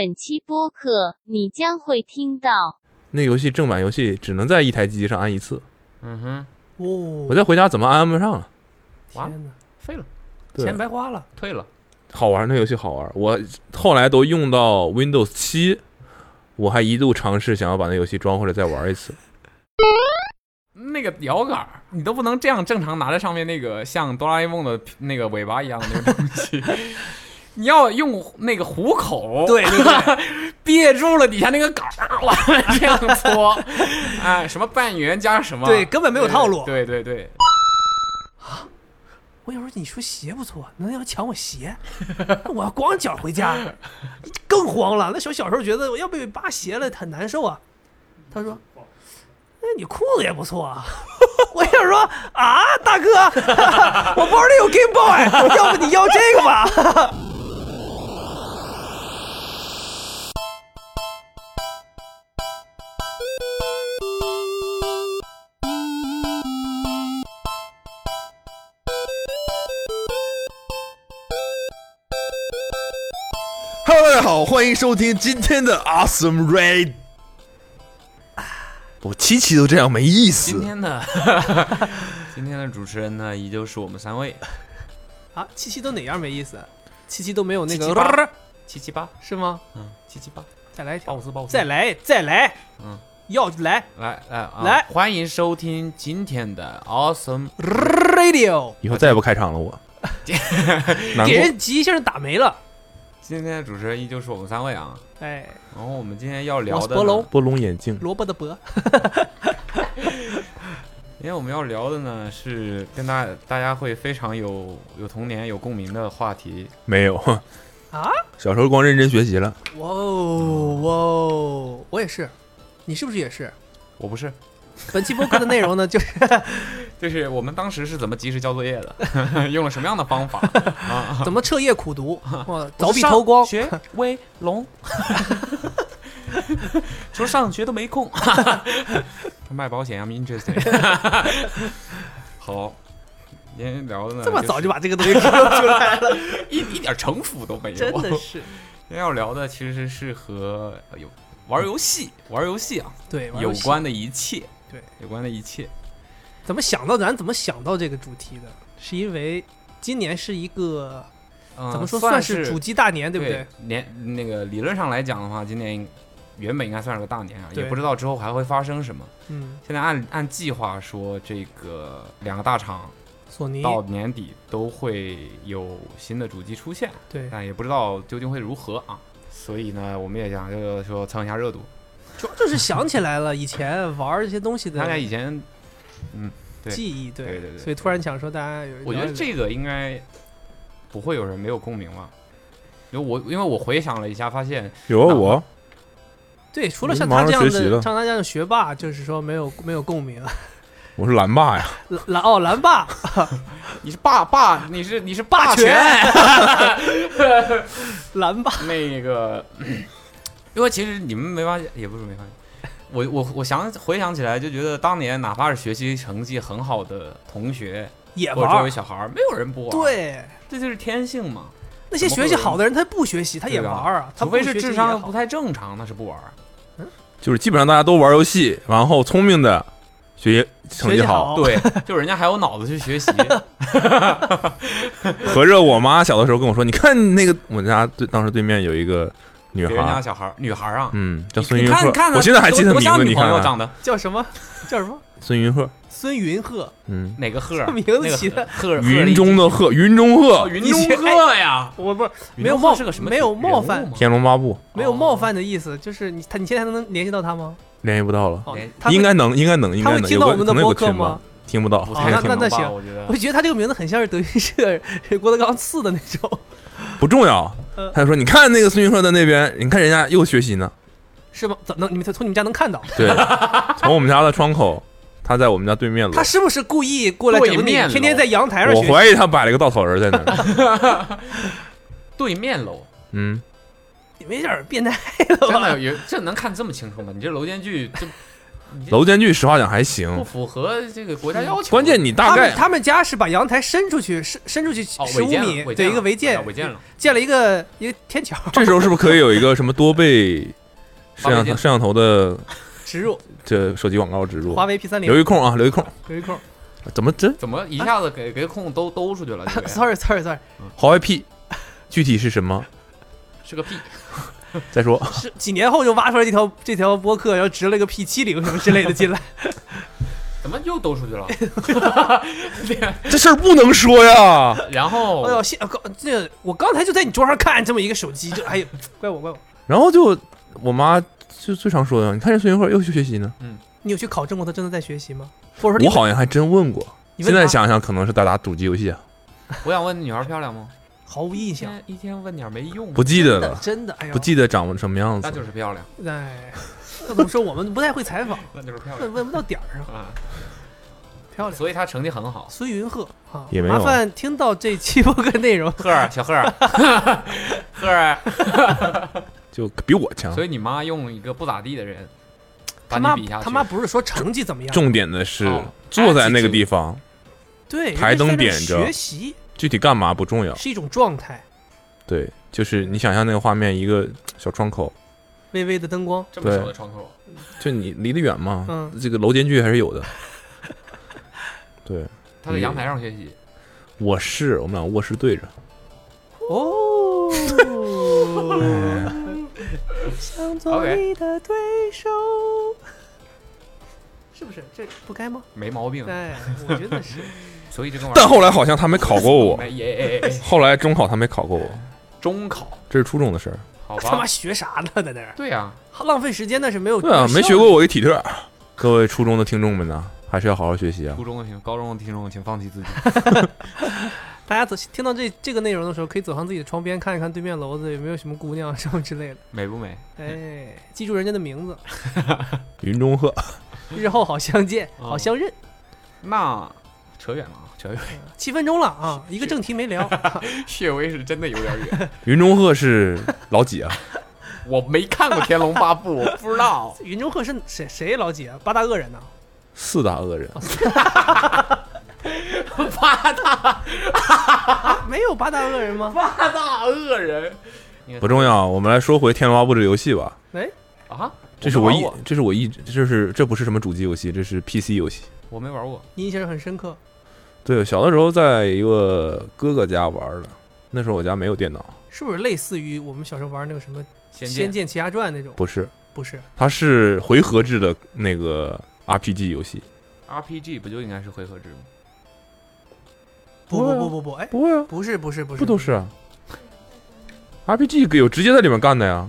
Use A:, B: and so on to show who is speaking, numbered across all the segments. A: 本期播客你将会听到
B: 那游戏正版游戏只能在一台机器上安一次，
C: 嗯哼，
B: 我
D: 哦，
B: 再回家怎么安安不上啊了？
C: 哇
D: 天哪，
C: 废了，
B: 对
D: 钱，白花了。
C: 退了。
B: 好玩，那游戏好玩。我后来都用到 Windows 七，我还一度尝试想要把那游戏装回来再玩一次。
C: 那个摇杆儿，你都不能这样正常拿着上面那个像哆啦 A 梦的那个尾巴一样的那个东西， 你要用那个虎口，
D: 对对
C: 憋住了底下那个杆儿，往外这样搓， 哎，什么半圆加什么，
D: 对，根本没有套路。
C: 啊对对对，
D: 我有时候你说鞋不错，能要抢我鞋， 我要光脚回家，更慌了。那小小时候觉得我要被扒鞋了很难受啊。他说：“哎，你裤子也不错啊。” 我想说啊，大哥， 我包里有 Game Boy，要不你要这个吧？
E: Hello，大家好，欢迎收听今天的 Awesome Red。我七期都这样没意
C: 今
E: 思，
C: 天的 今天的主持人呢，依旧是我们三位，
D: 啊，七七都哪样没意思？啊七七都没有那
C: 七
D: 个
C: 七八七七八，
D: 是吗？
C: 嗯，七七八，
D: 再来一
C: 鲍
D: 条，
C: 斯鲍斯，
D: 再来，再来，
C: 嗯，
D: 要来
C: 来来啊
D: 来
C: 欢迎收听今天的 Awesome，
D: Radio，
B: 以后再也不开场了， 我难
D: 给
B: 过。
D: 人急一下就打没了。
C: 今天的主持人依旧是我们三位啊，
D: 哎，
C: 然后我们今天要聊
D: 我是
C: 的
D: 博
C: 呢
D: 龙
B: 波龙眼镜，
D: 萝卜的卜，
C: 今天我们要聊的呢是跟大大家会非常有有童年有共鸣的话题。
B: 没有
D: 啊？
B: 小时候光认真学习了，
D: 哇哦哇哦，我也是，你是不是也是？
C: 我不是，
D: 本期播客的内容呢，就是
C: 就是我们当时是怎么及时交作业的， 用了什么样的方 法 啊？
D: 怎么彻夜苦读，哇，凿壁偷光，
C: 学威龙，说上学都没空， 卖保险啊 I'm interested。好，今天聊的呢，
D: 这么
C: 是
D: 早就把这 个东西给我出来了，
C: 一一点城府都没有，
D: 真的是。
C: 今 天要聊的其实是和呃有玩游戏、玩游戏啊
D: 对，玩游
C: 有
D: 戏
C: 关的一切，
D: 对
C: 有关的一切。
D: 怎么想到咱怎么想到这个主题的？是因为今年是一个
C: 嗯
D: 怎么说
C: 算
D: 是主机大年，对不
C: 对？？年那个理论上来讲的话，今年原本应该算是个大年啊，也
D: 对
C: 不知道之后还会发生什么。
D: 嗯，
C: 现在按按计划说，这个两个大厂
D: 索尼
C: 到年底都会有新的主机出现，
D: 对，
C: 但也不知道究竟会如何啊。所以呢，我们也想就是说蹭一下热度。
D: 主要就是想起来了以前玩这些东 西
C: 大家
D: 的
C: 以前，嗯，对
D: 记忆，
C: 对对对
D: 所以突然想说大家有，
C: 我觉得这个应该不会有人没有共鸣吧？因为我因为我回想了一下，发现
B: 有啊
C: 那
B: 我
D: 对，除
B: 我
D: 了
B: 就
D: 像
B: 忙
D: 他
B: 着
D: 这样
B: 学习
D: 的，
B: 了
D: 像他这样的学霸，就是说没有没有共鸣。
B: 我是蓝霸呀，
D: 蓝蓝哦，蓝爸，
C: 你是霸霸，你是你是
D: 霸
C: 霸
D: 权
C: 权，
D: 蓝爸，
C: 那个，因为其实你们没发现，也不是没发现，我我我想回想起来就觉得当年哪怕是学习成绩很好的同学
D: 也
C: 或者周
D: 玩
C: 围
D: 儿。
C: 小孩儿，没有人不玩，，
D: 对，
C: 这就是天性嘛，
D: 那些学习好的人，他不学习，他也
C: 对
D: 玩
C: 吧
D: 儿啊。他
C: 除
D: 不
C: 非是
D: 学习
C: 智
D: 也
C: 商
D: 好
C: 不太正常，那是不玩儿。
B: 就是基本上大家都玩游戏，然后聪明的学业成绩好。
D: 学习
C: 对，就人家还有脑子去 学习，
B: 合着我妈小的时候跟我说，你看那个我们家对当时对面有一个女
C: 别人家
B: 孩，
C: 小孩儿女孩儿啊，
B: 嗯，叫
C: 你
B: 孙
C: 你
B: 云
C: 看
B: 鹤
C: 看，
B: 我现在还记得
C: 多
B: 名
C: 像
B: 字，
C: 你
B: 你
C: 朋
B: 看
C: 友
B: 看
C: 长得
D: 叫 什么？叫什么？
B: 孙云鹤，
D: 孙云鹤，
B: 嗯，
C: 哪个鹤
D: 这
C: 啊？
D: 名
C: 那
D: 字
C: 个
D: 起的，
C: 鹤鹤立
B: 云中的鹤，云中
C: 哦
B: 鹤，
C: 云
D: 你
C: 中
D: 写
C: 鹤呀，
D: 我不是
C: 云
D: 没有
C: 中鹤
D: 冒
C: 是个什么
D: 没有
C: 人
D: 冒
C: 物
D: 犯
C: 吗
B: 《天龙八部》
D: 没有冒
C: 哦
D: 犯的意思，就是你他你现在还能联系到他吗？
B: 联系不到了，
D: 哦
C: 联，
D: 他会
B: 应该能，应该能，应
D: 他
B: 该
D: 会
B: 能，
D: 听
B: 有
D: 到
B: 个
D: 我们的
B: 可能有
D: 播
B: 个
D: 客
B: 群吧
D: 吗？？
B: 听不到，
C: 不
D: 哦
C: 太
D: 那
C: 可
D: 那
C: 能
D: 那
C: 吧
D: 行
C: 我觉
D: 我
C: 得
D: 觉得他这个名字很像是德云社郭德纲刺的那种，
B: 不重要
D: 嗯。
B: 他就说：“你看那个孙云鹤在那边，你看人家又学习呢。
D: 是吗？怎么能你们从你们家能看到？
B: 对，从我们家的窗口，他在我们家对面楼
D: 他。是不是故意过来
C: 对
D: 整你？
C: 面
D: 天天
C: 喽
D: 在阳台上
B: 我
D: 学习？
B: 怀疑他摆了个稻草人在那 儿。
C: 对面楼
B: 嗯，
D: 你们有点变态了
C: 真
D: 吧？
C: 的有这能看这么清楚吗？你这楼间距就
B: 楼间距实话讲还
C: 不
B: 行，
C: 符合这个国家要求。
B: 关键你大
D: 他们
B: 概
D: 他们家是把阳台伸出去，伸伸出去
C: 哦，
D: 十
C: 违
D: 五
C: 建了
D: 米，
C: 违
D: 对
C: 建
D: 一个
C: 了
D: 违
C: 啊
D: 建，
C: 违建了。
D: 建了一个一个天桥，
B: 这时候是不是可以有一个什么多倍摄像头摄像头的
D: 植入
B: 这手机广告植入？
D: 华为 P 三零
B: 留一空啊，留一空，
D: 有一空
B: 怎么这
C: 怎么一下子给给空都兜出去了？这个
D: ，sorry sorry sorry，
B: 好 IP？具 体是什么？
C: 是个屁！
B: 再 说，
D: 是几年后就挖出来这条这条播客，然后植了一个 P 七零什么之类的进来，
C: 怎么又兜出去了？
B: 这事儿不能说呀。
C: 然后
D: 哎呦，现刚这我刚才就在你桌上看这么一个手机，这哎呦，怪我怪我，
B: 然后就我妈就最常说的，你看这孙云慧又去学习呢。
D: 你有去考证过他真的在学习吗？或者说你
B: 我好像还真问过，
D: 你问
B: 现在
D: 他
B: 想想可能是在打主机游戏啊，
C: 我想问女孩漂亮吗？
D: 毫无印
C: 一
D: 象，
C: 天一天问点没用，
B: 不记得
D: 真的
B: 了，
D: 真的哎呦，
B: 不记得长什么样
C: 那就
B: 子。
C: 是漂亮，
D: 哎，那怎么说我们不太会采访，
C: 那就是漂
D: 问
C: 亮
D: 问不到点儿上，
C: 啊！
D: 漂亮。
C: 所以她成绩很 好。
D: 孙云鹤啊，
B: 也没有
D: 麻烦听到这期播客内容，
C: 赫儿，小赫儿，嗯赫儿，啊
B: 就比我强
C: 所。以你妈用一个不咋地的人 把
D: 他
C: 你
D: 妈
C: 比下去，
D: 他妈不是说成绩怎么样，
B: 重点的是
C: 哦
B: 坐在那个地方，
D: 对，
B: 台灯
D: 人家
B: 点
D: 在那
B: 着啊
D: 学习
B: 具体干嘛不重要。
D: 是一种状态，
B: 对，就是你想象那个画面，一个小窗口，
D: 微微的灯光，
C: 这么小的窗口，
B: 就你离得远嘛，
D: 嗯
B: 这个楼间距还是有的。对，
C: 她在阳台上学习，
B: 我是我们俩卧室对着，
D: 哦， 想做
C: OK
D: 你的对 手，是不是？这不该吗？
C: 没毛病。
D: 哎，我觉得是。
C: 所以这个玩意儿，
B: 但后来好像他没考过我，
C: 哎耶耶耶耶
B: 后来中考他没考过我，
C: 中考，
B: 这是初中的事儿。
C: 好
D: 他妈
C: 吧？
D: 学啥呢？在那儿
C: 对啊呀，
D: 浪费时间，那是没有
B: 对啊，
D: 有
B: 没
D: 效
B: 学
D: 率
B: 过我一体特。各位初中的听众们呢，还是要好好学习啊
C: 初！中的听，高中的听众，请放弃自 己。
D: 大家走听到这这个内容的时候，可以走上自己的窗边看一看对面楼子有没有什么姑娘什么之类的。
C: 美不美？
D: 哎，记住人家的名字，
B: 云中鹤，
D: 日后好相见，
C: 哦
D: 好
B: 嗯
D: 相认。
C: 那扯远了啊，扯 远。了。
D: 七分钟了啊，一个正题没聊。
C: 血威是真的有点远，
B: 云中鹤是老几啊？
C: 我没看过《天龙八部》，我不知道。
D: 云中鹤是谁？谁老几啊？八大恶人呢、
B: 四大恶人，
C: 八大
D: 啊？没有八大恶人吗？
C: 八大恶人
B: 不重要。我们来说回《天龙八部》这个游戏吧。
D: 哎，
C: 啊！
B: 这是我
C: 没
B: 一
C: 玩过，
B: 这是我一直，这是这不是什么主机游戏，这是 PC 游戏。
C: 我没玩过。
D: 你印象很深刻。
B: 对，小的时候在一个哥哥家玩的，那时候我家没有电脑，
D: 是不是类似于我们小时候玩那个什么《
C: 仙
D: 仙
C: 剑
D: 剑奇侠传》那种？
B: 不是，
D: 不是，
B: 它是回合制的那个 RPG 游戏。
C: RPG 不就应该是回合制吗？
D: 不不不不不，哎，
B: 不会啊，
D: 不是不是不是，
B: 不都是啊？RPG 有直接在里面干的呀。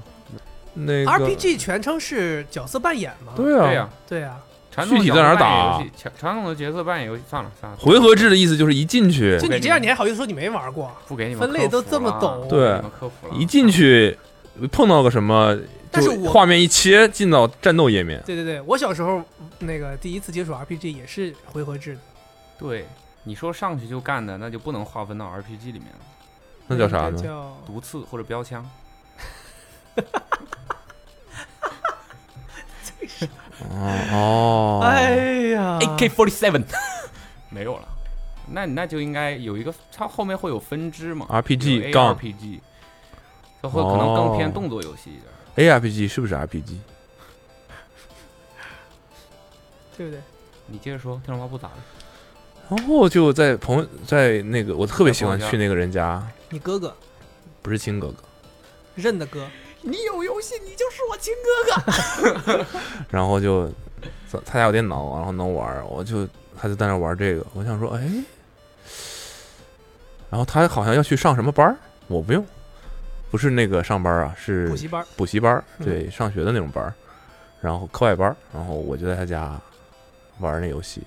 B: 那个
D: RPG 全称是角色扮演吗？
B: 对
C: 对
B: 啊，
C: 呀，
D: 对啊，
C: 传统
B: 具体在哪儿打啊
C: 角色扮演游戏传传统的角色扮演游戏，算了算了，
B: 回合制的意思就是一进去
D: 就你这样，你还好意思说你没玩过？啊
C: 不给你们
D: 分类都这么懂，
B: 对
C: 啊给你们科普了。啊
B: 一进去碰到个什么，
D: 但是
B: 就
D: 我
B: 画面一切进到战斗页面。
D: 对对对，我小时候那个第一次接触 RPG 也是回合制的，
C: 对你说上去就干的，那就不能划分到 RPG 里面了，
B: 那叫啥呢？
D: 嗯叫
C: 毒刺或者标枪。
B: 哦，
D: 哎
C: 啊
D: 呀
C: forty seven 没有了，那那就应该有一个，它后面会有分支嘛
B: RPG
C: 有
B: 杠哦
C: ARPG，它会可能更偏动作游戏一点。
B: ，ARPG 是不是 RPG？
D: 对不对？
C: 你接着说，《天龙八部》咋了？
B: 然后就在朋友在那个，我特别喜欢
C: 在朋友家
B: 去那个人家，
D: 你哥哥
B: 不是亲哥哥，
D: 认的哥，
C: 你有游戏，你就是我亲哥。
B: 然后就他他家有电脑，然后能玩儿，我就他就在那玩这个，我想说，哎，然后他好像要去上什么班儿，我不用，不是那个上班儿啊，是
D: 补习班儿
B: 补习班儿，
D: 嗯
B: 对，上学的那种班儿，然后课外班儿，然后我就在他家玩儿那游戏，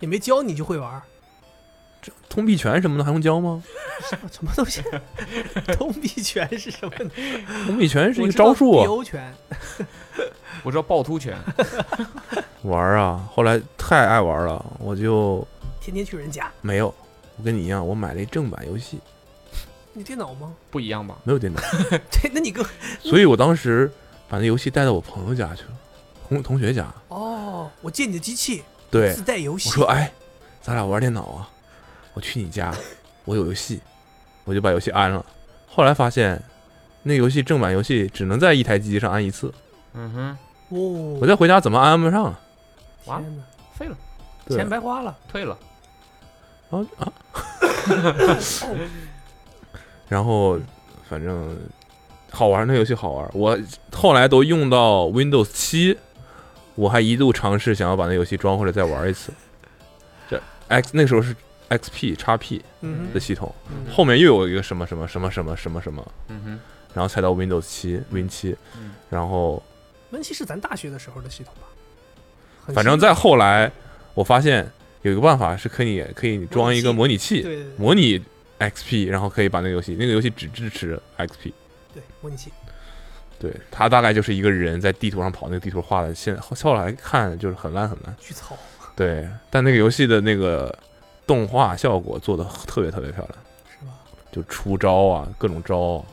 D: 也没教你就会玩 儿，
B: 通臂拳什么的还用教吗？
D: 什么什么东西？ 通臂拳是什么？
B: 通臂拳是一
D: 我
B: 个
D: 知道
B: 招数啊，
D: BO 拳，
C: 我知道趵突拳，
B: 玩儿啊，后来太爱玩儿了，我就
D: 天天去人家，
B: 没有，我跟你一样，我买了一正版游戏，
D: 你电脑吗？
C: 不一样吧？
B: 没有电脑，
D: 对，那你哥
B: 所以我当时把那游戏带到我朋友家去了。同同学家，
D: 哦，我借你的机器
B: 对
D: 自，带游戏
B: 我，说哎，咱俩玩电脑啊，我去你家，我有游戏，我就把游戏安了。后来发现，那游戏正版游戏只能在一台机器上安一次，
C: 嗯哼，
D: 哦
B: 我，再回家怎么安安不上啊？
C: 完了
D: 天哪，
C: 废了，
B: 对
D: 钱白花了，
C: 退了。
B: 然后啊， 然后反正好玩，那游戏好玩。我后来都用到 Windows 七，我还一度尝试想要把那游戏装回来再玩一次。这 X 那时候是 XP 叉 P
D: 嗯
B: 的系统，
D: 嗯
B: 后面又有一个什么什么什么什么什么什么，
C: 嗯哼，
B: 然后才到 Windows 七 Win 七
C: 嗯，
B: 然后
D: 温琪是咱大学的时候的系统吧？很
B: 反正
D: 新
B: 再后来，我发现有一个办法是可以可以装一个模拟器，
D: 对对对
B: 模拟 XP，然后可以把那个游戏，那个游戏只支持 XP。
D: 对模拟器，
B: 对，它大概就是一个人在地图上跑，那个地图画的，现在后后来看就是很烂很烂。
D: 巨糙，
B: 对，但那个游戏的那个动画效果做的特别特别漂亮，
D: 是吧？
B: 就出招啊，各种招啊，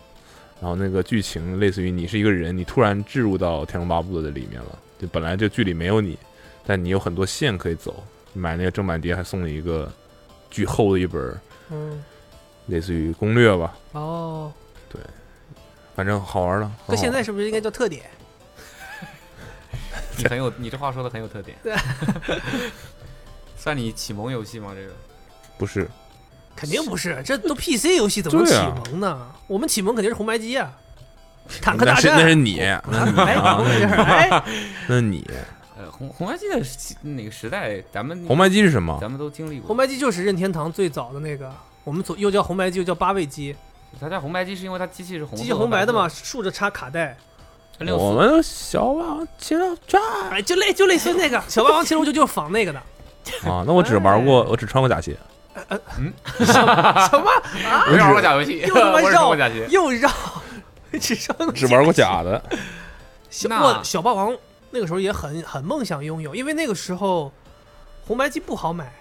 B: 然后那个剧情类似于你是一个人，你突然置入到《天龙八部》的里面了，就本来这剧里没有你，但你有很多线可以走。买那个正版碟还送了一个巨厚的一本儿，
D: 嗯，
B: 类似于攻略吧，
D: 哦，
B: 反正好玩了。
D: 搁
B: 很好
D: 现
B: 玩
D: 在是不是应该叫特点？
C: 你很有，你这话说的很有特点。 算你启蒙游戏吗？这个
B: 不是
D: 肯定不是，这都 PC 游戏怎么能
B: 对
D: 启
B: 啊
D: 蒙呢？我们启蒙肯定是红白机啊，坦克
B: 那
D: 大
B: 是
D: 战。
B: 那是你，那是你
D: 哎，
B: 啊
D: 怎么回事哎，
B: 那你
C: 呃，红红白机的时那个时代，咱们
B: 红白机是什么？
C: 咱们都经历过。
D: 红白机就是任天堂最早的那个，我们左又叫红白机，又叫八位机，
C: 它叫红白机是因为它机器是红
D: 机
C: 色
D: 器红白的嘛，
C: 白
D: 竖着插卡带，
C: 色六
B: 我
C: 四
B: 们小霸王接到炸
D: 哎，就类就类似于那个小霸王，其实我就就是仿 那个的，
B: 啊！那我只玩过，我只穿过假
C: 哎
B: 鞋，啊
D: 什么
C: 啊我玩过假游 戏，
D: 又他妈
C: 我也玩
D: 绕
C: 过假 游戏。
D: 又绕，只上个
B: 只玩过假的。
D: 小
C: 那
D: 哇小霸王那个时候也很很梦想拥有，因为那个时候红白机不好买，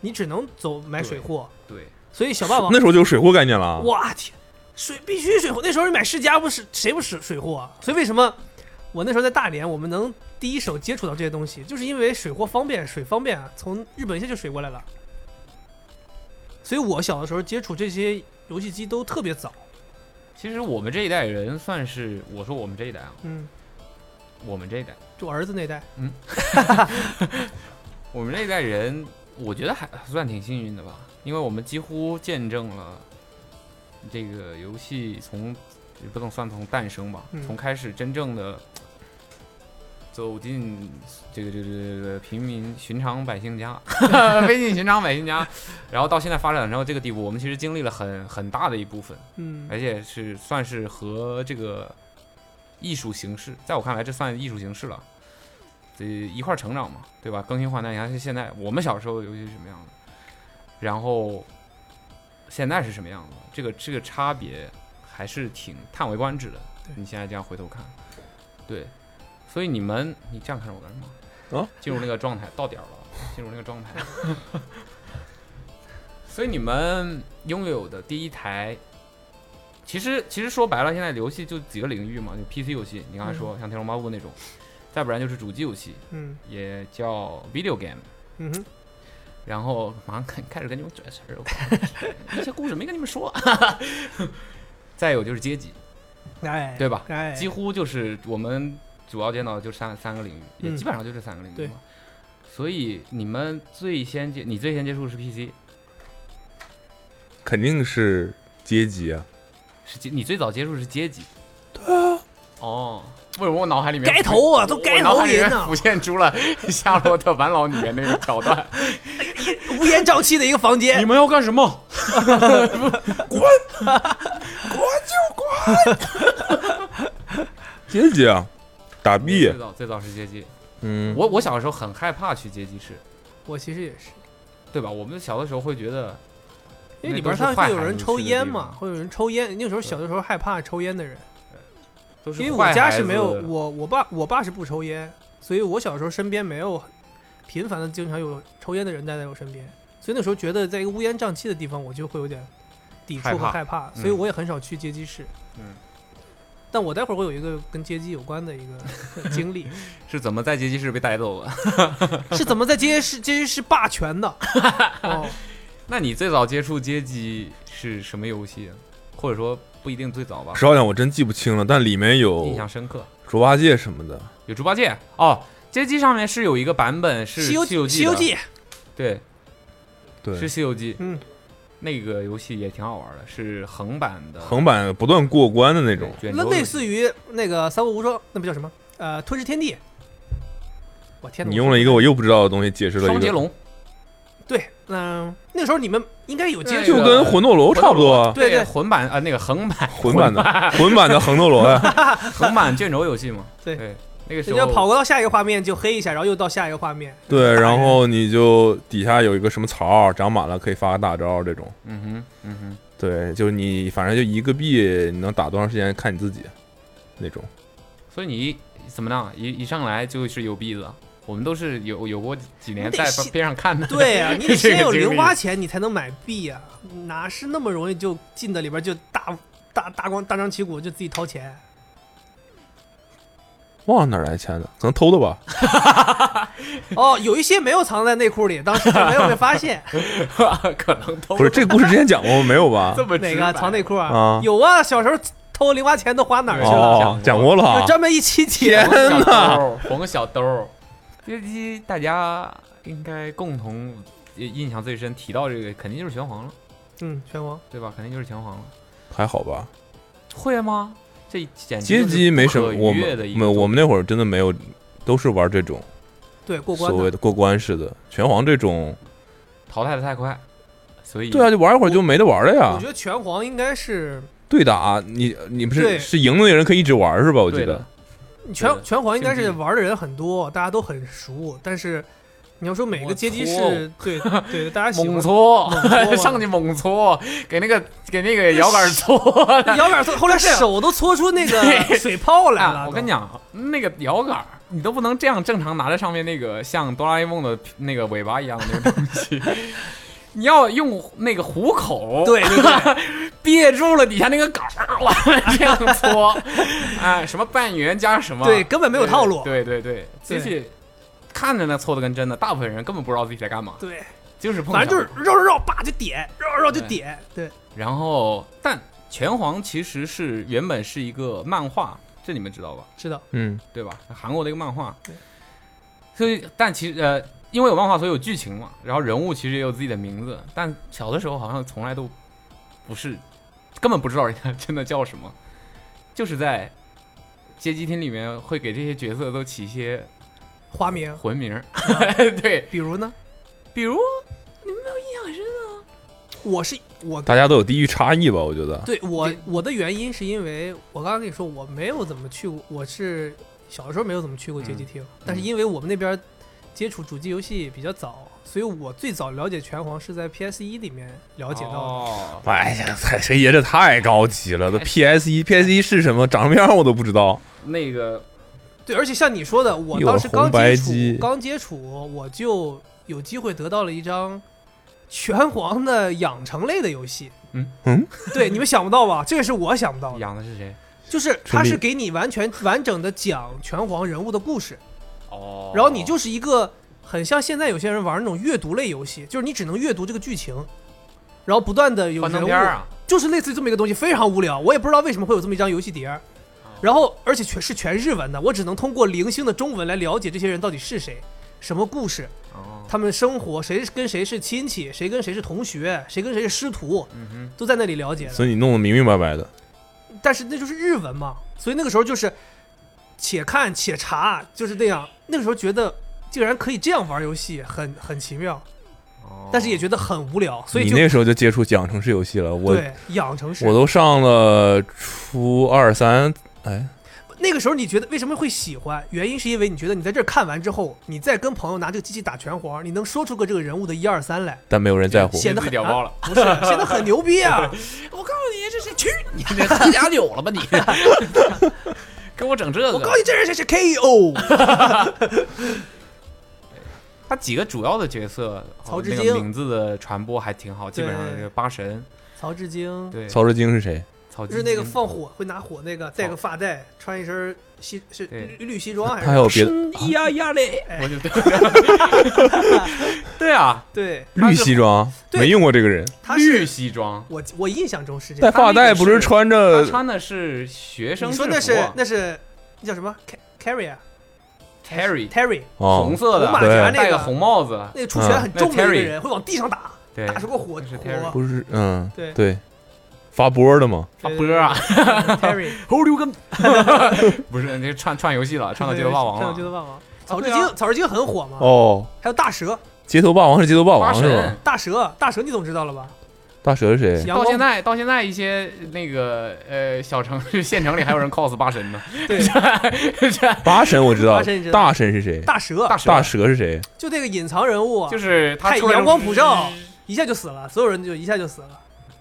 D: 你只能走买水货，
C: 对，
D: 所以小霸王
B: 那时候就有水货概念了，啊
D: 哇天，水必须水货。那时候你买世嘉不是谁不是水货啊？所以为什么我那时候在大连，我们能第一手接触到这些东西，就是因为水货方便，水方便啊，从日本一下就水过来了。所以我小的时候接触这些游戏机都特别早，
C: 其实我们这一代人算是，我说我们这一代啊，
D: 嗯，
C: 我们这一代，
D: 就我儿子那代，
C: 我们这一代人，我觉得还算挺幸运的吧，因为我们几乎见证了这个游戏从也不能算从诞生吧，
D: 嗯
C: 从开始真正的走进这个这个这个这个平民寻常百姓家，非进寻常百姓家，然后到现在发展到这个地步，我们其实经历了很很大的一部分，
D: 嗯，
C: 而且是算是和这个艺术形式，在我看来，这算艺术形式了，这一块儿成长嘛，对吧？更新换代，你看现在我们小时候的游戏是什么样的，然后现在是什么样子，这个这个差别还是挺叹为观止的
D: 对。
C: 你现在这样回头看，对，所以你们，你这样看着我干什么？
B: 啊，
C: 进入那个状态，到点儿了，进入那个状态。所以你们拥有的第一台其实其实说白了，现在游戏就几个领域嘛，就 PC 游戏，你刚才说、像《天龙八部》那种，再不然就是主机游戏，
D: 嗯
C: 也叫 video game。
D: 嗯哼，
C: 然后马上开开始跟你们拽词儿，我靠一些故事没跟你们说。 再有就是阶级，
D: 哎，
C: 对吧
D: 哎，
C: 几乎就是我们主要见到的就三三个领域，也
D: 嗯
C: 基本上就这三个领域
D: 对
C: 嘛。所以你们最先接，你最先接触的是 PC，
B: 肯定是阶级啊。
C: 是阶你最早接触是阶级。对啊。哦，为什么我脑海里面
D: 该头啊，都该头
C: 也
D: 人呐、
C: 浮现出了《夏洛特烦恼》里面那个桥段。
D: 乌烟瘴气的一个房间，
C: 们要干什么？
B: 阶级啊，打币
C: 最，早最早是街机，
B: 嗯，
C: 我我小时候很害怕去街机室，
D: 我其实也是，
C: 对吧？我们小的时候会觉得，
D: 因为里
C: 那都
D: 边
C: 是
D: 它
C: 坏
D: 会有
C: 孩
D: 人
C: 子
D: 抽
C: 去的
D: 烟
C: 地
D: 嘛，
C: 方
D: 会有人抽烟。那时候小的时候害怕抽烟的人，
C: 都是
D: 因为
C: 坏
D: 我家
C: 孩
D: 是
C: 子
D: 没有我我爸我爸是不抽烟，所以我小时候身边没有频繁的经常有抽烟的人待在我身边，所以那时候觉得在一个乌烟瘴气的地方，我就会有点抵触
C: 害
D: 和
C: 怕
D: 害怕，所以我也很少去街机室。
C: 嗯，
D: 但我待会儿会有一个跟街机有关的一 个经历，
C: 是怎么在街机室被带走的？
D: 是怎么在街是街是霸权 的？哦，
C: 那你最早接触街机是什么游戏啊？或者说不一定最早吧，
B: 实话讲，我真记不清了，但里面
C: 印
B: 有
C: 象深刻
B: 猪八戒什么的，
C: 有猪八戒哦。街机上面是有一个版本是
D: 《
C: 《
D: 西游
C: 西游记》，
D: 西游记》
C: 对，
B: 对，
C: 是《西游记》。
D: 嗯，
C: 那个游戏也挺好玩的，是横版的，
B: 横版不断过关的那种。
C: 卷
D: 那
C: 轴
D: 类
C: 游戏
D: 似于那个《三国无双》，那不叫什么？呃，《吞噬天地》。我天哪！
B: 你用了一个我又不知道的东西解释了一
C: 双截
B: 个，
C: 龙，
D: 对，嗯、那个时候你们应该有接
C: 对
D: 触
B: 就
C: 那个
B: 跟魂斗罗差不多啊，
D: 对对
C: 混版啊、那个横 版
B: 魂版的魂版的魂斗罗呀，
C: 横版卷轴游戏嘛。
D: 对
C: 那个时
D: 人家
C: 候
D: 跑过到下一个画面就黑一下，然后又到下一个画面。
B: 对，然后你就底下有一个什么槽长满了可以发个大招这种，
C: 嗯哼，嗯哼，
B: 对，就是你反正就一个币，你能打多长时间看你自己那种。
C: 所以你一怎么样？一一上来就是有币的，我们都是有有过几年
D: 你得
C: 在
D: 先
C: 边上看的。
D: 对 啊，你
C: 这
D: 得
C: 个
D: 先有
C: 经历
D: 零花钱，你才能买币呀、哪是那么容易就进的里边就大大大光大张旗鼓就自己 掏钱？
B: 哇，哪来钱的？可能偷的吧？
D: 哦，有一些没有藏在内裤里，当时就没有被发现。
C: 可能都
B: 不是，这个故事之前讲过吗？没有吧
C: 这？么
D: 哪
C: 直
D: 个
C: 白
D: 藏内裤
B: 啊
D: 有啊，小时候偷零花钱都花哪儿去了？
B: 哦，讲过了啊
D: 有，专门一期节目。
C: 小兜，红小兜。街机大家应该共同印象最深，提到这个肯定就是拳皇了，
D: 嗯，拳皇
C: 对吧？肯定就是拳皇了。
B: 还好吧？
C: 会吗？这简直
B: 街
C: 就是
B: 机
C: 不
B: 没什么，
C: 可
B: 我
C: 逾越的一
B: 们
C: 个
B: 没有我们那会儿真的没有，都是玩这种
D: 对过关
B: 所
D: 的
B: 谓的过关式的拳皇这种。
C: 淘汰的太快，所以
B: 对啊，就玩一会儿就没得玩了
D: 我
C: 啊
B: 呀
D: 觉。得拳皇应该是
B: 对打，你你不
D: 对
B: 是是赢的那人可以一直玩是吧？我记
C: 对的
B: 得
D: 拳
C: 对的
D: 拳皇应该是
C: 竞技
D: 玩的人很多，大家都很熟，但是你要说每个街机是对对大 家喜
C: 猛
D: 欢。
C: 搓
D: 猛搓，嘛
C: 上去猛搓，给那个给那个摇杆搓。
D: 摇杆搓，后来手都搓出那个水泡来了
C: 啊，
D: 都。
C: 我跟你讲，那个摇杆儿你都不能这样正常拿在上面那个像哆啦 A 梦的那个尾巴一样的那个东西， 你要用那个虎口
D: 对对对，
C: 憋住了底下那个杆儿，往外这样搓，哎，什么半圆加什么，
D: 对根本没有套路
C: 对对对，
D: 对
C: 机器看着那搓的跟真的，大部分人根本不知道自己在干嘛，
D: 对，
C: 就是碰
D: 反
C: 巧。
D: 正就是绕绕绕，叭就点，绕绕绕就
C: 对
D: 点，对，
C: 然后，但拳皇其实是原本是一个漫画，这你们知道吧？
D: 知道。
B: 嗯，
C: 对吧？韩国的一个漫画
D: 对，
C: 所以但其实呃，因为有漫画，所以有剧情嘛。然后人物其实也有自己的名字，但小的时候好像从来都不是，根本不知道人家真的叫什么，就是在街机厅里面会给这些角色都起一些
D: 花名，
C: 魂名儿，对，
D: 比如呢，
C: 比如
D: 我是我
B: 大家都有地域差异吧？我觉得
D: 对我
C: 对
D: 我的原因是因为我刚刚跟你说我没有怎么去过，我是小的时候没有怎么去过
C: 嗯
D: 街机厅，但是因为我们那边接触主机游戏比较早，所以我最早了解拳皇是在 PS 一里面了解到的。
C: 哦，
B: 哎呀，太谁爷这太高级了！这 PS 一 PS 一是什么？长什么样我都不知道。
C: 那个
D: 对，而且像你说的，我
B: 一会儿
D: 当时刚
B: 红白
D: 接
B: 机
D: 触，刚接触我就有机会得到了一张。拳皇的养成类的游戏，
C: 嗯
B: 嗯，
D: 对，你们想不到吧？这个是我想不到的，
C: 养的是谁？
D: 就是它
B: 春
D: 是
B: 丽
D: 给你完全完整的讲拳皇人物的故事，
C: 哦，
D: 然后你就是一个很像现在有些人玩那种阅读类游戏，就是你只能阅读这个剧情，然后不断的有
C: 幻灯
D: 人
C: 片儿
D: 物，
C: 啊，
D: 就是类似于这么一个东西，非常无聊。我也不知道为什么会有这么一张游戏碟儿，
C: 哦
D: 然后而且全是全日文的，我只能通过零星的中文来了解这些人到底是谁。什么故事？
C: 哦，
D: 他们生活，谁跟谁是亲戚，谁跟谁是同学，谁跟谁是师徒，
C: 嗯哼，
D: 都在那里了解的。
B: 所以你弄得明明白白的，
C: 嗯
D: 但是那就是日文嘛，所以那个时候就是且看且查，就是那样。那个时候觉得竟然可以这样玩游戏，很很奇妙，
C: 哦
D: 但是也觉得很无聊，所以
B: 你
D: 就
B: 那时候就接触养成式游戏了。我
D: 对养成式
B: 我。都上了初二三，哎，
D: 那个时候你觉得为什么会喜欢？原因是因为你觉得你在这儿看完之后，你再跟朋友拿这个机器打拳皇，你能说出个这个人物的一二 三来，
B: 但没有人在乎。
D: 显得
C: 自己
D: 很
C: 屌爆了。
D: 不是显得很牛逼啊！
C: 我告诉你，这 是去你这喝假酒了吧你？给我整这个！
D: 我告诉你，这人谁是 KO，
C: 他几个主要的角色，呃
D: 曹志
C: 那个
D: 京
C: 名字的传播还挺好，基本上
D: 对
C: 是八神，
D: 曹志京，
C: 对，
B: 曹志京是谁？
C: 曹好
D: 就是那个放火会拿火那个，戴个发带，穿一身西是
C: 对
D: 绿绿西装还是？
B: 他还有别的
D: 嗯咿呀呀嘞，
C: 我 就对 啊，
D: 对，
B: 绿西装，
D: 对
B: 没用过这个人，
D: 他
C: 绿
D: 是
C: 西装，
D: 我我印象中是这
B: 戴
D: 样。
B: 发带不是穿
C: 他
B: 着啊
C: 穿的是学生
D: 你
C: 制
D: 说
C: 服
D: 那是那是那叫什么？Ca-？Carry 啊
C: Terry
D: Terry，
B: 哦
C: 红，色的，
D: 红马
B: 甲
C: 啊对
D: 那个
C: 戴个红帽子，
D: 那个出拳很重的一个
C: 那
D: 人，会往地上打，
C: 对，
D: 打出个火
C: 那是 Terry
D: 火
B: 不是，嗯，
D: 对
B: 对，发波的嘛，
C: 发波啊，
D: Terry，
C: 猴溜 根，不是，这串串游戏了，串啊到街头霸王
D: 上街头
C: 了，
D: 霸王。草
C: 对
D: 之
C: 啊
D: 精，草之精很火嘛，
B: 哦，
D: 还有大蛇，
B: 街头霸王是街头霸
C: 花
B: 王是吧
C: 神？。
D: 大蛇，大蛇你总知道了吧？
B: 大蛇是谁？
D: 阳
C: 到
D: 光
C: 现在，到现在一些那个呃小城市、县城里还有 人 cos 八神呢。
D: 对，
C: 这
B: 八神我知道
D: 八神你知，道
B: 大神是谁？
D: 大蛇
C: 大蛇
B: 大蛇是谁？
D: 就那个隐藏人物，
C: 就是他
D: 太
C: 出来
D: 阳光
C: 就
D: 普照，一下就死了，所有人就一下就死了。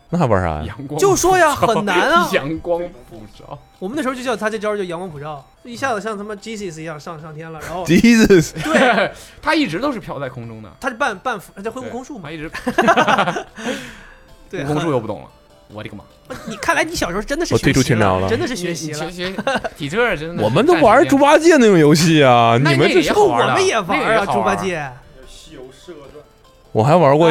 B: 那还玩啥呀？
C: 阳光
D: 嗯就说呀，
C: 普照。
D: 很难啊
C: 阳光普照，
D: 我们那时候就叫他这招就阳光普照，就一下子像他妈 Jesus 一样上上天了， 然后
E: Jesus，
D: 对，
C: 他一直都是飘在空中的。
D: 他是半半他叫会悟空术嘛
C: 他，一直
D: 对，
C: 哎悟空术
D: 很
C: 又不懂了，我的个妈！
D: 你看来你小时候真的是
B: 我
D: 学习
B: 退出群聊了
D: 真的是学习了
C: 学。学体测真 的是。
B: 我们都玩
C: 战
B: 猪
C: 士
B: 八戒那种游戏啊，你
C: 那
B: 们这
C: 那也好
D: 我
C: 玩的
D: 们也玩
C: 那个
D: 啊，
C: 也好
D: 猪八
C: 玩
D: 戒，
B: 我还玩过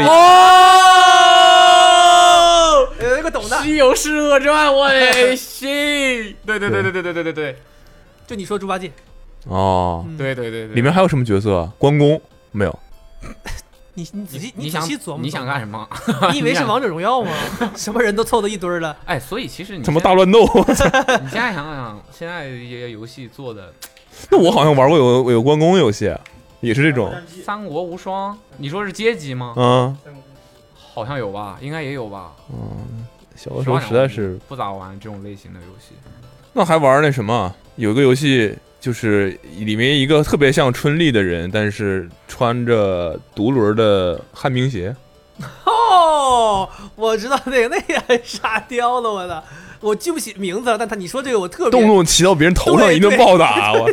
D: 哦，有一个懂的
C: 《，西游释厄传》，我的心！对对对对对对对对对
D: 就你说猪八戒，
B: 哦，
D: 嗯
C: 对对对对，
B: 里面还有什么角色啊？关公没有？
D: 你你仔细
C: 你
D: 仔
C: 想
D: 细琢磨，
C: 你想干什么？
D: 么？你以为
C: 你
D: 是
C: 想
D: 王者荣耀吗？ 什么人都凑到一堆儿了，
C: 哎，所以其实你
B: 他妈
C: 现
B: 大乱斗！
C: 在你现在想想，现在这些游戏做的
B: 那我好像玩过有有关公游戏，也是这种，
C: 《三国无双》，你说是街机吗？
B: 嗯，
C: 好像有吧，应该也有吧。
B: 小的时候实在
C: 实话
B: 是
C: 讲，我不咋玩这种类型的游戏。
B: 那还玩那什么？啊有个游戏就是里面一个特别像春丽的人，但是穿着独轮的旱冰鞋，
D: 哦，我知道那个那个很沙雕的，我的，我记不起名字了，但他你说这个我特别
B: 动不动骑到别人头上一顿暴打，我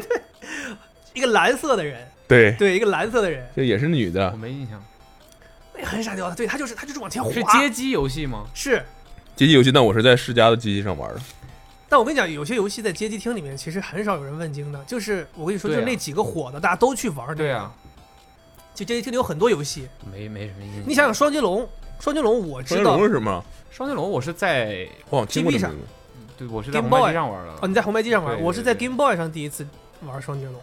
D: 一个蓝色的人，
B: 对，
D: 对，一个蓝色的人，
B: 这也是女
C: 我
B: 的，
C: 没印象，
D: 那个很傻雕的，对他就是他就是往前滑，
C: 是街机游戏吗？
D: 是
B: 街机游戏，但我是在世嘉的机器上玩的，
D: 但我跟你讲，有些游戏在街机厅里面其实很少有人问津的，就是我跟你说，就
C: 对啊
D: 是那几个火的，大家都去玩儿。
C: 对，啊，嗯
D: 就街机厅里有很多游戏，
C: 没没什么印象。
D: 你想想双截龙，双截龙我
B: 双截
D: 知道
B: 龙是什么？
C: 双截龙，我是在
B: 我好像听过这个名字。
C: 对，我是在
D: Game
C: 红白
D: Boy
C: 机上玩的
D: 哦，。你在红白机上玩，
C: 对
D: 我是在
C: 对对
D: Game Boy 上第一次玩双截龙，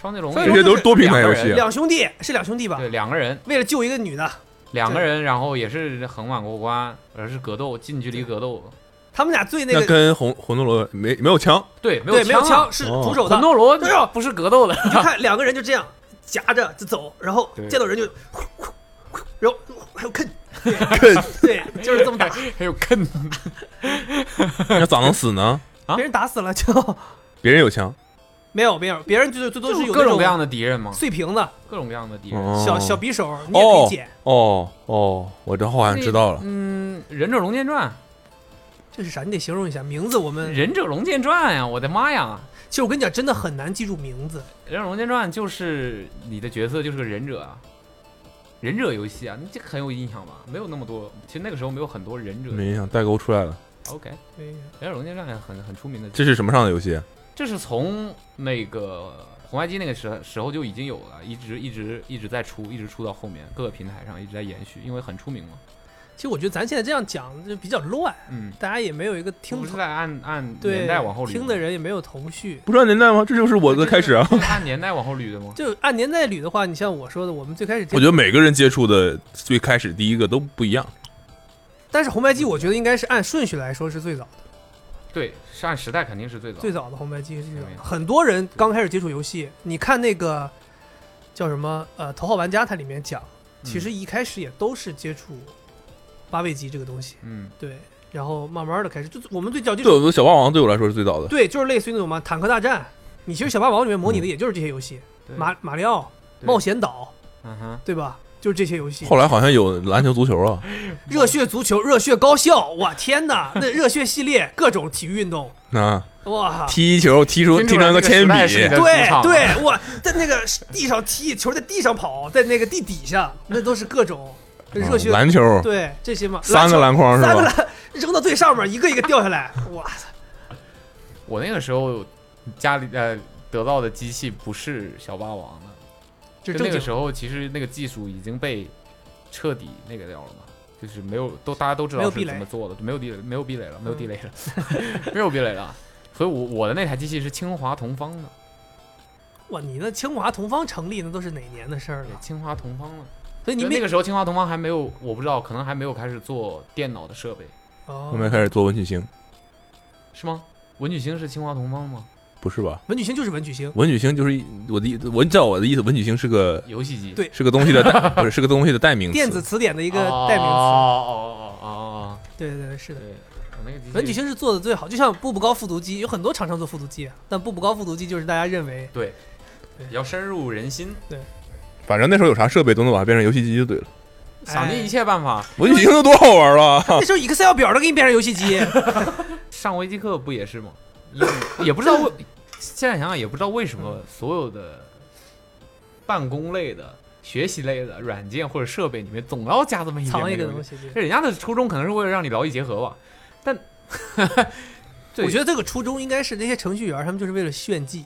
C: 双截龙
D: 双截
B: 这
D: 龙
B: 些都是多平台游
C: 对
B: 戏啊，
D: 两兄弟是两兄弟吧
C: 对？两个人，
D: 为了救一个女的，
C: 两个人，然后也是很晚过关，而是格斗，近距离格斗。
D: 他们俩最那
B: 那
D: 个
B: 跟红魂斗罗没没有枪，
C: 对，没
D: 对没有
C: 枪啊，
D: 枪是
B: 哦
D: 徒手的
C: 魂，斗罗
D: 对啊
C: 不是格斗 的，
D: 你看两个人就这样夹着就走，然后
C: 对
D: 见到人就，然后还有啃，
E: 更
D: 对，就是这么打，
C: 还有坑。
B: 那咋能死呢？
C: 啊
D: 别人打死了就
B: 别人有枪，
D: 没有没有，别人就是最多是有
C: 各
D: 那
C: 种
D: 种
C: 各样的敌人嘛，
D: 碎瓶子、
C: 各种各样的敌人。
B: 哦
D: 小小匕首，你也可以捡，
B: 哦哦，我这好像知道了。
C: 嗯，《忍者龙剑传
D: 这是啥？你得形容一下名字。我》，
C: 《
D: 们
C: 忍者龙剑传》呀，我的妈呀！
D: 其实我跟你讲，真的很难记住名字。
C: 《忍者龙剑传》就是你的角色就是个忍者啊，忍者游戏啊，你这个很有印象吧？没有那么多，其实那个时候没有很多忍者。
B: 没印象，代沟出来了。
C: OK，《
D: 对，
C: 忍者龙剑传》很很出名的，
B: 这是什么上的游戏？啊
C: 这是从那个红白机那个时时候就已经有了，一直一直一直在出，一直出到后面各个平台上一直在延续，因为很出名嘛。
D: 其实我觉得咱现在这样讲就比较乱，
C: 嗯，
D: 大家也没有一个
C: 我
D: 听
C: 们是
D: 头
C: 在按按
D: 对
C: 年代往后捋
D: 听的人也没有头绪。
B: 不知道年代吗？这就是我的开始啊！
C: 这是 按年代往后捋的吗？
D: 就按年代捋的话，你像我说的，我们最开始
B: 我觉得每个人接触的最开始第一个都不一样。
D: 但是红
C: 嗯
D: 白机，我觉得应该是按顺序来说是最早的，
C: 对，是按时代肯定是最早。
D: 最早的红白机是最早
C: 对
D: 的。很多人刚开始接触游戏，你看那个叫什么呃《头号玩家》，它里面讲，
C: 嗯
D: 其实一开始也都是接触八位机这个东西，
C: 嗯，
D: 对，然后慢慢的开始，就是我们最早接
B: 对，
D: 触，
B: 我的小霸王对我来说是最早的。
D: 对，就是类似于那种嘛坦克大战，你其实小霸王里面模拟的也就是这些游戏，
C: 嗯对，
D: 马马里奥、
C: 对
D: 冒险岛，
C: 嗯哼，
D: 对吧？就是这些游戏。
B: 后来好像有篮球、足球啊，
D: 热血足球、热血高校，哇天哪！那热血系列各种体育运动，
B: 啊，
D: 哇！
B: 踢球踢出踢成个铅笔，
C: 对
D: 对对，我在那个地上踢球，在地上跑，在那个地底下，那都是各种热
B: 嗯
D: 血。
B: 篮球
D: 对这些嘛，
B: 三个篮筐是
D: 三个
B: 吧？
D: 篮，扔到最上面，一个一个掉下来。哇塞，
C: 我那个时候家里呃得到的机器不是小霸王了，
D: 就
C: 就
D: 正
C: 那个时
D: 经
C: 候其实那个技术已经被彻底那个掉了嘛，就是没有都大家都知
D: 没
C: 道
D: 有
C: 是
D: 壁
C: 怎么
D: 垒嗯
C: 做的，没有地没有壁垒了，没有地雷了， 没有壁垒了。所以我我的那台机器是清华同方的，
D: 哇，你那清华同方成立那都是哪年的事儿
C: 对，
D: 了？
C: 清华同方的。
D: 所以你
C: 因为
D: 没
C: 那个时候清华同方还没有，我不知道，可能还没有开始做电脑的设备，
D: 哦
B: 我，们开始做文曲星，
C: 是吗？文曲星是清华同方吗？
B: 不是吧？
D: 文曲星就是文曲星，
B: 文曲星就是一我的意，我照我的意思，文曲星是个
C: 游戏机
D: 对
B: 是个东西的 代，不是是个东西的代名词。
D: 电子词典的一
C: 一
D: 个代名词。
C: 哦哦哦哦哦，
D: 对对对，是的
C: 对。，我啊那个机器
D: 文曲星是做的最好，就像步步高复读机，有很多厂商做复读机啊，但步步高复读机就是大家认为
C: 对，比较深入人心，
B: 反正那时候有啥设备都能把它变成游戏机就对了。
D: 哎
C: 想尽一切办法。
B: 文曲星都多好玩了，
D: 那时候 Excel 表都给你变成游戏机，
C: 上微机课不也 是吗？也也不知道为，现在想想也不知道为什么所有的办公类的、学习类的软件或者设备里面总要加这么一点
D: 藏一
C: 那
D: 个
C: 东
D: 东
C: 西。
D: 西。对
C: 这人家的初衷可能是为了让你劳逸结合吧，但对
D: 我觉得这个初衷应该是那些程序员他们就是为了炫技，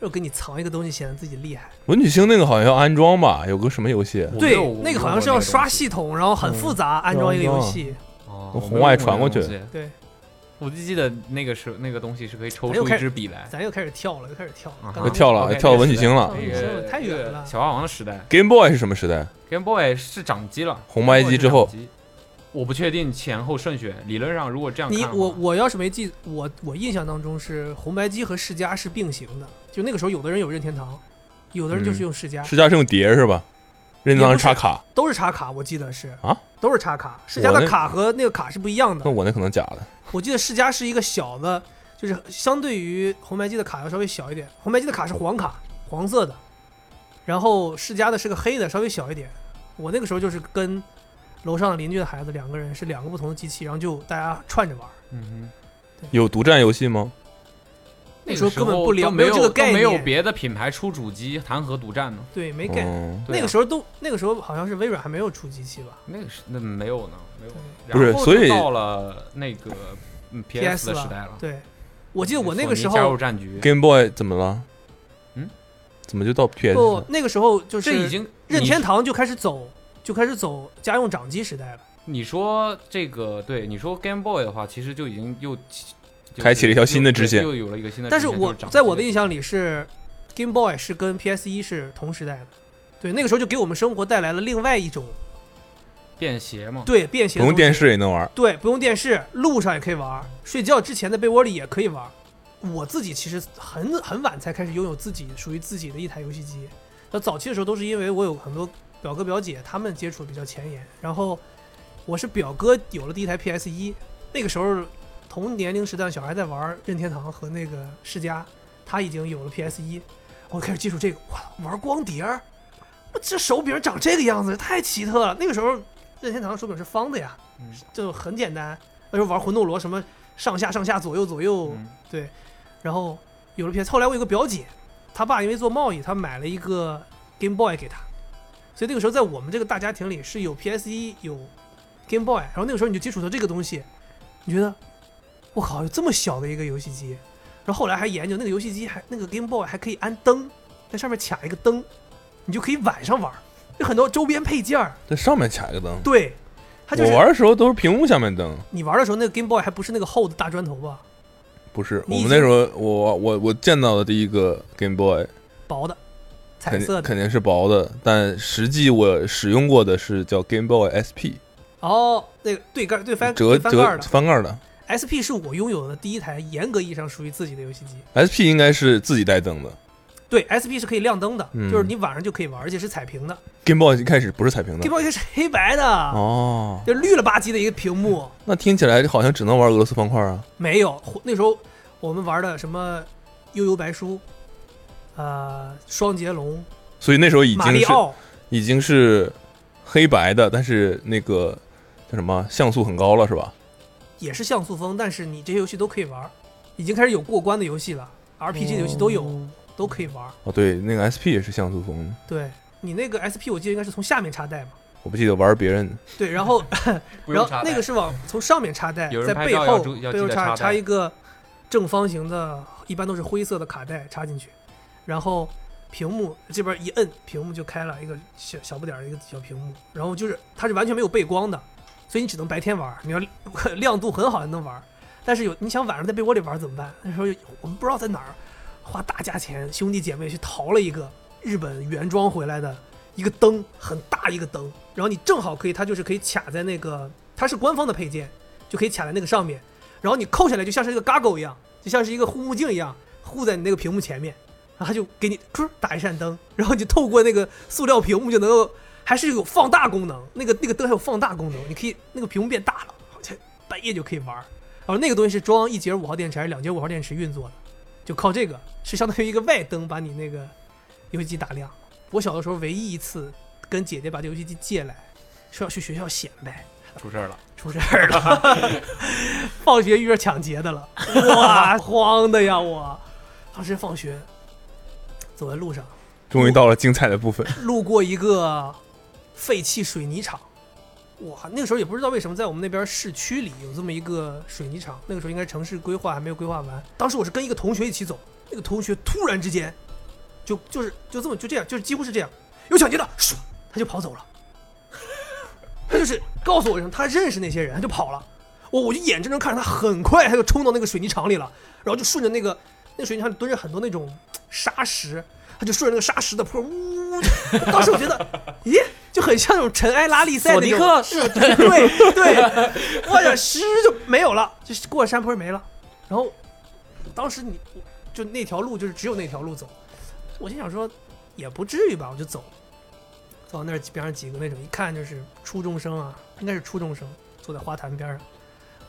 D: 就给你藏一个东西显得自己厉害。
B: 文曲星那个好像要安装吧？有个什么游戏？
C: 我没
D: 对
C: 有我，
D: 那
C: 没有
D: 个好像是
C: 过
D: 要
C: 那嗯个
D: 刷
C: 东西
D: 系统，然后很复杂，安装一个游戏。
C: 哦，
B: 从
C: 我
B: 红
C: 没有
B: 外
C: 过
B: 传
C: 那
B: 过
C: 个
B: 去
C: 东西
D: 对，
C: 我就记得那个时候那个东西是可以抽
D: 没有
C: 出一
D: 哎开
C: 支笔来，
D: 咱又开始跳了，又开始跳了
C: 啊，
D: 刚
C: 又
D: 刚
B: 跳了
C: OK，
B: 跳到文曲星
D: 跳
B: 了
D: 了。
C: 那
D: 这
C: 个
D: 个太远了
C: 小霸王的时代
B: Game Boy 是什么时代？
C: ，Game Boy 是掌机了，
B: 红白
C: Game Boy
B: 机
C: 是
B: 之后
C: 掌机，我不确定前后顺序。理论上，如果这样看
D: 你
C: 的话，
D: 我我要是没记，我我印象当中是红白机和世嘉是并行的，就那个时候有的人有任天堂，有的人
C: 嗯
D: 就是用世嘉，
B: 世嘉是用碟是吧？任天堂插卡，
D: 都是插卡，我记得是
B: 啊，
D: 都是插卡，世嘉的
B: 那
D: 卡和那个卡是不一样的
B: 那。我那可能假的。
D: 我记得世嘉是一个小的，就是相对于红白机的卡要稍微小一点，红白机的卡是黄卡，黄色的，然后世嘉的是个黑的，稍微小一点。我那个时候就是跟楼上邻居的孩子两个人是两个不同的机器，然后就大家串着玩。
C: 嗯
B: 有独占游戏吗？
C: 哼，
D: 那
C: 个
D: 时候根本不
C: 时
D: 聊
C: 候都
D: 没
C: 没
D: 有这个概
C: 都没有
D: 念
C: 别的品牌出主机，谈何独占呢？
D: 对，没 get。
B: 嗯，
C: 对啊
D: 那个时候都那个时候好像是微软还没有出机器吧？
C: 那个是那没有呢，没有。
B: 不是
C: 然后
B: 所
C: 就
B: 以
C: 到了那个嗯 PS 的
D: PS
C: 时代了。
D: 对，我记得我那个时
C: 索尼加入
D: 候
C: 战局，
B: Game Boy 怎么了？
C: 嗯，
B: 怎么就到 PS？
D: 不
B: 了，
D: 那个时候就
C: 这已
D: 是
C: 经
D: 任
C: 你
D: 天堂就开始走就开始走家用掌机时代了。
C: 你说这个对你说 Game Boy 的话，其实就已经又就是
B: 开启了一条新的支线
C: 又又有了一个新的
D: 但
C: 支
D: 是
C: 线。
D: 我
C: 就掌
D: 在我的
C: 机
D: 印象里是 Game Boy 是跟 PS 一是同时代的，对，那个时候就给我们生活带来了另外一种
C: 便携嘛，
D: 对便携
B: 不
D: 的
B: 用
D: 东西
B: 电视也能玩。
D: 对，不用电视，路上也可以玩，睡觉之前在被窝里也可以玩。我自己其实很很晚才开始拥有自己属于自己的一台游戏机。那早期的时候都是因为我有很多表哥表姐他们接触得比较前沿，然后我是表哥有了第一台 PS 一，那个时候同年龄时段小孩在玩任天堂和那个世嘉，他已经有了 PS 一，我开始接触这个，哇，玩光碟儿，我这手柄长这个样子太奇特了。那个时候任天堂的手柄是方的呀，
C: 嗯
D: 就很简单。那时候玩魂斗罗什么上下上下左右左右，
C: 嗯
D: 然后有了 PS。后来我有个表姐，她爸因为做贸易，他买了一个 Game Boy 给她，所以那个时候在我们这个大家庭里是有 PS 一有 Game Boy，然后那个时候你就接触到这个东西，你觉得我靠，有这么小的一个游戏机，然后后来还研究那个游戏机还那个 Game Boy 还可以安灯，在上面卡一个灯，你就可以晚上玩儿，有很多周边配件儿，
B: 在上面卡一个灯。
D: 对，它就是
B: 我玩的时候都是屏幕下面灯，
D: 你玩的时候那个 Game Boy 还不是那个厚的大砖头吧，
B: 不是。我
D: 你已
B: 们
D: 经
B: 那时候，我我我见到的第一个 Game Boy
D: 薄的，彩
B: 肯
D: 色
B: 定
D: 的，
B: 肯定是薄的，但实际我使用过的是叫 Game Boy SP，
D: 哦，那个对盖对翻
B: 折
D: 对翻盖
B: 折
D: 儿的。
B: 翻盖儿的
D: SP 是我拥有的第一台严格意义上属于自己的游戏机。
B: SP 应该是自己带灯的。
D: 对，SP 是可以亮灯的，
B: 嗯
D: 就是你晚上就可以玩，而且是彩屏的。
B: Game Boy 一开始不是彩屏的
D: Game Boy 是黑白的，
B: 嗯哦，
D: 就绿了吧唧的一个屏幕。
B: 那听起来好像只能玩俄罗斯方块啊。
D: 没有，那时候我们玩的什么悠悠白书，呃，双截龙、
B: 所以那时候已
D: 马
B: 经
D: 里
B: 是
D: 奥，
B: 已经是黑白的，但是那个叫什么像素很高了是吧？
D: 也是像素风，但是你这些游戏都可以玩，已经开始有过关的游戏了，RPG 的游戏都有，
B: 哦
D: 都可以玩。
B: 哦，对，那个 SP 也是像素风的。
D: 对你那个 SP，我记得应该是从下面插带嘛，
B: 我不记得玩别人的，
D: 对，然后
C: 不
D: 然
C: 用
D: 后
C: 插
D: 那
C: 带
D: 个是往从上面插带，
C: 有人
D: 在
C: 拍
D: 背
C: 照要
D: 后
C: 注要
D: 背
C: 记
D: 后
C: 得
D: 插
C: 插
D: 插
C: 带
D: 一个正方形的，一般都是灰色的卡带插进去，然后屏幕这边一摁，屏幕就开了一个小小不点儿的一个小屏幕，然后就是它是完全没有背光的，所以你只能白天玩儿，你要 亮度很好才能玩儿。但是有你想晚上在被窝里玩儿怎么办？那时候有我们不知道在哪儿花大价钱，兄弟姐妹去淘了一个日本原装回来的一个灯，很大一个灯，然后你正好可以，它就是可以卡在那个，它是官方的配件，就可以卡在那个上面，然后你扣下来就像是一个 goggle 一样，就像是一个护目镜一样护在你那个屏幕前面，然后它就给你噗打一扇灯，然后你就透过那个塑料屏幕就能够，还是有放大功能，那个那个灯还有放大功能，你可以那个屏幕变大了，好像半夜就可以玩儿，然后那个东西是装一节五号电池还是两节五号电池运作的，就靠这个是相当于一个外灯把你那个游戏机打亮。我小的时候唯一一次跟姐姐把这游戏机借来，说要去学校显摆，
C: 出事儿了，
D: 出事儿了，放学遇着抢劫的了，哇，慌的呀我！当时放学走在路上，
B: 终于到了精彩的部分。
D: 路过一个废弃水泥厂，哇，那个时候也不知道为什么在我们那边市区里有这么一个水泥厂，那个时候应该城市规划还没有规划完。当时我是跟一个同学一起走，那个同学突然之间就就是就这么就这样，就是几乎是这样，有抢劫的，唰，他就跑走了。他就是告诉我一声，他认识那些人，他就跑了。我我就眼睁睁看着他很快他就冲到那个水泥厂里了，然后就顺着那个那水泥厂里蹲着很多那种沙石，他就顺着那个沙石的坡，呜，当时我觉得，咦，就很像那种尘埃拉力赛
C: 索
D: 的
C: 尼
D: 那种
C: 克是
D: 对对， 我想湿就没有了，就是过山坡没了。然后当时你我就那条路就是只有那条路走，我心想说也不至于吧，我就走，走到那儿边上几个那种一看就是初中生啊，应该是初中生，坐在花坛边上。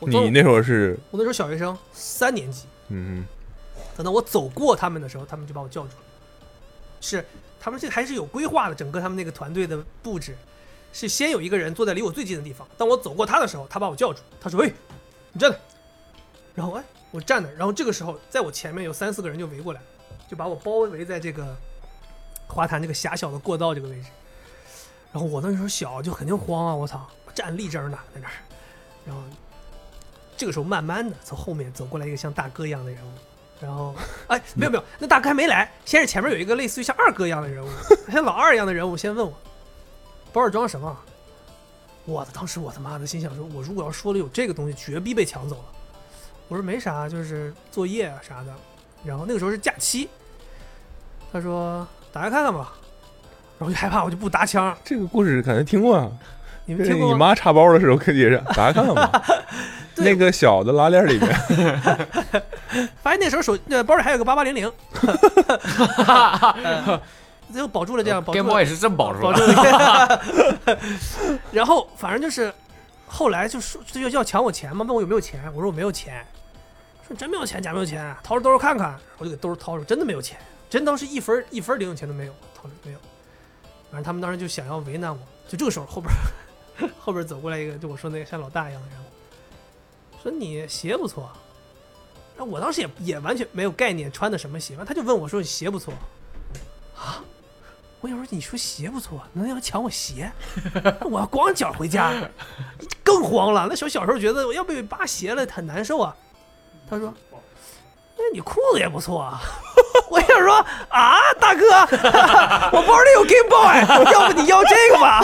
D: 我
B: 你那会儿是，
D: 我那时候小学生三年级，
B: 嗯，
D: 等到我走过他们的时候，他们就把我叫住了。是，他们这还是有规划的，整个他们那个团队的布置是先有一个人坐在离我最近的地方，当我走过他的时候，他把我叫住，他说：“喂，你站那儿。”然后哎，我站那儿，然后这个时候在我前面有三四个人就围过来，就把我包围在这个花坛这个狭小的过道这个位置。然后我那时候小，就肯定慌啊！我操，我站立正呢，在那儿。然后这个时候慢慢的从后面走过来一个像大哥一样的人物，然后哎，没有 没有，那大哥还没来，先是前面有一个类似于像二哥一样的人物，像老二一样的人物，先问我包里装什么？我的当时我他妈的心想说，我如果要说了有这个东西，绝逼被抢走了。我说没啥，就是作业啊啥的。然后那个时候是假期，他说打开看看吧，然后我就害怕，我就不搭腔。
B: 这个故事感觉听过啊。
D: 你们
B: 这是
D: 听过
B: 你
D: 吗？
B: 妈插包的时候，肯定是打开看看 吧。
D: 对
B: 那个小的拉链 里面，
D: 发现那时候手呃包里还有个八八零零， 呃最后保住了这
B: 呃
D: 样，保住
C: Game
D: 了
C: Boy 也是真保住
D: 保
C: 了，
D: 住了。 然后反正就是后来就说就要抢我钱嘛，问我有没有钱，我说我没有钱，说真没有钱，假没有钱，啊掏出兜儿看看，我就给兜儿掏出，真的没有钱，真当时一分儿一分儿零用钱都没有，掏出没有。反正他们当时就想要为难我，就这个时候后边儿 后边儿走过来一个，就我说那个像老大一样的人物，说你鞋不错。啊那我当时也也完全没有概念穿的什么鞋，他就问我说你鞋不错，我想说，你说鞋不错，能要抢我鞋？我要光脚回家，更慌了。那小小时候觉得我要被扒鞋了很难受啊。他说：“那你裤子也不错啊。” 我想说啊，大哥，我包里有 Game Boy，要不你要这个吧？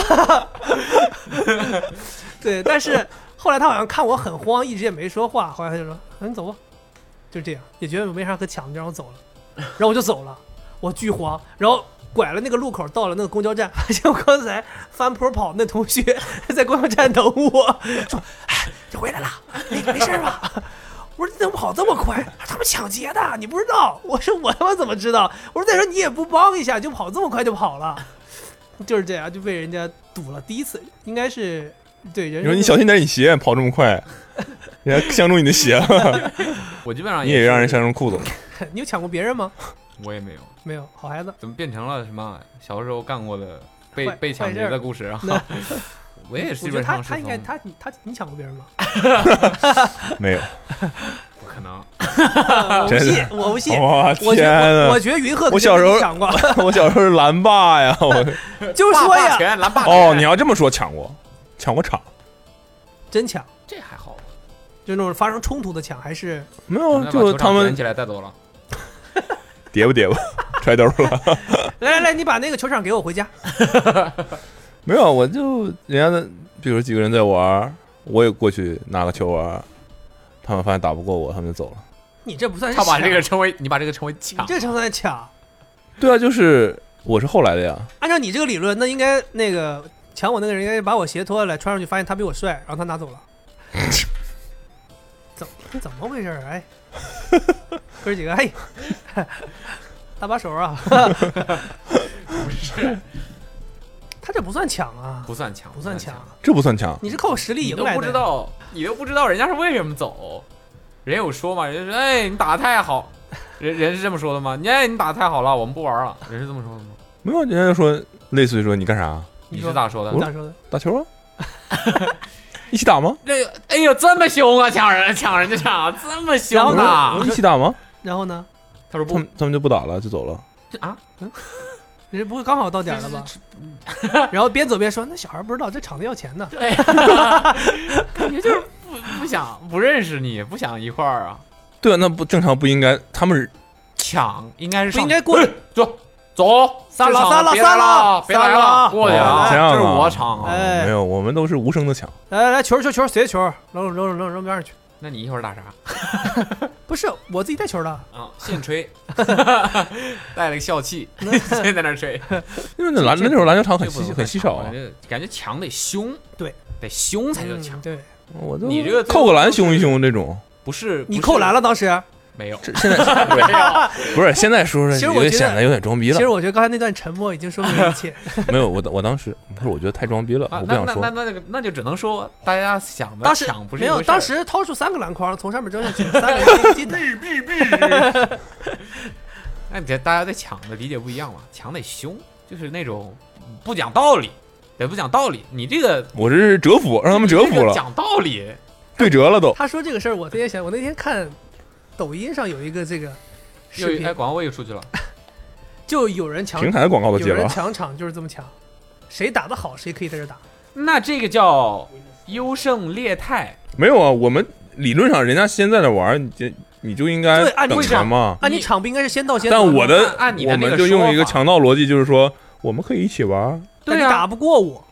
D: 对，但是后来他好像看我很慌，一直也没说话。后来他就说：“嗯，你走吧。”就这样，也觉得没啥可抢的，就让我走了。然后我就走了，我巨慌，然后拐了那个路口，到了那个公交站， 发现我刚才翻坡跑那同学 在公交站等我，说：“哎，你回来了，没没事吧？” 我说：“你怎么跑这么快？”他们抢劫的，你不知道？ 我说：“我他妈怎么知道？”我说：“再说你也不帮一下，就跑这么快就跑了， 就是这样就被人家堵了。第一次应该是对人
B: 你说
D: 生中，
B: 你小心点，你鞋跑这么 快，人家相中你的鞋了，
C: 我基本上
B: 你啊也让人
C: 是
B: 相中裤子了。
D: 你有抢过别人吗？
C: 我也没有，
D: 没有，好孩子。
C: 怎么变成了什么小时候干过的被
D: 坏
C: 被抢
D: 坏事
C: 劫
D: 儿
C: 的故事啊
D: 那？
C: 我也
D: 我
C: 哎基
D: 觉得
C: 本
D: 他
C: 上是
D: 他应该
C: 从
D: 他你他你抢过别人吗？
B: 没有，
C: 不可可能。
D: 我不信，我不信。
B: 哇
D: 我觉
B: 哦天
D: 我我
B: 呐！
D: 觉得云鹤可能
B: 我小时候
D: 跟你 抢过，
B: 我小时候是蓝霸呀， 我
D: 就
C: 霸
D: 说
C: 霸
D: 呀，
C: 权，蓝霸
B: 哦，
C: 权
B: 你要这么说抢过，抢过场
D: 真抢，
C: 这还好吧？
D: 就那种发生冲突的抢，还是
B: 没
C: 可
B: 有？啊
C: 能把
B: 就
C: 球场
B: 他
C: 卷
B: 们
C: 起来带走了。
B: 叠不叠 吧，揣兜了。
D: 来来来，你把那个球场给我回家。
B: 没有，我就人家的，比如几个人在玩儿，我也过去拿个球玩儿，他们发现打不过我，他们就走了。
D: 你这不哎算是
C: 他把
D: 抢
C: 这个，称为你把这个称为抢
D: 你，这成算抢。
B: 对啊，就是我是后来的呀，
D: 按照你这个理论，那应该那个抢我那个人应该把我鞋脱下来穿上去，发现他比我帅，然后他拿走 了。怎怎么回事儿？哎，哥儿几个，哎， 搭把手啊！
C: 不 是
D: 他这不算抢啊，
C: 不算抢，
D: 不算
C: 抢
D: 抢。，
B: 这不算抢。
D: 你是靠实力
C: 你
D: 赢
C: 都
D: 来的。
C: 不知道，你都不知道人家是为什么走。人有说嘛，人家说，哎，你打的太好，人人是这么说的吗？你哎，你打的太好了，我们不玩了，人是这么说的吗？
B: 没有，人家就说类似于说你干啥？
C: 你
D: 你
C: 是
D: 说
C: 咋说的
D: 你？咋说的？
B: 打 球啊？一起打吗？
C: 那个，哎呦，这么凶啊！抢人，抢人就抢，这么凶
D: 然后
C: 啊
D: 呢？
B: 一起打吗？
D: 然后呢？
C: 他说
B: 他
C: 不
B: 们他们就不打了，就走了。
C: 啊，
D: 你这不会刚好到点儿 了吧？然后边走边说：“那小孩不知道这场子要钱呢。
C: 对，感觉就是不不想不认识你，不想一块儿啊。
B: 对啊，那不正常不应该？他们
C: 抢应该是”
D: 不
C: 上
D: 应该过来。
C: 走走，散了
D: 散了
C: 散别来
D: 散
C: 了
D: 了，
C: 别来
D: 散了
C: 过去啊，
B: 哦这样啊
C: 是我抢啊。
D: 哎
B: 没有，我们都是无声的抢。
D: 来来来，球球球，谁的球？扔扔扔扔扔边上去。
C: 那你一会儿打 啥
D: 不是我自己带球的，
C: 啊？现吹， 带了个笑 气，现在那儿吹，
B: 因为那篮
C: 这
B: 那时候篮球场很
C: 这不
B: 稀
C: 能
B: 很稀少
C: 啊
B: 啊，。
C: 感觉抢得凶，
D: 对，
C: 得凶才叫
D: 嗯
C: 抢，
D: 对
B: 我就
C: 你这个
B: 扣个篮凶一凶这种，
C: 不是
D: 你扣篮
C: 了
D: 了，当时。
C: 没 有？
B: 这现在
C: 没有，
B: 不是现在说
D: 其实
B: 说
D: 我
B: 有点
D: 觉得
B: 显得有点装逼
D: 其
B: 了
D: 实。我觉得刚才那段沉默已经说明了一切。
B: 没有，我我当时不是，我觉得太装逼了，
C: 啊
B: 我不
C: 那
B: 想
C: 那那
B: 说。
C: 那那个那就只能说大家想的
D: 当时
C: 抢不是
D: 没
C: 一
D: 有，
C: 回事儿
D: 当时掏出三个篮筐，从上面扔 下去，三个进的。
C: 那你这大家对抢的理解不一样嘛？抢得凶，就是那种不讲道理，得不讲道理。你这个
B: 我这是折服，让他们折服
C: 这个
B: 了，
C: 讲道理，
B: 对折了都。
D: 他说这个事儿，我那天想，我那天看抖音上有一个这个
C: 又
D: 视
C: 哎
D: 频，
C: 广告位又出去了，
D: 就有人抢
B: 平台的广告都接
D: 有
B: 了
D: 人
B: 啊，
D: 抢场就是这么抢，谁打得好谁可以在这打。
C: 那这个叫优胜劣汰。
B: 没有啊？我们理论上人家先在那玩儿，你这你就应该
D: 对按
B: 等
D: 规
B: 着
C: 章
B: 嘛。
D: 啊那你
C: 你
D: 场不应该是先到先得
B: 但
D: 吗？
B: 我的
C: 按按你的
B: 我
C: 那个
B: 们就用一个
C: 说法
B: 强盗逻辑，就是说我们可以一起玩儿。
D: 但
C: 对
D: 你
C: 啊
D: 打，不过我，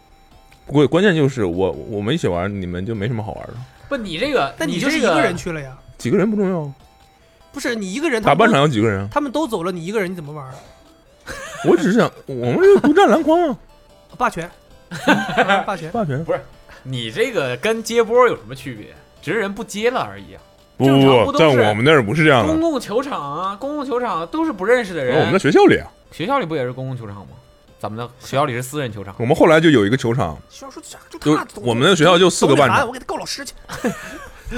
B: 不过关键就是我我们一起玩儿，你们就没什么好玩儿的。
C: 不，你这个，
D: 那你就是
C: 这
D: 一个人，去了呀。
B: 几个人不重要，
D: 不是你一个人，他
B: 打
D: 们
B: 半
D: 都
B: 场有几个人 啊？
D: 他们都走了，你一个人你怎么玩啊儿？
B: 我只是想，我们是独占篮筐啊，
D: 霸权，嗯霸权。
B: 霸权。
C: 你这个跟接波有什么区别？只是人不接了而已啊。
B: 不
C: 正常
B: 不不，
C: 不都
B: 在
C: 是
B: 我们那儿不是这样的
C: 公，共球场啊，公共球场都是不认识的
B: 我们在
C: 人。
B: 学校里啊。
C: 学校里不也是公共球场吗？咱们的学校里是私人球场。
B: 我们后来就有一个球场，
D: 学校说就
B: 就
D: 他懂
B: 我们那个学校就四个半
D: 懂得
B: 场
D: 啥，我给他告老师去。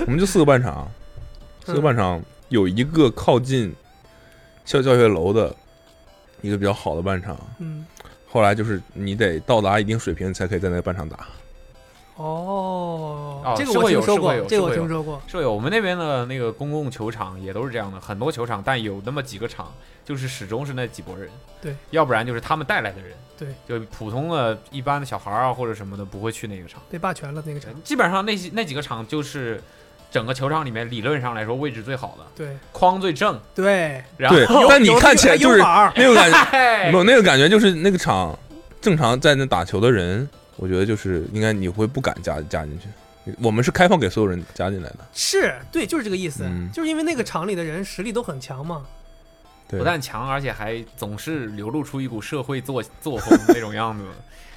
B: 我们就四个半 场，四个半场有一个靠近校教学楼的一个比较好的半场，
D: 嗯，
B: 后来就是你得到达一定水平，你才可以在那个半场打。
D: 哦
C: 哦，
D: 这个
C: 是
D: 我
C: 会有
D: 听说
C: 是会有
D: 过，这个
C: 是
D: 我
C: 会有
D: 听说过。
C: 舍友，我们那边的那个公共球场也都是这样的，很多球场，但有那么几个场，就是始终是那几拨人，
D: 对，
C: 要不然就是他们带来的人，
D: 对，
C: 就普通的一般的小孩儿啊或者什么的不会去那个场，
D: 被霸权了那个场，
C: 基本上那些那几个场就是整个球场里面理论上来说位置最好的，
D: 对
C: 框最正，
D: 对，
C: 然后
B: 对，哦但你看起来就是
D: 有那个 U 码儿
B: 那个感觉，
C: 哎
B: 没有那个感觉，就是那个场正常在那打球的人，我觉得就是应该你会不敢加加进去。我们是开放给所有人加进来的，
D: 是对，就是这个意思
B: 嗯，
D: 就是因为那个场里的人实力都很强嘛。
B: 对
C: 不但强，而且还总是流露出一股社会作作风那种样子，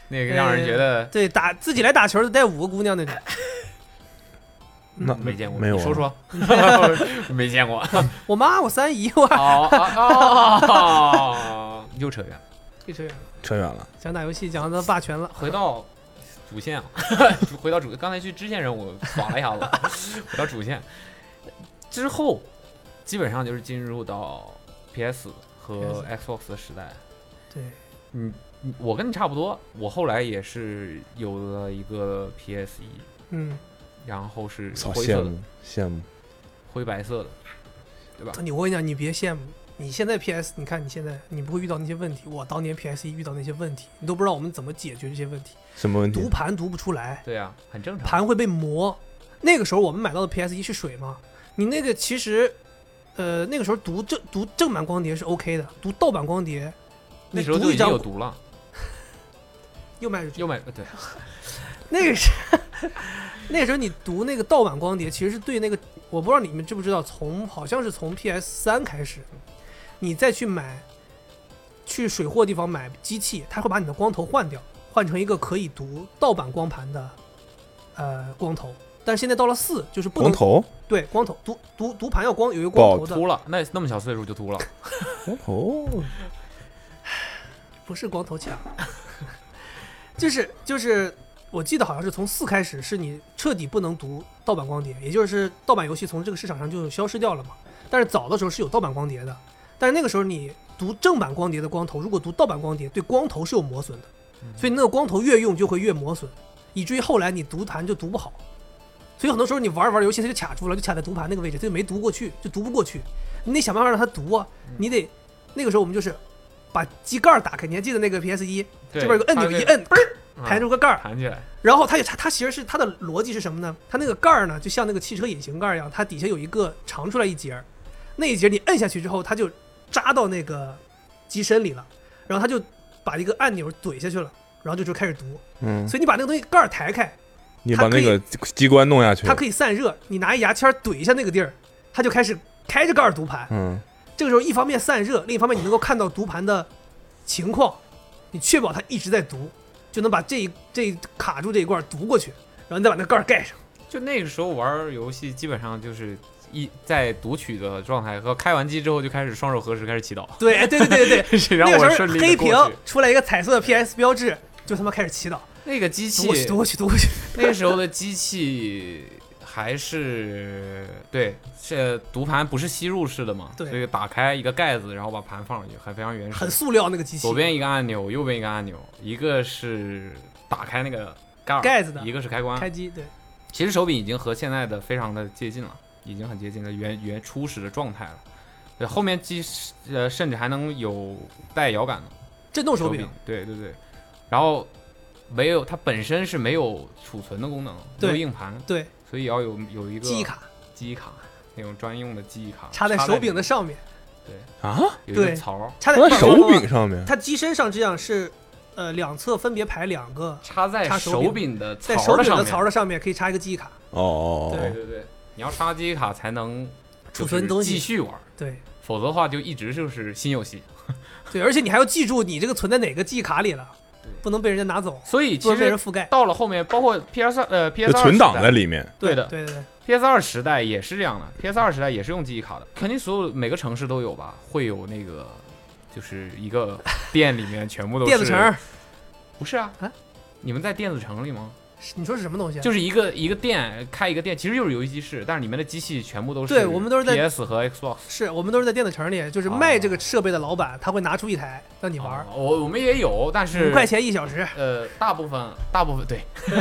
C: 那个
D: 呃
C: 让人觉得
D: 对，打自己来打球的带五个姑娘那种，
B: 那
C: 没见过，
B: 没有
C: 你
B: 啊
C: 说说， 没见过。
D: 我妈我三姨我
C: 哦哦哦， 又扯远了，
D: 这车
B: 扯远了。
D: 想打游戏讲到霸权了，
C: 回到主线 啊，回到主，刚才去支线任务爽了一下子， 回到主线之后，基本上就是进入到 PS 和 Xbox 的时代。
D: 对，
C: 嗯，我跟你差不多，我后来也是有了一个 PS 一，
D: 嗯，
C: 然后是
B: 操，
C: 灰
B: 羡
C: 色的
B: 慕羡慕。
C: 灰白色的。
D: 啊你我跟你讲，你别羡慕，你现在 PS，你看你现在你不会遇到那些问题，我当年 PS 一遇到那些问题，你都不知道我们怎么解决这些问题，
E: 什么问
C: 嗯
E: 题
D: 读？盘读不出来，
C: 对啊，很正常。
D: 盘会被磨。那个时候我们买到的 PS 一是水嘛，你那个其实，呃，那个时候读正读正版光碟是 OK 的，读盗版光碟，
C: 那时候
D: 读
C: 就
D: 一
C: 已经
D: 张
C: 有毒了，
D: 又卖出去。
C: 又买对
D: 那个时候，那个时候你读那个盗版光碟，其实是对那个我不知道你们知不知道，从好像是从 PS 三开始，你再去买，去水货地方买机器，它会把你的光头换掉，换成一个可以读盗版光盘的，呃，光头。但是现在到了四，就是不能
E: 光头？
D: 对光头读读读盘要光有一个
E: 不好
D: 光头的，
C: 秃了，那那么小岁数就秃了，
E: 光头？
D: 不是光头强， 就是就是，我记得好像是从四开始，是你彻底不能读盗版光碟，也就是盗版游戏从这个市场上就消失掉了嘛。但是早的时候是有盗版光碟的，但是那个时候你读正版光碟的光头，如果读盗版光碟，对光头是有磨损的，所以那个光头越用就会越磨损，以至于后来你读盘就读不好。所以很多时候你玩着玩着游戏，它就卡住了，就卡在读盘那个位置，它就没读过去，就读不过去。你得想办法让它读啊，你得那个时候我们就是把机盖儿打开，你还记得那个 PS 一
C: 对
D: 这边有个按钮，
C: 它
D: 一
C: 那
D: 摁，嘣
C: 嗯
D: 弹出个盖儿，
C: 弹起来，
D: 然后它有它它其实是它的逻辑是什么呢？它那个盖儿呢，就像那个汽车引擎盖儿一样，它底下有一个长出来一节儿，那一节你摁下去之后，它就扎到那个机身里了，然后它就把一个按钮怼下去了，然后就就开始读。
E: 嗯，
D: 所以你把那个东西盖儿抬开，
B: 你
D: 它
B: 把
D: 可
B: 那
D: 以
B: 个机关弄下去
D: 它，可以散热，你拿一牙签儿怼一下那个地儿，它就开始开着盖儿读盘。
E: 嗯，
D: 这个时候一方面散热，另一方面你能够看到读盘的情况，你确保它一直在读，就能把这一这一卡住这一块儿读过去，然后你再把那盖儿盖上。
C: 就那个时候玩游戏基本上就是一在读取的状态和开完机之后就开始双手合十开始祈祷，
D: 对，哎对对对对
C: 是
D: 对，
C: 让
D: 那
C: 我
D: 个时候
C: 顺利地
D: 黑
C: 过
D: 屏
C: 去
D: 出来一个彩色的 PS 标志，就他妈开始祈祷，
C: 那个机器
D: 读过去，读过去，读过去。
C: 那个时候的机器还是对，是读盘不是吸入式的嘛？
D: 对
C: 所以打开一个盖子，然后把盘放上去，还非常原始。
D: 很塑料那个机器，
C: 左边一个按钮，右边一个按钮，一个是打开那个盖儿
D: 盖子的
C: 一个是开关。
D: 开机，对，
C: 其实手柄已经和现在的非常的接近了，已经很接近了原原初始的状态了。对，后面机呃甚至还能有带摇杆的。
D: 震动手
C: 柄
D: 柄，，
C: 对对对，然后没有它本身是没有储存的功能，没
D: 对
C: 有硬盘，
D: 对，
C: 所以要有有一个
D: 记忆，卡
C: 记忆卡那种专用的记忆卡，
D: 插在手柄的上面，
B: 啊，
C: 有一个
D: 对
C: 槽儿，
D: 插在
B: 放在手柄，上面，
D: 它机身上这样是，呃，两侧分别排两个，
C: 插在
D: 插手柄
C: 手柄的槽
D: 在手
C: 儿
D: 柄
C: 上
D: 的
C: 面，
D: 槽儿的上面可以插一个记忆卡，
E: 哦哦
C: 对
E: 哦，
C: 对对，你要插记忆卡才能
D: 储存东西
C: 继续玩，
D: 对。
C: 否则的话就一直就是新游戏。
D: 对，而且你还要记住你这个存在哪个记忆卡里了
C: 对，
D: 不能被人家拿走，
C: 所以
D: 不
C: 其
D: 能被人
C: 实
D: 覆盖。
C: 到了后面，包括 PS 呃 PS
B: 就
C: 二
B: 存档在里面，
C: 对的，
D: 对对对，
C: PS 二时代也是这样的，PS 二时代也是用记忆卡的，肯定所有每个城市都有吧，会有那个就是一个店里面全部都是
D: 电子城儿，
C: 不是啊
D: 啊
C: 你们在电子城里吗？
D: 是你说是什么东西啊？
C: 就是一个一个店开一个店，其实就是游戏机室，但是里面的机器全部都是
D: 对我们都是在
C: PS 和 Xbox
D: 是我们都是在电子城里，就是
C: 哦
D: 卖这个设备的老板，他会拿出一台让你
C: 你
D: 玩儿，
C: 哦我我们也有，但啊是
D: 五块钱一小时。
C: 呃，大部分大部分对，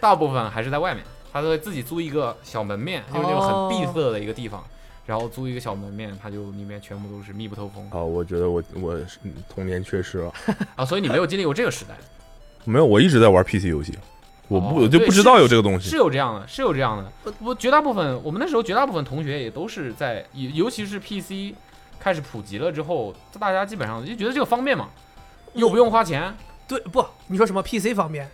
C: 大部分还是在外面，他都会自己租一个小门面，就是那种很闭塞的一个地方，然后租一个小门面，他就里面全部都是密不透风
B: 啊，我觉得我我是嗯童年缺失了，
C: 啊，所以你没有经历过这个时代，
B: 没有，我一直在玩 PC 游戏，我不
C: 哦
B: 我就不
C: 对
B: 知道有这个东
C: 是
B: 西，
C: 有这样的，是有这样的。我我绝大部分，我们那时候绝大部分同学也都是在，尤尤其是 PC 开始普及了之后，大家基本上就觉得这个方便嘛，又不用花钱，
D: 对，不，你说什么 PC 方面？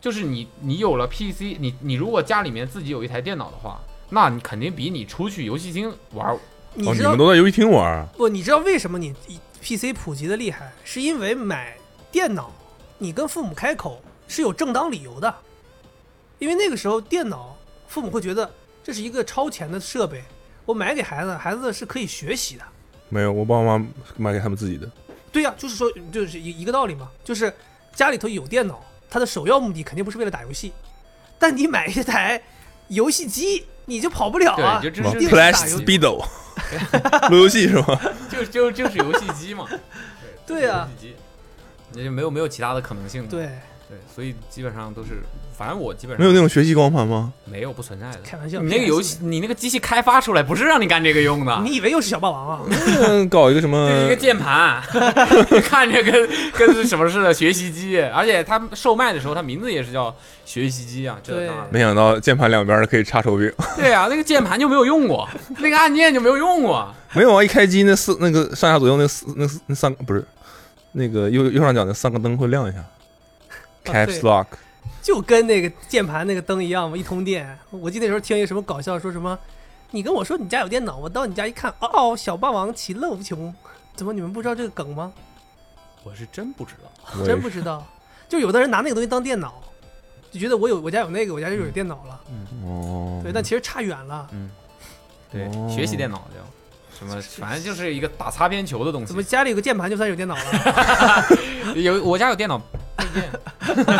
C: 就是你你有了 PC，你你如果家里面自己有一台电脑的话，那你肯定比你出去游戏厅玩儿
D: 你
B: 哦，
D: 知
B: 你
D: 道
B: 们都在游戏厅玩啊，
D: 不？你知道为什么你 PC 普及的厉害？是因为买电脑，你跟父母开口是有正当理由的，因为那个时候电脑父母会觉得这是一个超前的设备，我买给孩子，孩子是可以学习的。
B: 没有，我爸妈买给他们自己的，
D: 对呀、就是说，就是一一个道理嘛，就是家里头有电脑，它的首要目的肯定不是为了打游戏，但你买一台游戏机，你就跑不了啊
C: 对，就。这
B: 什么
C: 是
D: 一定是
B: Flash
D: 打游戏
B: Speedo，路 由器是吗？
C: 就就就是游戏机嘛，
D: 对啊
C: 就是游戏机，那就没有没有其他的可能性嘛，
D: 对，
C: 对，所以基本上都是反正我基本上
B: 没有那种学习光盘吗？
C: 没有不存在的。
D: 开玩笑，
C: 你那个游戏，你那个机器开发出来不是让你干这个用的，
D: 你以为又是小霸王啊？
B: 嗯搞一个什么
C: 这是一个键 盘，看着跟跟什么似的学习机，而且它售卖的时候，它名字也是叫学习机啊，这
D: 对
C: 当然了
B: 没想到键盘两边儿可以插手柄，
C: 对啊，那个键盘就没有用过，那个按键就没有用过，
B: 没有啊！一开机那四那个上下左右那四那四那三个不是那个右右上角那三个灯会亮一下，Caps
D: 对
B: Lock，
D: 就跟那个键盘那个灯一样嘛，一通电。我记得那时候听一个什么搞笑，说什么你跟我说你家有电脑，我到你家一看，哦，小霸王其乐无穷。怎么你们不知道这个梗吗？
C: 我是真不知道，
B: 我也
D: 哦真不知道。就有的人拿那个东西当电脑，就觉得我有我家有那个，我家就有电脑了。
B: 哦，
D: 对，但其实差远了。
C: 对，
B: 哦
C: 学习电脑就什么，反正就是一个打擦边球的东
D: 怎么
C: 西。
D: 家里有个键盘就算有电脑了？
C: 有我家有电脑配件，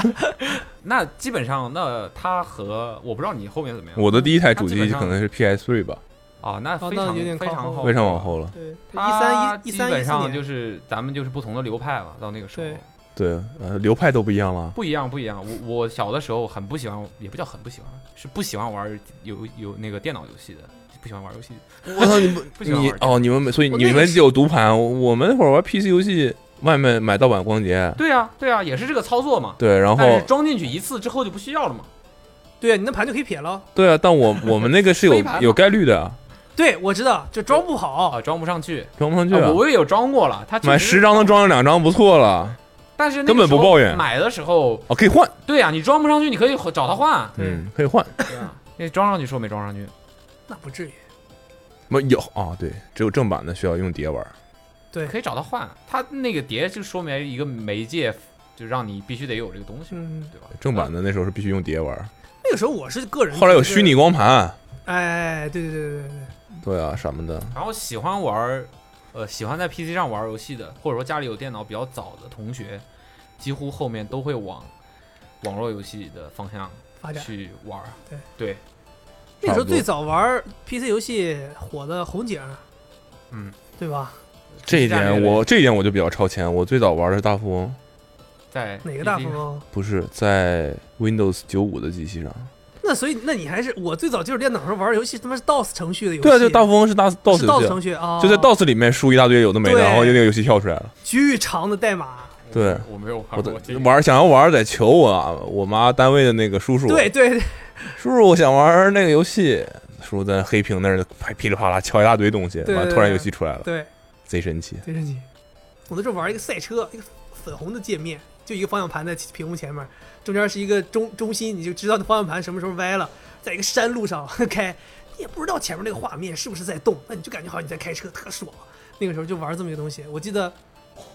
C: 那基本上那它和我不知道你后面怎么样
B: 我的第一台主
C: 它基本
B: 机
C: 上
B: 可能是 PS3 吧，
C: 啊，那
D: 哦
C: 非
D: 那
C: 常
D: 有点
C: 非
D: 靠
C: 常
D: 后
C: 后
B: 为啥往后了？
D: 对，一
C: 它
D: 三一一三
C: 基
D: 一
C: 本
D: 四
C: 上
D: 年
C: 就是咱们就是不同的流派了，到那个时候
D: 对
B: 对，呃，流派都不一样了。
C: 不一样不一样。我我小的时候很不喜欢，也不叫很不喜欢，是不喜欢玩有有那个电脑游戏的，不喜欢玩游戏。
B: 我操你不
C: 不喜欢
B: 你
C: 玩
B: 哦，你们没所以
D: 我
B: 你
D: 那个
B: 们
D: 是
B: 有读盘，我们那会儿玩 PC 游戏，外面买盗版光碟，
C: 对啊对啊，也是这个操作嘛。
B: 对，然
C: 但
B: 后
C: 是装进去一次之后就不需要了嘛。
D: 对你那盘就可以撇了。
B: 对啊，但我我们那个是有
C: 飞盘嘛
B: 有概率的啊，
D: 对，我知道，就装不好。
C: 啊，装不上去。
B: 装不上去
C: 啊
B: 啊。
C: 我也有装过了，它确实
B: 买十，张能装上两张不错了，
C: 但是那个
B: 根本不
C: 时候
B: 抱怨
C: 买的时候，
B: 哦，可以换，
C: 对啊，你装不上去，你可以找他 换。
B: 嗯，可以换，
C: 对啊，那装上去说没装上去，
D: 那不至于。
B: 没有啊，对，只有正版的需要用碟玩，
D: 对，
C: 可以找他换。他那个碟就说明一个媒介，就让你必须得有这个东西，
D: 嗯，
C: 对吧？
B: 正版的那时候是必须用碟玩，
D: 那个时候我是
C: 嗯
D: 个人。
B: 后来有虚拟。光盘，
D: 哎，对对对对对对。
B: 对啊，什么的，
C: 然后喜欢玩儿，呃，喜欢在 PC 上玩儿游戏的，或者说家里有电脑比较早的同学，几乎后面都会往网络游戏的方向
D: 发展。
C: 去玩儿。
D: 对
C: 对，
D: 那
B: 差
D: 时
B: 不
D: 候
B: 多
D: 最早玩 PC 游戏火的红警，
C: 嗯，
D: 对吧？
B: 这一
C: 战略
B: 点
C: 类
B: 我这一点我就比较超前，我最早玩的是大富翁，
C: 在
D: 哪个大富
C: PC
D: 翁？
B: 不是在 Windows 九五的机器上，
D: 那所以，那你还是我最早接触电脑时候玩游戏，他妈是 DOS 程序的游戏。
B: 对啊，就大富翁是大 DOS
D: 是
B: 游
D: DOS
B: 戏啊，
D: 程序
C: 哦
D: 啊，
B: 就在 DOS 里面输一大堆有的没的，
D: 对
B: 然后就那个游戏跳出来了，
D: 巨长的代码。
B: 对
C: 我没有玩
B: 我
C: 过
B: 的
C: 这个。
B: 玩想要玩得求我啊我妈单位的那个叔叔，
D: 对对对，
B: 叔叔，我想玩那个游戏。叔叔在黑屏那儿啪噼里啪啦敲一大堆东西，
D: 对
B: 完了突然游戏出来了，
D: 对，
B: 贼神奇。
D: 对，神奇。我那时候玩一个赛车，一个粉红的界面，就一个方向盘在屏幕前面，中间是一个中中心，你就知道那方向盘什么时候歪了，在一个山路上 开，你也不知道前面那个画面是不是在动，那你就感觉好像你在开车，特爽。那个时候就玩这么一个东西。我记得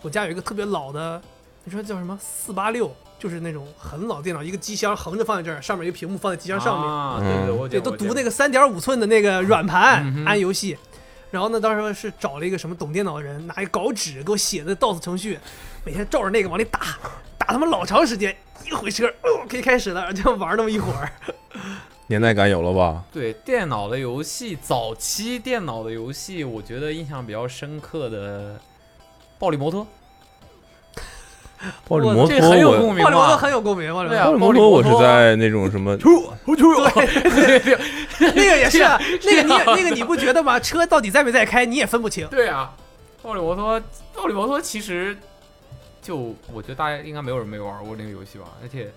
D: 我家有一个特别老的，你说叫什么四八六，就是那种很老电脑，一个机箱横着放在这儿，上面一个屏幕放在机箱上面，
C: 啊，对对对，
B: 嗯
C: 我
D: 对，都读那
C: 个
D: 个三点五寸的那 个软盘
C: 嗯哼
D: 安游戏。然后呢，当时是找了一个什么懂电脑的人，拿一稿纸给我写的 DOS 程序，每天照着那个往里打，打他妈老长时间，一个回车，哦，可以开始了，就玩那么一会儿。
B: 年代感有了吧？
C: 对电脑的游戏，早期电脑的游戏，我觉得印象比较深刻的《暴力摩 托》，
B: 暴力摩托
C: 这很有
B: 我，
C: 共鸣
D: 暴力摩托
C: 吧？
D: 很有共鸣，暴力摩
C: 对啊
D: 托
B: 暴力摩托我是在那种什么，
C: 对对
D: 那个也是啊，那
C: 这
D: 个
C: 样
D: 你也那个你不觉得吗？车到底在没在开，你也分不清。
C: 对啊，暴力摩托，暴力摩托其实就我觉得大家应该没有人没玩过那个游戏吧，而且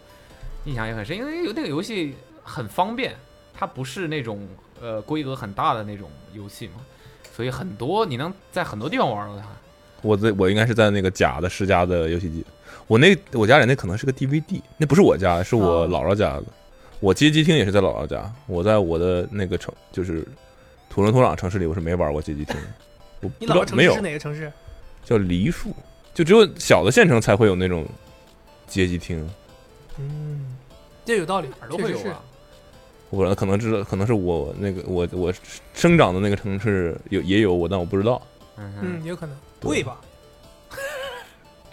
C: 印象也很深，因为有那个游戏很方便，它不是那种呃规格很大的那种游戏嘛，所以很多你能在很多地方玩到它。
B: 我在我应该是在那个假的世家的游戏机，我那我家里那可能是个 DVD，那不是我家，是我
D: 哦
B: 姥姥家的。我街机厅也是在姥姥家，我在我的那个城就是土生土长城市里，我是没玩过街机厅的，我不
D: 你
B: 知
D: 老
B: 道
D: 的城
B: 没
D: 市
B: 有
D: 是哪个城市？
B: 叫梨树，就只有小的县城才会有那种街机厅。
D: 嗯，这有道理
C: 哪儿，都会
D: 确
C: 有
D: 实是
C: 啊。
B: 我可能知道，可能是我那个我我生长的那个城市有也有我，但我不知道。
C: 嗯哼，
D: 嗯，有可能
B: 对
D: 贵吧？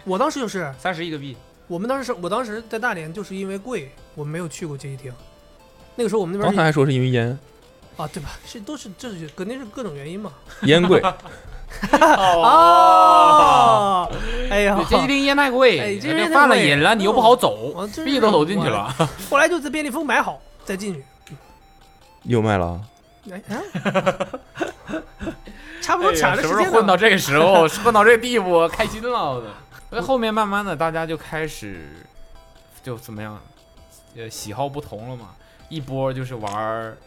D: 我当时就是
C: 三十一个币，
D: 我们当时是我当时在大连，就是因为贵，我们没有去过街机厅。那个时候我们那
B: 刚才
D: 边
B: 还说是因为烟
D: 啊，对吧？是都是这是肯定是 各种原因嘛。
B: 烟贵，
C: 哦，
D: 哎呀，啊。
C: 这一定烟太贵，
D: 哎这
C: 人家
D: 烟太
C: 犯了
D: 贵
C: 瘾了，你又不好走
D: 我，哦真
C: 必
D: 是
C: 都走进去
D: 我
C: 了。
D: 后来就在便利蜂买好再进去。
B: 又卖了啊，
D: 哎啊，差不
C: 哎
D: 多
C: 呀
D: 卡着
C: 什
D: 时
C: 么时候
D: 间
C: 混到
D: 呢。
C: 这个时候，混到这个地步，开心了我都。 所以后面慢慢的，大家就开始就怎么样，呃，喜好不同了嘛。一波就是玩儿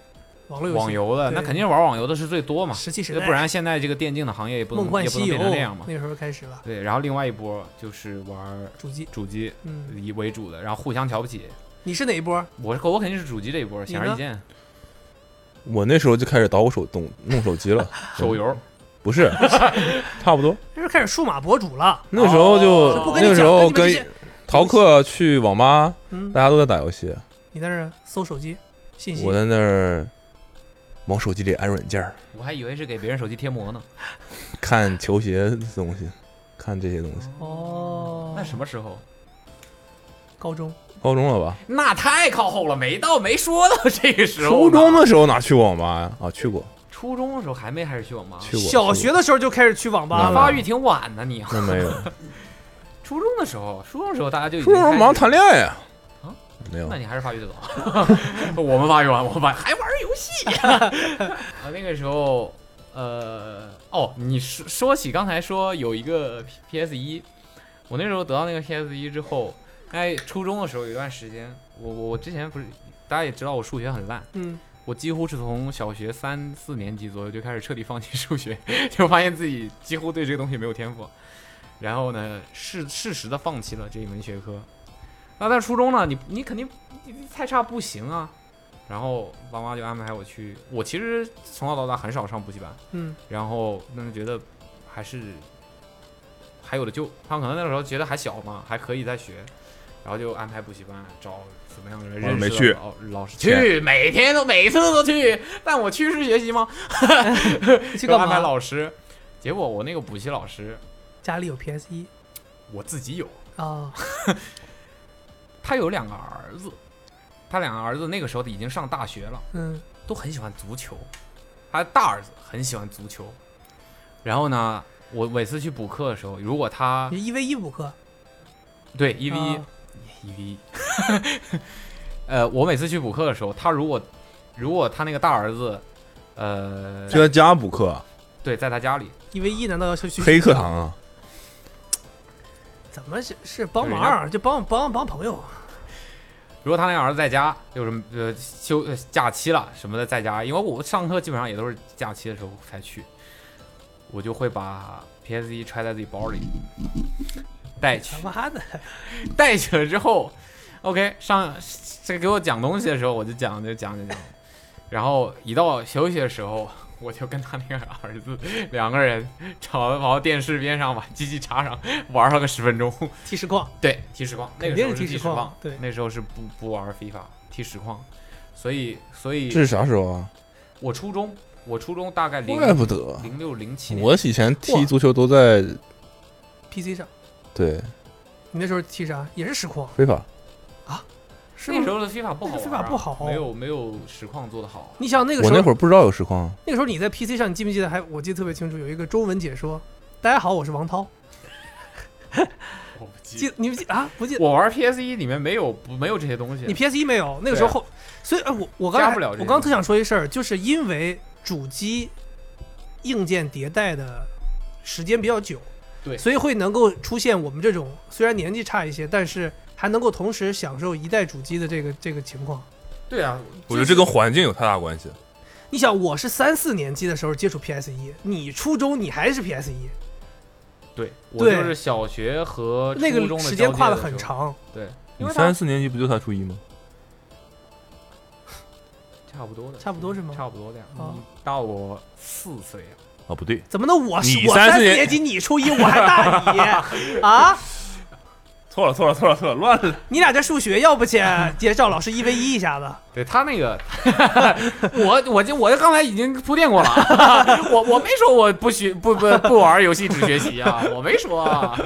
D: 网络游戏，
C: 网游的，
D: 对
C: 那肯定是玩网游的是最多嘛，
D: 石器时
C: 要
D: 代，
C: 不然现在这个电竞的行业也不
D: 《
C: 能
D: 梦幻
C: 也不
D: 西
C: 能
D: 游
C: 变》成这样嘛。
D: 那时候开始了，
C: 对，然后另外一波就是玩儿
D: 主机。
C: 主机
D: 嗯，
C: 以为主的，然后互相瞧不起。
D: 你是哪一波？
C: 我是我肯定是主机这一波，显而易
D: 呢
C: 见。
B: 我那时候就开始捣鼓手动弄手机了，
C: 手游
B: 不是， 差不多。
D: 那时候开始数码博主了。
B: 那时候就、
C: 哦不跟你
B: 那
D: 讲
B: 时候
D: 那你们
B: 跟
D: 这些
B: 逃课去网吧，
D: 嗯
B: 大，家都在打游戏，
D: 你在那儿搜手机信息
B: 我。在那儿往手机里安软件儿，
C: 我还以为是给别人手机贴膜呢。
B: 看球鞋的东西，看这些东西。
D: 哦，
C: 那什么时候？
D: 高中？
B: 高中了吧？
C: 那太靠后了，没到没说到这个时候
B: 初
C: 呢。
B: 中的时候哪去过网吧呀？啊，去过，
C: 初中的时候还没开始去网吧，
B: 去过。
D: 小
B: 去
D: 学的时候就开始去网吧
B: 那
C: 啊，
D: 了
C: 发。育挺晚的你。
B: 过那没有，
C: 初中的时候，初中的时候大家就已
B: 初
C: 经
B: 中
C: 开始
B: 忙谈恋爱呀
C: 啊。
B: 没有
C: 那，你还是发育的早。 我们发育晚，我们发育还玩游戏。 啊，那个时候，呃，哦，你说说起刚才说有一个 PS 一，我那时候得到那个 PS 一之后，哎，初中的时候有一段时间，我我我之前不是大家也知道我数学很烂，
D: 嗯，
C: 我几乎是从小学三四年级左右就开始彻底放弃数学， 就发现自己几乎对这个东西没有天赋。然后呢，适适时的放弃了这一门学科。那在初中呢，你你肯定你你太差不行啊。然后爸妈就安排我去，我其实从小到大很少上补习班，
D: 嗯，
C: 然后那就觉得还是还有的救。他们可能那时候觉得还小嘛，还可以再学，然后就安排补习班，找怎么样的人
B: 我
D: 哦
C: 认识
B: 没
C: 到
B: 去
C: 老老师去，每天都每次都去，但我去是学习吗？
D: 去
C: 就
D: 干
C: 安排
D: 嘛？
C: 老师，结果我那个补习老师
D: 家里有 PS 一
C: 我自己有，
D: 啊，
C: 他有两个儿子，他两个儿子那个时候已经上大学了。
D: 嗯，
C: 都很喜欢足球，他大儿子很喜欢足球。然后呢，我每次去补课的时候，如果他
D: 你一 v 一补课，
C: 对啊一 v 一
D: 啊
C: 一 v 一， 呃，我每次去补课的时候，他如果如果他那个大儿子，呃，
B: 就在家补课，
C: 对，在他家里，
D: 一 v 一难道要去去
B: 黑课堂啊。
D: 怎么是是帮
C: 对人
D: 忙？啊就帮帮帮朋友。啊
C: 如果他那个儿子在家，就是呃休呃假期了什么的在家，因为我上课基本上也都是假期的时候才去，我就会把 PS 一揣在自己包里带去
D: 他。妈的，
C: 带去了之后，OK 上这个给我讲东西的时候，我就讲就讲就讲，然后一到休息的时候，我就跟他那个儿子两个人吵跑到电视边上把机器插上玩了个十分钟。
D: 踢实况，
C: 对，踢实况，那
D: 肯
C: 个时
D: 定
C: 候
D: 是踢
C: 踢
D: 实
C: 实
D: 况
C: 况，
D: 对
C: 那时候是不不玩 FIFA 踢实况，所以所
B: 这
C: 以
B: 是啥时候啊？
C: 我初中我初中大概零
B: 怪不得
C: 零六零七年
B: 我以前踢足球都在
D: PC 上，
B: 对
D: 你那时候踢啥？也是实况，
B: 非法
D: 是
C: 那时
D: 吗？
C: 候的 FIFA 不
D: 那
C: 好
D: 个
C: 玩
D: FIFA
C: 啊，
D: 不好
C: 没有没有实况做的好。
D: 你想那个
B: 我
D: 时
B: 那
D: 候，
B: 会儿不知道有实况，啊
D: 那个时候你在 PC 上，你记不记得还？我记得特别清楚，有一个中文解说：“大家好，我是王涛。
C: 我不”记
D: 记你不记啊？不 记？
C: 我玩 PS 一里面没有不没有这些东西，
D: 你 PS 一没有？那个时候后，所以哎，我我刚
C: 加
D: 才
C: 不了这个
D: 我刚特想说一事儿，就是因为主机硬件迭代的时间比较久，
C: 对
D: 所以会能够出现我们这种虽然年纪差一些，但是还能够同时享受一代主机的这个这个情况。
C: 对啊，
B: 我觉得这跟环境有太大关系。
D: 你想，我是三四年级的时候接触 PS 一，你初中你还是 PS 一，
C: 对，我
D: 对
C: 就是小学和
D: 那
C: 呃初中
D: 个
C: 的
D: 时
C: 交
D: 间
C: 界
D: 跨得
C: 的时
D: 很
C: 候，
D: 长。
C: 对，因
B: 你
C: 为它
B: 三四年级不就才初一吗？
C: 差不多的，
D: 差不多是吗
C: 差不多的呀，
D: 哦
C: 你大我四岁啊，
B: 啊，不对，
D: 怎么能我是
B: 你
D: 我
B: 三四
D: 四
B: 年
D: 年级，你初一，我还大你 啊？
B: 错了错了错了错了，乱了。
D: 你俩这数学要 不且介绍老师一 v 一一下子？
C: 对他那 个，我我就我刚才已经铺垫过了，啊 我我没说我不学不不不玩游戏只学习啊，我没说啊，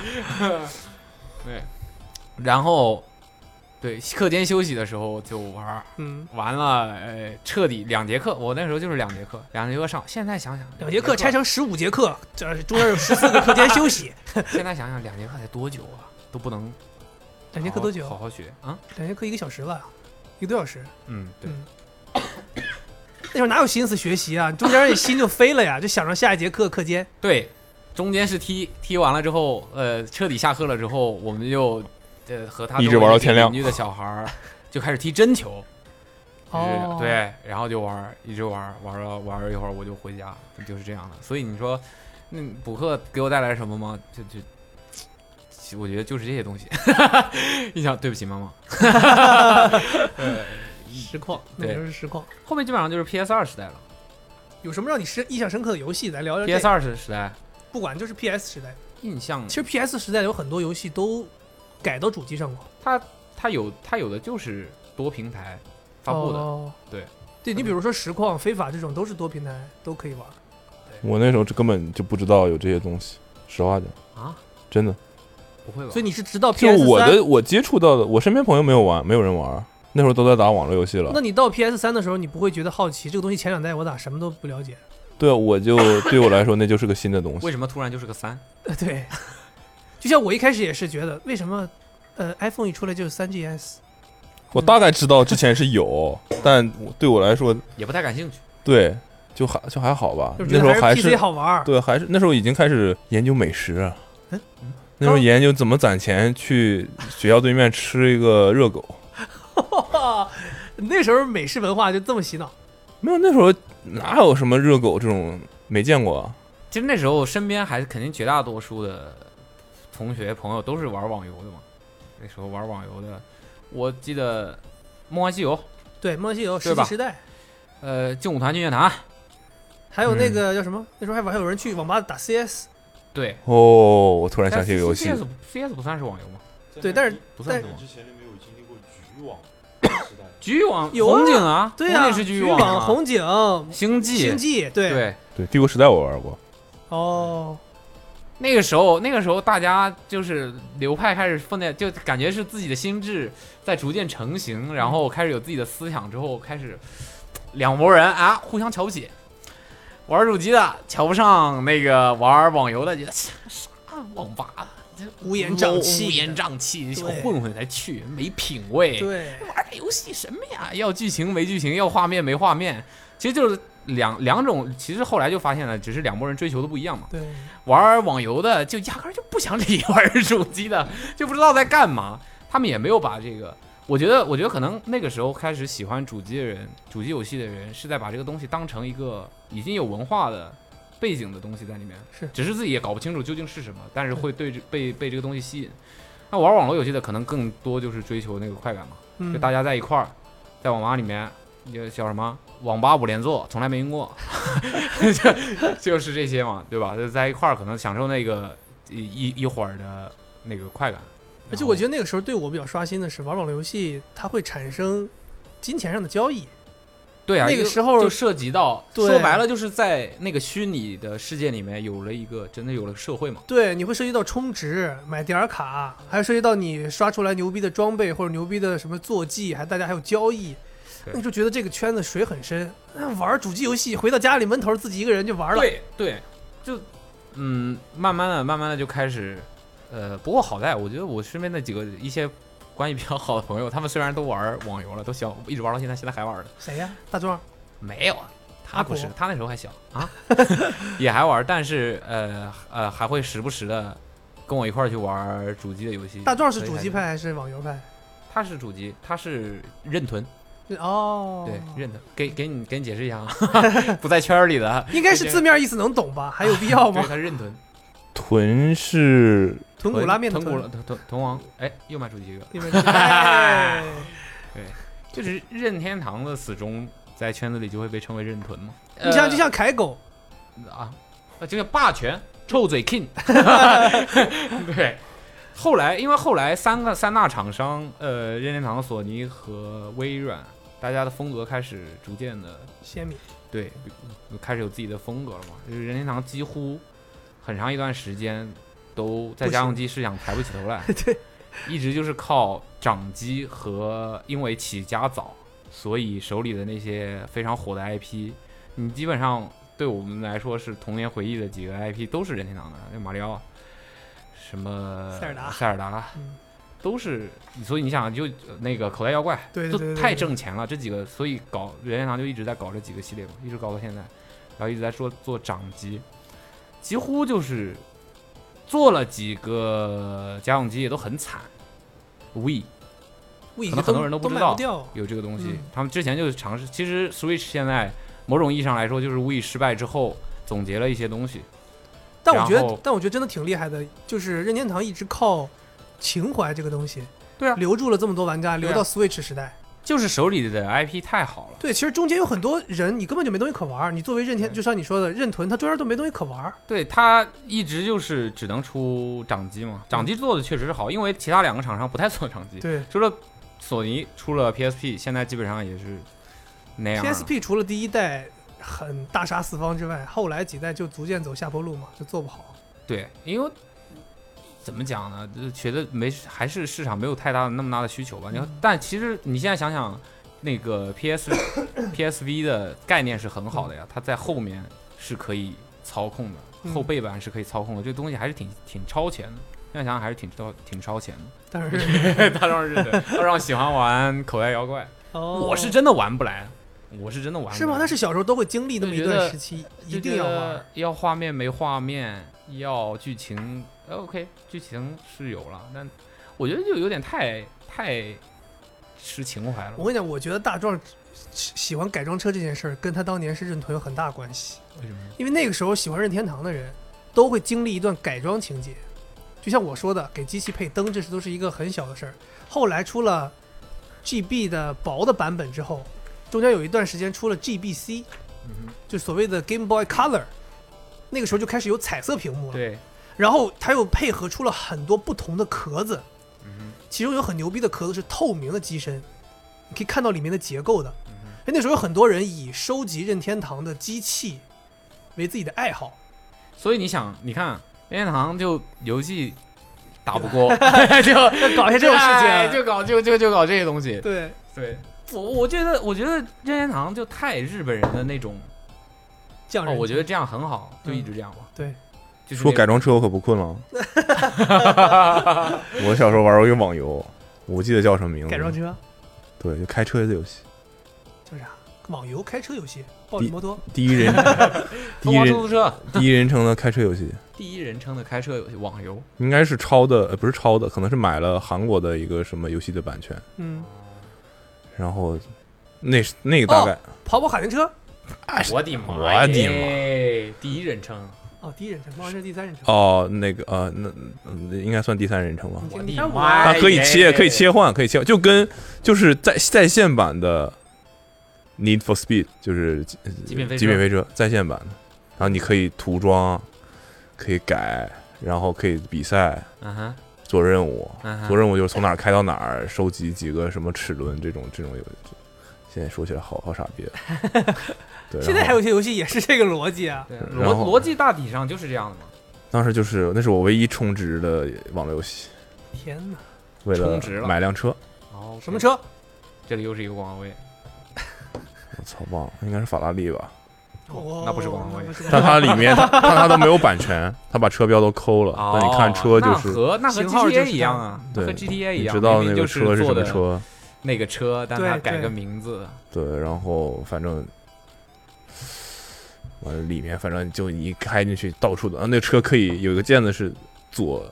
C: 对，然后对，课间休息的时候就玩儿，
D: 嗯，
C: 完了，呃，彻底两节课，我那时候就是两节课，两节课上。现在想想，
D: 两节课拆，成十五节课，这中间有十四个课间 休息，
C: 现在想想两节课得多久啊，都不能
D: 两节课
C: 好
D: 多
C: 好
D: 久？
C: 好学啊，
D: 两节课一个小时吧，一个多小时。
C: 嗯，对，
D: 那时候哪有心思学习啊？中间你心就飞了呀，就想着下一节课课间。
C: 对，中间是踢踢完了之后，呃，彻底下课了之后，我们就呃和他
E: 一直
C: 周围
E: 玩到
C: 那些
E: 天亮
C: 邻居的小孩儿就开始踢真球，就是
D: 哦，，
C: 对，啊然后就玩儿，一直玩儿，玩儿了玩儿一会儿我就回家，就是这样的。所以你说，那补课给我带来什么吗？就就，其我觉得就是这些东西。 一想，对不起妈妈。
D: 实况，那
C: 对
D: 时候是实况。
C: 后面基本上就是 PS 二时代了
D: 有什么让你深印象深刻的游戏？咱聊聊这
C: ，PS 二嗯时代
D: 不管就是 PS 时代，
C: 印象
D: 其，实 PS 时代有很多游戏都改到主机上过
C: 它有它有的就是多平台发布的，
D: 哦
C: 对
D: 对，你比如说实况、非法这种都是多平台都可以玩。
E: 我那时候就根本就不知道有这些东西，实话讲
C: 啊，
E: 真的。
C: 不会吧？
D: 所以你是直到
E: 就
D: PS
E: 我
D: 三，
E: 的我接触到的，我身边朋友没有玩，没有人玩，那时候都在打网络游戏了
D: 那。你到 PS 三的时候，你不会觉得好奇这个东西前两代我咋什么都不了解？
E: 对啊，我就对我来说那就是个新的东
C: 为
E: 西。
C: 什么突然就是个三？
D: 呃，对， 就像我一开始也是觉得为什么。呃，iPhone 一出来就是 3GS，
E: 我大概知道之前是有，但我对我来说，
C: 也不太感兴趣。
E: 对，就还就还好吧。
D: 就
E: 那
D: 是
E: 时
D: 觉
E: 候
D: 得
E: 还
D: 是 PC 好玩儿。
E: 对，还是那时候已经开始研究美食啊
D: 嗯。
E: 那时候研究怎么攒钱去学校对面吃一个热狗。
D: 那时候美式文化就这么洗脑。
E: 没有，那时候哪有什么热狗这种没见过啊？
C: 其实那时候身边还肯定绝大多数的同学朋友都是玩网游的嘛。那时候玩网游的，我记得《梦幻西游》，
D: 对，梦西游、
C: 对
D: 世
C: 吧
D: 纪时代，
C: 呃，劲舞团、劲乐团，
D: 还有那个叫什么？那时候还玩还有人去网吧打 CS，
C: 对，
E: 哦，我突然想起一个游戏，
C: CS CS 不算是网游吗？
D: 对，但是
C: 不
D: 算
C: 算
D: 是
C: 是网
D: 网
F: 之前就没有经历过局网时代，
C: 局域网、
D: 有啊
C: 红警啊，
D: 对
C: 国
D: 啊，
C: 内是局域
D: 网、
C: 网啊、
D: 红警、
C: 星际、
D: 星际，对
C: 对。
E: 对，帝国时代我玩过。
D: 哦，
C: 那个时候，那个时候大家就是流派开始分在，就感觉是自己的心智在逐渐成型，然后开始有自己的思想之后，开始两拨人啊互相瞧不起，玩主机的瞧不上那个玩网游的，觉得切啥王八的
D: 乌烟瘴气，
C: 乌烟，瘴气，你小
D: 对
C: 混混才去，没品位。
D: 对，
C: 玩个游戏什么呀？要剧情没剧情，要画面没画面，其实就是两两种。其实后来就发现了，只是两拨人追求的不一样嘛。
D: 对，
C: 玩网游的就压根儿就不想理玩手机的，就不知道在干嘛。他们也没有把这个，我觉得，我觉得可能那个时候开始喜欢主机的人，主机游戏的人是在把这个东西当成一个已经有文化的背景的东西在里面，
D: 是
C: 只是自己也搞不清楚究竟是什么，但是会对这被被这个东西吸引。那玩网络游戏的可能更多就是追求那个快感嘛。
D: 嗯
C: 就，大家在一块儿，在网吧里面，就叫什么网吧五连坐，从来没赢过， 就 就是这些嘛，对吧？就在一块儿，可能享受那个一一一会儿的那个快感。
D: 而且我觉
C: 得，
D: 得那个时候对我比较刷新的是，玩网络游戏它会产生金钱上的交易，
C: 对啊，
D: 那个
C: 就
D: 时候
C: 就涉及到，
D: 对
C: 说白了就是在那个虚拟的世界里面有了一个真的有了社会嘛。
D: 对，你会涉及到充值、买点儿卡，还有涉及到你刷出来牛逼的装备或者牛逼的什么坐骑，还大家还有交易。
C: 对
D: 那就觉得这个圈子水很深，哎玩主机游戏回到家里闷头自己一个人就玩了。
C: 对对，就嗯，慢慢的、慢慢的就开始，呃，不过好在我觉得我身边的几个一些关系比较好的朋友，他们虽然都玩网游了，都小一直玩到现在，现在还玩的。
D: 谁呀？大壮。
C: 没有啊，他
D: 阿
C: 不是
D: 婆，
C: 他那时候还小啊， 也还玩，但是呃呃，还会时不时的跟我一块儿去玩主机的游戏。
D: 大壮是
C: 所以
D: 主
C: 还
D: 机派，还是网游派？
C: 他是主机，他是认屯，
D: 哦，
C: 对，认屯。给给你给你解释一下啊， 不在圈儿里的，
D: 应该是字面意思能懂吧？还有必要
C: 对，
D: 吗？
C: 他是认屯。
E: 豚是
D: 豚骨拉面的
C: 豚骨
D: 豚
C: 拉，豚豚豚王，哎，又卖出去一个，
D: 你们 哎
C: 就是任天堂的死忠，在圈子里就会被称为任豚嘛。
D: 你
C: 呃
D: 像就像凯狗，
C: 啊，啊，这个霸权，臭嘴 king。对，后来因为后来三个三大厂商，呃，任天堂、索尼和微软，大家的风格开始逐渐的
D: 鲜米，
C: 对，开始有自己的风格了嘛。就是任天堂几乎很长一段时间都在
D: 不行
C: 家用机市场抬不起头来，
D: 对，
C: 一直就是靠掌机和因为起家早，所以手里的那些非常火的 IP，你基本上对我们来说是童年回忆的几个 IP 都是任天堂的，那马里奥，什么
D: 塞尔达
C: 塞尔达
D: 嗯，
C: 都是，所以你想就呃那个口袋妖怪，
D: 对对
C: 都
D: 对对对
C: 太挣钱了，这几个，所以搞任天堂就一直在搞这几个系列嘛，一直搞到现在，然后一直在说做掌机，几乎就是做了几个家用机也都很惨，We
D: 我已
C: 可能
D: 经
C: 很多人都不知
D: 买
C: 道
D: 不掉。
C: 有这个东西，
D: 嗯
C: 他们之前就是尝试，其实 Switch 现在某种意义上来说就是 We 失败之后总结了一些东西，
D: 但我觉
C: 然
D: 得
C: 后，
D: 但我觉得真的挺厉害的，就是任天堂一直靠情怀这个东西，
C: 对啊
D: 留住了这么多玩家，
C: 对
D: 留
C: 啊
D: 到 Switch 时代。
C: 就是手里的 IP 太好了，
D: 对，其实中间有很多人，你根本就没东西可玩儿。你作为任天，
C: 对
D: 就像你说的任屯，他中间都没东西可玩儿。
C: 对他一直就是只能出掌机嘛，掌机做的确实是好，因为其他两个厂商不太做掌机，
D: 对
C: 除了索尼出了 PSP，现在基本上也是那样了。啊
D: ，PSP 除了第一代很大杀四方之外，后来几代就逐渐走下坡路嘛，就做不好。
C: 对，因为怎么讲呢，就觉得没还是市场没有太大的那么大的需求吧。你看，
D: 嗯
C: 但其实你现在想想，那个 PS PSV 的概念是很好的呀，它在后面是可以操控的，
D: 嗯
C: 后背板是可以操控的，这个东西还是挺挺超前的。现在想想还是挺超挺超前的。
D: 但是，
C: 他让是的，他让喜欢玩口袋妖怪，
D: 哦
C: 我是真的玩不来，我是真的玩不来。
D: 是吗？但是小时候都会经历那么一
C: 就觉
D: 段
C: 得
D: 时期，一
C: 就
D: 定
C: 觉
D: 要玩
C: 得
D: 儿。
C: 要画面没画面，要剧情呃，OK，剧情是有了，但我觉得就有点太太吃情怀了
D: 我。跟你讲，我觉得大壮喜喜欢改装车这件事儿，跟他当年是任屯有很大关系。
C: 为什么？
D: 因为那个时候喜欢任天堂的人都会经历一段改装情节，就像我说的，给机器配灯，这是都是一个很小的事儿。后来出了 GB 的薄的版本之后，中间有一段时间出了 GBC，、就所谓的 Game Boy Color，那个时候就开始有彩色屏幕了。
C: 对，
D: 然后它又配合出了很多不同的壳子，其中有很牛逼的壳子是透明的机身，你可以看到里面的结构的。哎，那时候有很多人以收集任天堂的机器为自己的爱好，
C: 所以你想，你看任天堂就游戏打不 过， 就
D: 搞一些这种事
C: 哎
D: 情。啊
C: 就搞就就就搞这些东西。
D: 对，
C: 对，我我觉得我觉得任天堂就太日本人的那种，
D: 匠
C: 哦，
D: 人，
C: 我觉得这样很好，就一
D: 嗯
C: 直这样吧。
D: 对，
C: 就是
B: 说
C: 那
B: 改装车我可不困 了。我小时候玩过一个网游，我不记得叫什么名字。
D: 改装车
B: 对，就开车的游戏，
D: 叫啥？网游开车游戏，暴力摩托。
B: 第一 人第
C: 疯
B: 一
C: 狂
B: 人
C: 出租车
B: 第一人称的开车游戏，
C: 第一人称的开车游戏网游。
B: 应该是抄的，呃，不是抄的，可能是买了韩国的一个什么游戏的版权，
D: 嗯，
B: 然后那是那个大概、
D: 跑跑卡丁车。
C: 我的妈！
B: 我的妈
C: 妈！哎第一人称，
D: 哦，第一人称，忘了这是第三人称。
B: 哦，那个呃，那嗯应该算第三人称吧。
C: 我
D: 你
C: 的
D: 看我
C: 妈！
B: 啊，可以切，
C: 耶
B: 可以。切换，可以切换，就跟就是在在线版的 Need for Speed，就是呃
C: 极品飞车
B: 极品飞车在线版的，然后你可以涂装，可以改，然后可以比赛
C: 嗯哼，
B: 做任务，
C: 嗯
D: 啊
C: 哼
B: 做任务就是从哪儿开到哪儿，收集几个什么齿轮这种这种有。现在说起来好好傻逼啊， 对，
D: 现在
B: 然后
D: 还有一些游戏也是这个逻辑啊。
C: 对啊
B: 然
C: 逻
B: 后
C: 逻辑大体上就是这样的嘛。
B: 当时就是那是我唯一充值的网络游戏，
D: 天哪，
B: 为
C: 充
B: 了
C: 值了
B: 买辆车，
C: 哦，
D: 什么？车？
C: 这里又是一个广告位，
B: 我操忘了，应该是法拉利吧？
D: 哦，
C: 那不是广告
D: 那
C: 位
D: 不是广告
B: 但它里面它它它都没有版权，它把车标都抠了。
C: 哦
B: 那你看车就
C: 那
B: 是，
C: 和那和
D: 型号就是
C: GTA 一样啊，
B: 对
C: 和 GTA 一
B: 你
C: 样，
B: 知道那
C: 明明
B: 个
C: 就
B: 车是
C: 做
B: 什
C: 的
B: 么，车，
C: 那个车，但它
D: 对
C: 改
D: 对
C: 个名字，
B: 对，然后反正。完了，里面反正就你一开进去，到处的，啊，那车可以有一个键子是左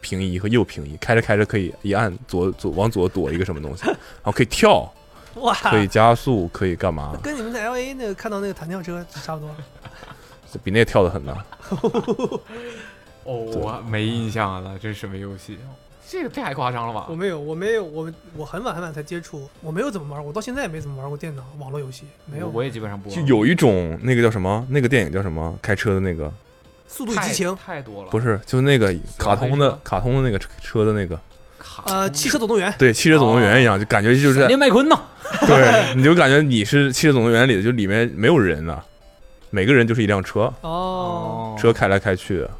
B: 平移和右平移，开着开着可以一按左左往左躲一个什么 东西，然后可以跳，
D: 哇，
B: 可以加速，可以干嘛
D: 那，跟你们在 L A 那个看到那个弹跳车差不多。
B: 比那跳的狠呢。
C: 哦，我没印象了，这是什么游戏？这个太夸张了吧
D: 我？没有，我没有，我我很晚很晚才接触，我没有怎么玩，我到现在也没怎么玩过电脑网络游戏，没有。
C: 我我也基本上不玩
B: 就有一种那个叫什么，那个电影叫什么，开车的那个，
D: 速度与
C: 太
D: 激情，
C: 太多了，
B: 不是，就那个卡通
C: 死亡飞车
B: 的哦卡通的那个车车的那个，
C: 卡
D: 呃，汽车总动员，
B: 对，《汽车总动员》一样，就感觉就是在
C: 林麦昆呢？
B: 对，你就感觉你是《汽车总动员》里的，就里面没有人啊了，每个人就是一辆车，
D: 哦，
B: 车开来开去的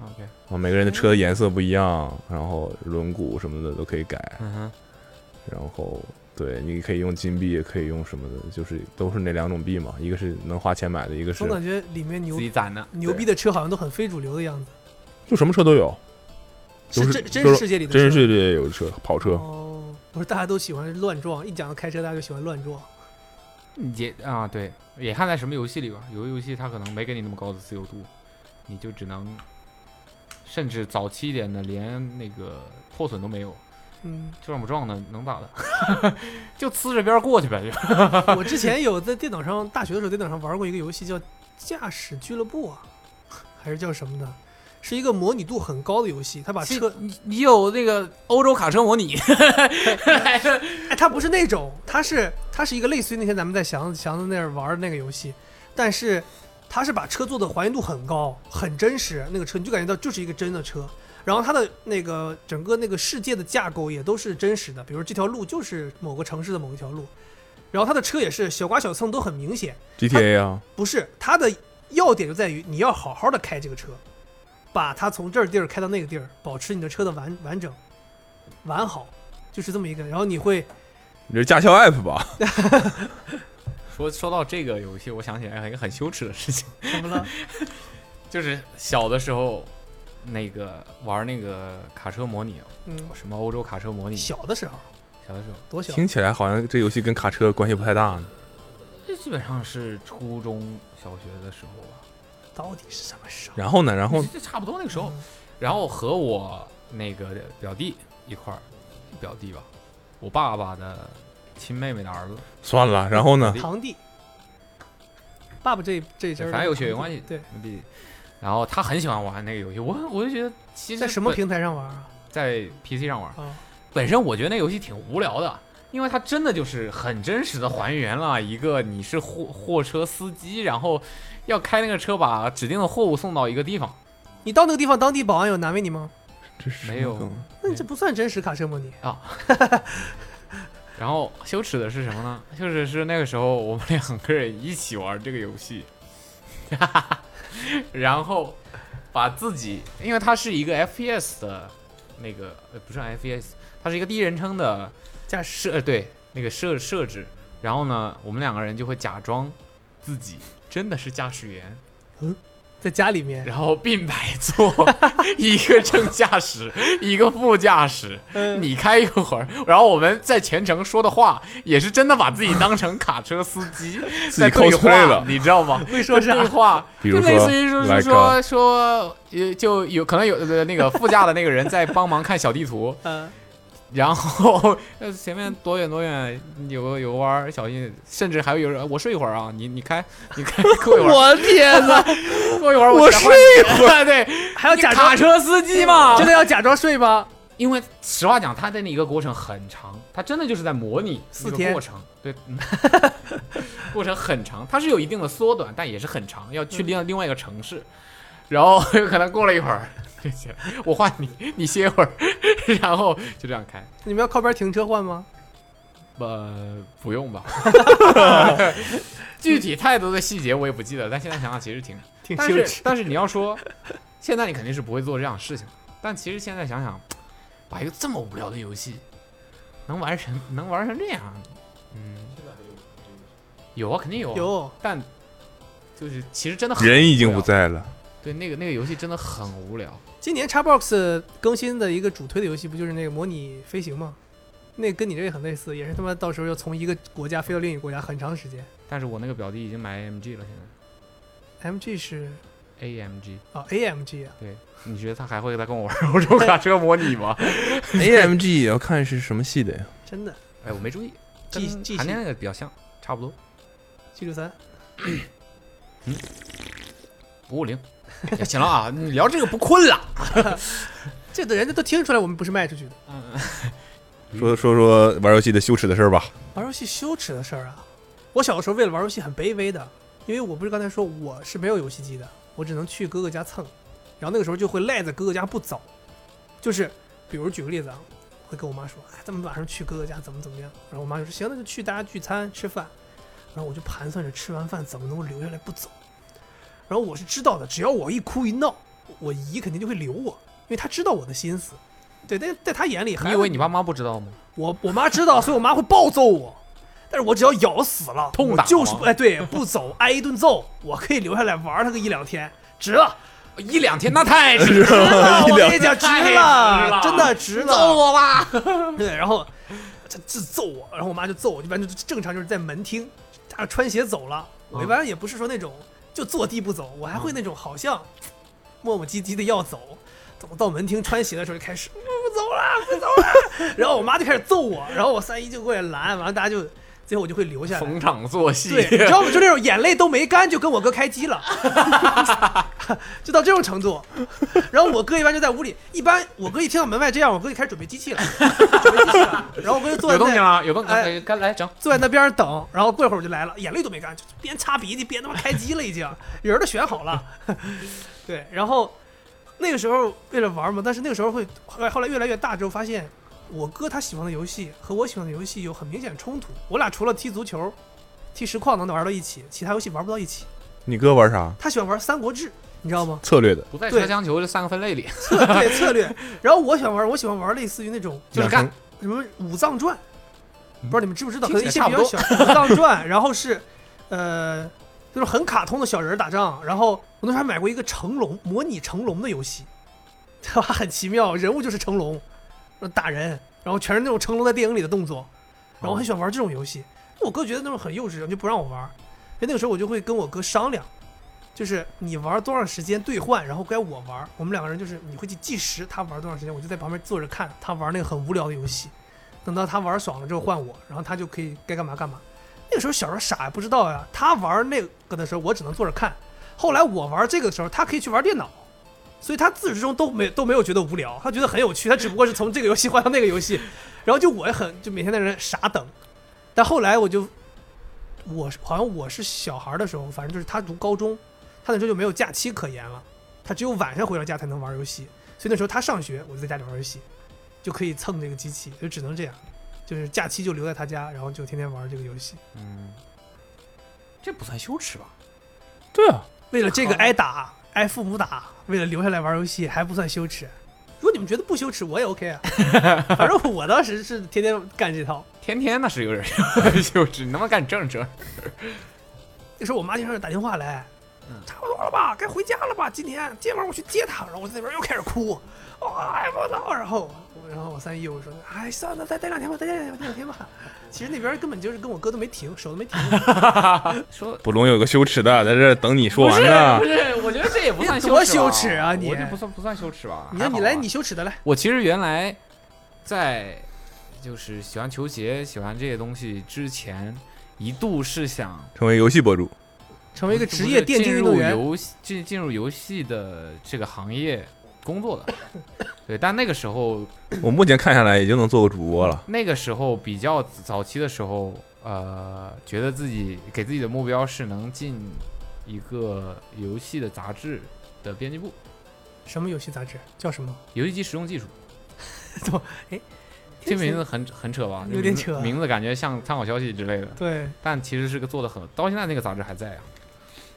C: OK，
B: 啊，每个人的车颜色不一样，然后轮毂什么的都可以改，
C: 嗯哼，
B: 然后对，你可以用金币，也可以用什么的，就是都是那两种币嘛，一个是能花钱买的，一个是
D: 总感觉里面牛
C: 自己攒的，
D: 牛逼的车好像都很非主流的样子，
B: 就什么车都有，都是
D: 是真真
B: 都
D: 实
B: 是
D: 世界里的车
B: 真是这有车跑车，
C: 啊
D: 哦，不是大家都喜欢乱撞，一讲到开车大家就喜欢乱撞，
C: 也啊对，也看在什么游戏里吧。有的游戏它可能没给你那么高的自由度，你就只能，甚至早期一点的连那个破损都没有，
D: 嗯，
C: 就让不撞呢，能咋的？ 就呲着边儿过去呗，就
D: 我之前有在电脑上，大学的时候电脑上玩过一个游戏叫《驾驶俱乐部》啊，还是叫什么的，是一个模拟度很高的游戏。它把
C: 这
D: 车，
C: 啊你你有那个欧洲卡车模拟，
D: 哎，它不是那种，它是它是一个类似于那天咱们在祥子祥子那儿玩的那个游戏，但是它是把车做的还原度很高，很真实，那个车你就感觉到就是一个真的车。然后它的那个整个那个世界的架构也都是真实的，比如这条路就是某个城市的某一条路，然后它的车也是小刮小蹭都很明显。
B: GTA 啊，
D: 不是，它的要点就在于你要好好的开这个车，把它从这儿地儿开到那个地儿，保持你的车的完完整、完好，就是这么一个。然后你会，
B: 你这驾校 app 吧？
C: 说说到这个游戏，我想起来一个很羞耻的事情。怎么了？就是小的时候，那个玩那个卡车模拟，啊
D: 嗯，
C: 什么欧洲卡车模拟，小
D: 小的时候
C: 的时候，
D: 多小，
B: 听起来好像这游戏跟卡车关系不太大呢。
C: 这基本上是初中小学的时候吧，
D: 到底是什么时候？
B: 然后呢，然后
C: 这差不多那个时候。然后和我那个表弟一块儿，表弟吧，我爸爸的亲妹妹的儿子，
B: 算了，然后呢，
D: 堂弟，爸爸这这一阵儿
C: 反正有血缘
D: 堂
C: 关
D: 弟
C: 系
D: 对，
C: 弟。然后他很喜欢玩那个游戏，我我就觉得其实
D: 在什么
C: 本嗯
D: 平台上玩啊？
C: 在 PC 上玩。
D: 啊，
C: 本身我觉得那游戏挺无聊的，因为它真的就是很真实的还原了一个你是货货车司机，然后要开那个车把指定的货物送到一个地方。
D: 你到那个地方，当地保安有难为你吗？
B: 这是
C: 没有
B: 什么梗
D: 那你这不算真实卡车模拟，
C: 然后羞耻的是什么呢？羞耻的是那个时候我们两个人一起玩这个游戏， 然后把自己，因为它是一个 FPS 的那个，呃，不是 FPS，它是一个第一人称的
D: 驾驶
C: 设对那个设设置，然后呢，我们两个人就会假装自己真的是驾驶员，
D: 在家 里面，
C: 然后并排坐，一个正驾驶，一个副驾驶，
D: 嗯，
C: 你开一会儿，然后我们在全程说的话也是真的把自己当成卡车司 机
B: 自
C: 在
B: 己
C: 对
B: cosplay
C: 话
B: 了，，
C: 你知道吗？
D: 会说啥
C: 对？话，
B: 比如
C: 就类
B: 说
C: 似于说
B: 来
C: 是说说，呃，就有可能有呃那个副驾的那个人在帮忙看小地图，
D: 嗯，
C: 然后呃前面多远多远有个有个弯儿，小心，甚至还有人我睡一会儿啊，你你开你开 过一会儿，
D: 我天 哪，
C: 过一会儿
D: 我
C: 我
D: 睡
C: 一会儿， 对，
D: 还要
C: 你
D: 假
C: 卡
D: 装
C: 车司机 嘛，
D: 真的要假装睡吗？
C: 因为实话讲，他的那个过程很长，他真的就是在模拟
D: 四
C: 那个
D: 天
C: 过程，对，嗯 过程很长，它是有一定的缩短，但也是很长，要去
D: 嗯
C: 另另外一个城市，然后有可能过了一会儿， 就行我换你，你歇一会儿， 然后就这样开，
D: 你们要靠边停车换吗？
C: 呃，不用吧， 具体太多的细节我也不记得，但现在想想其实挺
D: 挺
C: 但
D: 羞
C: 是
D: 耻。
C: 但是你要说，现在你肯定是不会做这样的事情的。但其实现在想想，把一个这么无聊的游戏，能玩成能玩成这样，嗯，有啊，肯定有啊，
D: 有
C: 但就是其实真的很
B: 人已经
C: 无
B: 不
C: 聊，
B: 在了，
C: 对那个那个游戏真的很无聊。
D: 今年 Xbox 更新的一个主推的游戏不就是那个模拟飞行吗？那跟你这个很类似，也是他妈到时候要从一个国家飞到另一个国家很长时间。
C: 但是我那个表弟已经买 AMG 了，现在
D: MG 是
C: AMG，
D: 啊 AMG 啊，
C: 对，你觉得他还会再跟我玩欧洲卡车模拟吗？
B: AMG 也要看是什么系的呀。
D: 真的
C: 哎，我没注意，
D: G-
C: 跟
D: G
C: 谈
D: 系
C: 恋爱那个比较像，差不多
D: G 六三
C: 五五零。 也行了啊，你聊这个不 困了。
D: 这个人家都听出来我们不是卖出去的。
C: 嗯，
B: 说说说玩游戏的羞耻的事儿吧。
D: 玩游戏羞耻的事儿啊！我小时候为了玩游戏很卑微的，因为我不是刚才说我是没有游戏机的，我只能去哥哥家蹭，然后那个时候就会赖在哥哥家不走，就是比如举个例子啊，会跟我妈说，哎，咱们晚上去哥哥家怎么怎么样，然后我妈就说行，那就去大家聚餐吃饭，然后我就盘算着吃完饭怎么能够留下来不走，然后我是知道的，只要我一哭一闹，我姨肯定就会留我，因为她知道我的心思。对，但在她眼里，
C: 你
D: 还
C: 以为你爸妈不知道吗？
D: 我我妈知道，所以我妈会暴揍我。但是我只要咬死了，
C: 痛
D: 我
C: 打
D: 就是
C: 吗
D: 不哎，对，不走挨一顿揍，我可以留下来玩她个一两天，值 了，
C: 一两天那太 值
D: 值了，我
B: 一两
D: 跟你讲，值
C: 太值
D: 了，
C: 了
D: 真的值了，
C: 揍我吧！
D: 对，然后这这揍我，然后我妈就揍我，一般就正常就是在门厅，她穿鞋走了。我一般也不是说那种就坐地不走，我还会那种好像磨磨唧唧的要走，走到门厅穿鞋的时候就开始不走了，不走了，然 后我妈就开始揍我，然后我三姨就过来拦，完了大家就最后我就会留下 来。
C: 逢场作戏，
D: 对，你知道吗？就那种眼泪都没干就跟我哥开机了， 就到这种程度。然后我哥一般就在屋里，一般我哥一听到门外这样，我哥就开始准备机器了，准备机器了。然后我哥就坐
C: 有
D: 在
C: 动静
D: 那
C: 了，有动静，
D: 哎
C: 哎该来整。
D: 坐在那边等，然后过一会儿我就来了，眼泪都没干，就边擦鼻涕边他妈开机了已经， 人都选好了。 对，然后那个时候为了玩嘛，但是那个时候会后来后来越来越大之后发现。我哥他喜欢的游戏和我喜欢的游戏有很明显的冲突，我俩除了踢足球、踢实况能玩到一起，其他游戏玩不到一起。
B: 你哥玩啥？？
D: 他喜欢玩《三国志》，你知道吗
B: 策略的，
C: 不在
D: 对
C: 车厢球这三个分类里，
D: 策对策略。然后我喜欢玩，我喜欢玩类似于那种
C: 就是干
D: 什么《武藏传》，不知道你们知不知道？可
C: 嗯听
D: 能
C: 起
D: 一
C: 来
D: 些
C: 差
D: 比
C: 不
D: 较小《武藏传》，然后是呃，就是很卡通的小人儿打仗。然后我那时候还买过一个成龙模拟成龙的游戏， 对吧？很奇妙，人物就是成龙，然后打人，然后全是那种成龙在电影里的动作。然后我很喜欢玩这种游戏，我哥觉得那种很幼稚，就不让我玩。所以那个时候我就会跟我哥商量，就是你玩多长时间兑换，然后该我玩。我们两个人就是你会去计时，他玩多长时间，我就在旁边坐着看他玩那个很无聊的游戏。等到他玩爽了之后换我，然后他就可以该干嘛干嘛。那个时候小时候傻呀，不知道呀。他玩那个的时候，我只能坐着看。后来我玩这个的时候，他可以去玩电脑，所以他自始至终都没都没有觉得无聊，他觉得很有趣。他只不过是从这个游戏换到那个游戏，然后就我也很就每天在那傻等。但后来我就，我是好像我是小孩的时候，反正就是他读高中，他那时候就没有假期可言了，他只有晚上回到家才能玩游戏。所以那时候他上学，我就在家里玩游戏，就可以蹭这个机器，就只能这样。就是假期就留在他家，然后就天天玩这个游戏。
C: 嗯，这不算羞耻吧？
B: 对啊，
D: 为了这个挨打，挨父母打，为了留下来玩游戏还不算羞耻。如果你们觉得不羞耻，我也 OK 啊。反正我当时是天天干这套。
C: 天天那是有点 羞耻，你他妈干正事儿。
D: 那时候我妈经常打电话来，
C: 嗯
D: 差不多了吧，该回家了吧？今天今天晚上我去接她，然后我在那边又开始哭，哎我操！然后然后我三姨我说，哎算了，再待两天吧，再待两天吧，待两天吧。其实那边根本就是跟我哥都没停，手 都没停。
C: 说
B: 捕龙有个羞耻的，在这儿等你说
C: 不
B: 完
C: 是
B: 呢
C: 不。是，我觉得这也不算
D: 你多
C: 羞
D: 羞耻啊你
C: 我这不算不算羞耻吧？
D: 你让
C: 还
D: 你
C: 好
D: 来，
C: 吧
D: 你羞耻的来。
C: 我其实原来在就是喜欢球鞋、喜欢这些东西之前，一度是想
B: 成为游戏博主，
D: 成为一个职
C: 不
D: 业
C: 是
D: 电竞运动员
C: 进，入游戏进进入游戏的这个行业工作 的。对，但那个时候，
B: 我目前看下来已经能做个主播了。
C: 那个时候比较早期的时候，呃，觉得自己给自己的目标是能进一个游戏的杂志的编辑部，
D: 什么游戏杂志叫什么？
C: 游戏机实用技术。
D: 怎么？ 哎，
C: 这名字很很扯吧？
D: 有点扯啊
C: 名字感觉像参考消息之类的。
D: 对，
C: 但其实是个做的很，到现在那个杂志还在啊，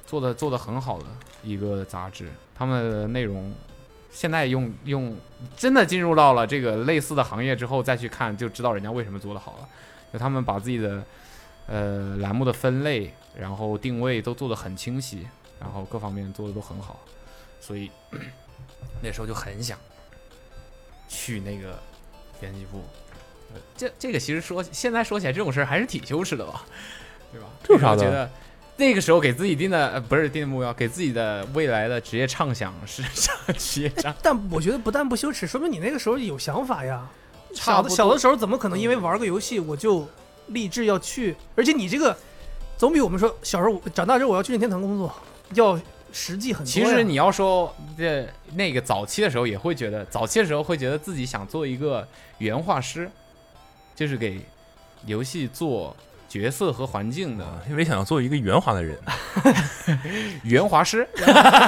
C: 做的做的很好的一个杂志，他们的内容现在用用真的进入到了这个类似的行业之后再去看，就知道人家为什么做的好了。就他们把自己的呃栏目的分类，然后定位都做的很清晰，然后各方面做的都很好，所以那时候就很想去那个编辑部。呃这这个其实说现在说起来这种事儿还是挺羞耻的吧，对吧？
B: 这有啥的
C: 我觉得那个时候给自己定的呃不是定的目标，给自己的未来的职业畅想是 职业畅
D: 但我觉得不但不羞耻，说明你那个时候有想法呀。
C: 差
D: 小
C: 不
D: 的
C: 多
D: 小的时候怎么可能因为玩个游戏我就立志要去？而且你这个总比我们说小时候我长大之后我要去任天堂工作要实际很多
C: 其
D: 呀。
C: 实你要说这那个早期的时候，也会觉得早期的时候会觉得自己想做一个原画师，就是给游戏做角色和环境 的
B: 因为想要做一个圆滑的人，
C: 原画 师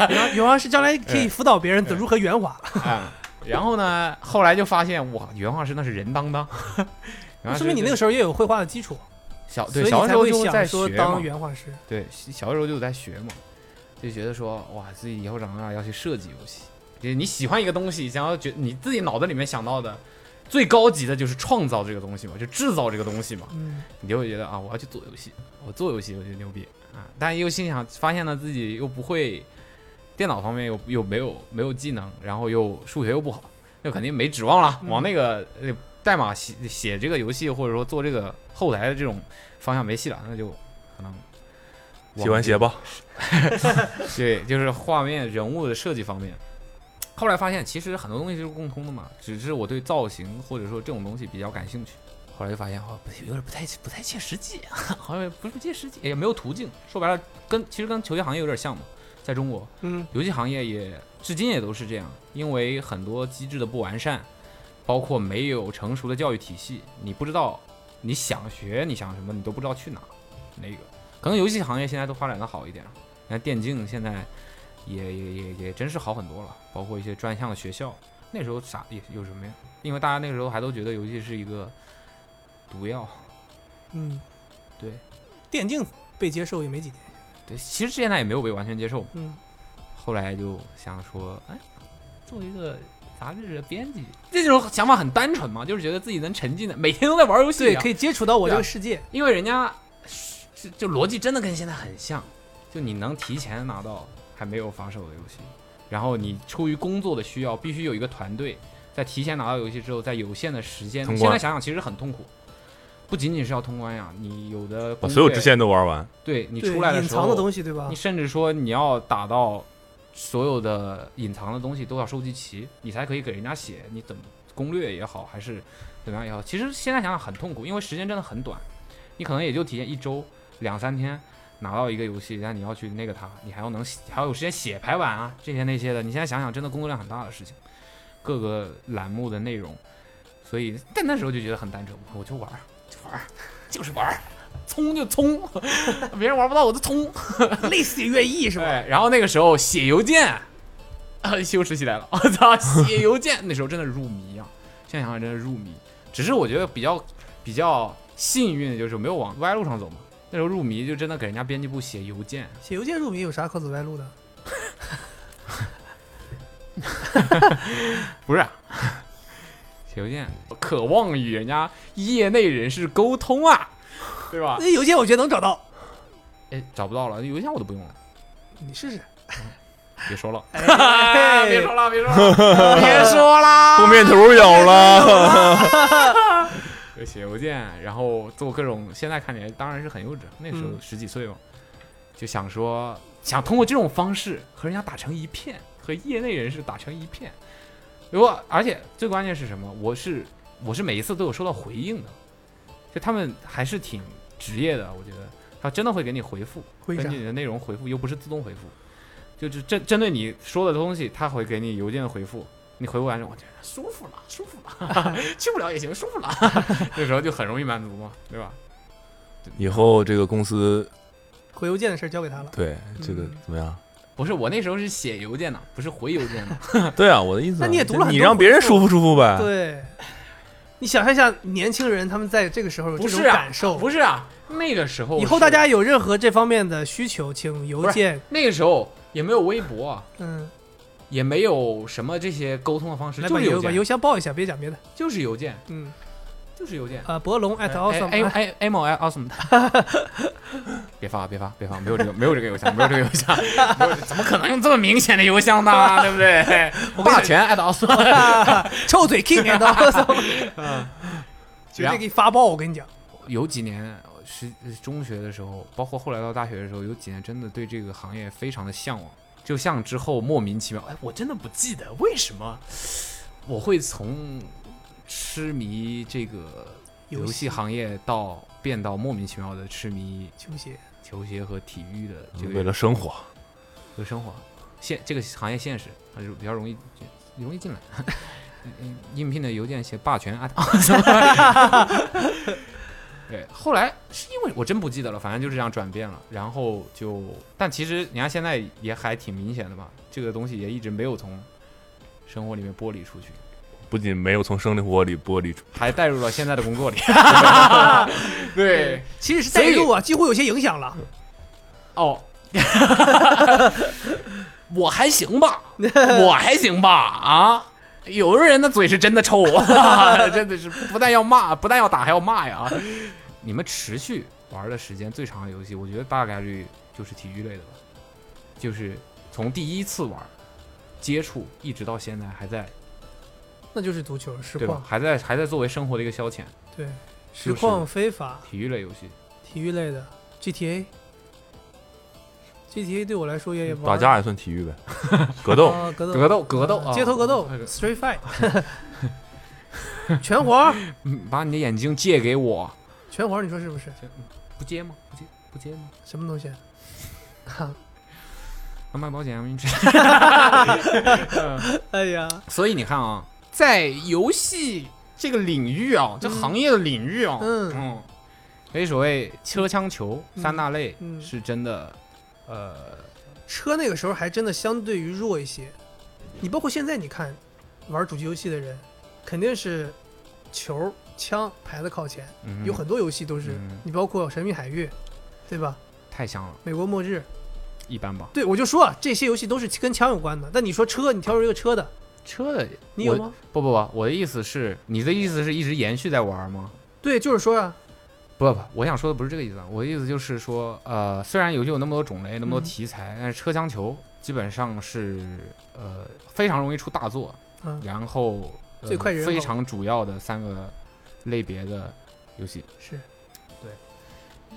D: 有有啊，是将来
C: 哎
D: 可以辅导别人怎如何圆滑，
C: 啊。然后呢，后来就发现哇，原画师那是人当 当，原画师
D: 说明你那个时候也有绘画的基础，
C: 小
D: 所
C: 对
D: 以你
C: 小的
D: 才
C: 时候
D: 会
C: 就在
D: 想说
C: 学
D: 当
C: 嘛，
D: 原画师。
C: 对小的时候就在学嘛。就觉得说哇，自己以后长大要去设计游戏。就是你喜欢一个东西，想要觉你自己脑子里面想到的最高级的就是创造这个东西嘛，就制造这个东西嘛，
D: 嗯，
C: 你就会觉得啊，我要去做游戏，我做游戏我就牛逼啊。但又心想，发现了自己又不会电脑方面又又没有没有技能，然后又数学又不好，那肯定没指望了，往那个呃代码写写这个游戏或者说做这个后台的这种方向没戏了，那就可能往
B: 洗完鞋吧，
C: 对，就是画面、人物的设计方面。后来发现，其实很多东西是共通的嘛，只是我对造型或者说这种东西比较感兴趣。后来就发现，哦，不有点不太不太切实际，啊 好像也不是不切实际，也没有途径。说白了，跟其实跟球鞋行业有点像嘛，在中国，
D: 嗯，
C: 游戏行业也至今也都是这样，因为很多机制的不完善，包括没有成熟的教育体系，你不知道你想学你想什么，你都不知道去哪哪个。可能游戏行业现在都发展的好一点了，你看电竞现在也也也也真是好很多了，包括一些专项的学校。那时候啥也有什么呀？因为大家那个时候还都觉得游戏是一个毒药，
D: 嗯，
C: 对
D: 电竞被接受也没几年，
C: 对，其实现在也没有被完全接受。
D: 嗯，
C: 后来就想说，哎，做一个杂志的编辑，这种想法很单纯嘛，就是觉得自己能沉浸的，每天都在玩游戏、
D: 对，可
C: 以，
D: 以接触到我这
C: 对
D: 个
C: 啊
D: 世界，
C: 因为人家是就逻辑真的跟现在很像，就你能提前拿到还没有发售的游戏，然后你出于工作的需要，必须有一个团队在提前拿到游戏之后，在有限的时间，
B: 通关
C: 现在想想其实很痛苦。不仅仅是要通关呀，你有的
B: 把
C: 攻
B: 所有
C: 略
B: 支线都玩完。
C: 对你
D: 对
C: 出来的
D: 隐
C: 时
D: 藏
C: 候
D: 的，东西，对吧
C: 你？甚至说你要打到所有的隐藏的东西都要收集齐，你才可以给人家写你怎么攻略也好，还是怎么样也好。其实现在想想很痛苦，因为时间真的很短，你可能也就体验一周、两三天拿到一个游戏，但你要去那个它，你还要能写还要有时间写排版啊，这些那些的。你现在想想，真的工作量很大的事情，各个栏目的内容，所以但那时候就觉得很单纯，我就玩儿，就玩儿，就是玩儿。 冲就冲， 别人玩不到我就冲，
D: 累死也愿意是吧？
C: 对，哎然后那个时候写邮件，啊， 羞耻起来了。我操， 写邮件那时候真的入迷啊！现在想想真的入迷，只是我觉得比较比较幸运的就是没有往歪路上走嘛。那时候入迷就真的给人家编辑部写邮件，
D: 写邮件入迷有啥可走歪路的？
C: 啊不是、啊、 写邮件，渴望与人家业内人士沟通啊，对 吧？
D: 那邮件我觉得能找到，
C: 哎，找不到了，邮箱我都不用了，
D: 你试试。
C: 别说了，
D: 哎
C: 别说了，别说了，别说啦，
B: 面头有了，
C: 就写邮件，然后做各种，现在看起来当然是很幼稚，那时候
D: 嗯
C: 十几岁嘛，就想说想通过这种方式和人家打成一片，和业内人士打成一片。如果而且最关键是什么？我是我是每一次都有收到回应的，就他们还是挺职业的，我觉得他真的会给你回复，
D: 回啥
C: 根据你的内容回复，又不是自动回复，就是针针对你说的东西，他会给你邮件的回复。你回复完之后，我觉得舒服了，舒服了， 去不了也行，舒服了。 那时候就很容易满足嘛，对吧？
B: 以后这个公司
D: 回邮件的事儿交给他了。
B: 对这个
D: 嗯
B: 怎么样？
C: 不是，我那时候是写邮件的，不是回邮件 的。
B: 对啊，我的意思啊，
D: 那你也读了很多
B: 你让别人舒服舒服
C: 啊
B: 呗。
D: 对，你想象一下年轻人他们在这个时候有
C: 不
D: 这种
C: 是啊
D: 感受，
C: 不是啊，那个时候
D: 以后
C: 是
D: 大家有任何这方面的需求，请邮件。
C: 那个时候也没有微博，
D: 嗯，
C: 也没有什么这些沟通的方式，
D: 来
C: 就
D: 把
C: 是
D: 邮
C: 邮
D: 把邮
C: 件，
D: 箱报一下，别讲别的。
C: 就是邮件，
D: 嗯，
C: 就是邮件。
D: 呃，博龙 at
C: 哎
D: awesome，
C: 哎哎某哎 awesome，别发别发别发，没有这个没有这个邮箱，没有这个邮箱，没有怎么可能用这么明显的邮箱呢？对不对？霸权 at awesome，哎
D: 臭嘴 king at awesome，绝
C: 嗯 然
D: 对给你发爆！我跟你讲，
C: 有几年呃是中学的时候，包括后来到大学的时候，有几年真的对这个行业非常的向往。就像之后莫名其妙，哎，我真的不记得为什 么我会从痴迷这个
D: 游
C: 游
D: 戏
C: 戏行业到变到莫名其妙的痴迷
D: 球鞋
C: 球鞋和体育的这
B: 就
C: 个
B: 为了生活，
C: 有生活，现这个行业现实还是比较容易容易进来。嗯应聘的邮件写霸权啊， 对，后来是因为我真不记得了，反正就这样转变了，然后就，但其实你看现在也还挺明显的嘛，这个东西也一直没有从生活里面剥离出去，
B: 不仅没有从生活里剥离出，
C: 还带入到现在的工作里。 对，
D: 其实是代入啊，几乎有些影响了。
C: 哦， 我还行 吧，我还行吧啊！有的人的嘴是真的臭，啊 真的是不但要骂，不但要打，还要骂呀！你们持续玩的时间最长的游戏，我觉得大概率就是体育类的吧，就是从第一次玩接触一直到现在还在，
D: 那就是足球实
C: 对吧
D: 况？，
C: 还在还在作为生活的一个消遣，
D: 对，
C: 就
D: 实
C: 是
D: 况、非法、
C: 体育类游戏，
D: 体育类的 GTA。GTA 对我来说也也玩
B: 打架也算体育呗， 格斗
D: 啊格斗、
C: 嗯格斗格斗，啊
D: 街头格斗
C: 那个
D: ，Street Fight，拳皇，
C: 嗯把你的眼睛借给我，
D: 拳皇，你说是不是？
C: 不接吗？不接不接吗？
D: 什么东西？啊哈，
C: 那卖保险吗？你
D: 哎呀，
C: 所以你看啊，在游戏这个领域啊，这行业的领域啊，
D: 嗯
C: 可以所谓车枪球
D: 嗯
C: 三大类
D: 嗯
C: 是真的，呃，
D: 车那个时候还真的相对于弱一些。你包括现在，你看玩主机游戏的人，肯定是球、枪排的靠前，
C: 嗯
D: 有很多游戏都是。
C: 嗯
D: 你包括《神秘海域》，对吧？
C: 太香了，
D: 美国末日，
C: 一般吧。
D: 对我就说啊这些游戏都是跟枪有关的。但你说车，你挑出一个车的，
C: 车的
D: 你有
C: 我
D: 吗？
C: 不不不，我的意思是，你的意思是一直延续在玩吗？
D: 对，就是说啊，
C: 不不，我想说的不是这个意思，啊，我的意思就是说，呃，虽然游戏有那么多种类，那么多
D: 嗯
C: 题材，但是车厢球基本上是呃非常容易出大作，
D: 嗯
C: 然后、呃、
D: 最快人
C: 非
D: 口
C: 常主要的三个类别的游戏，
D: 是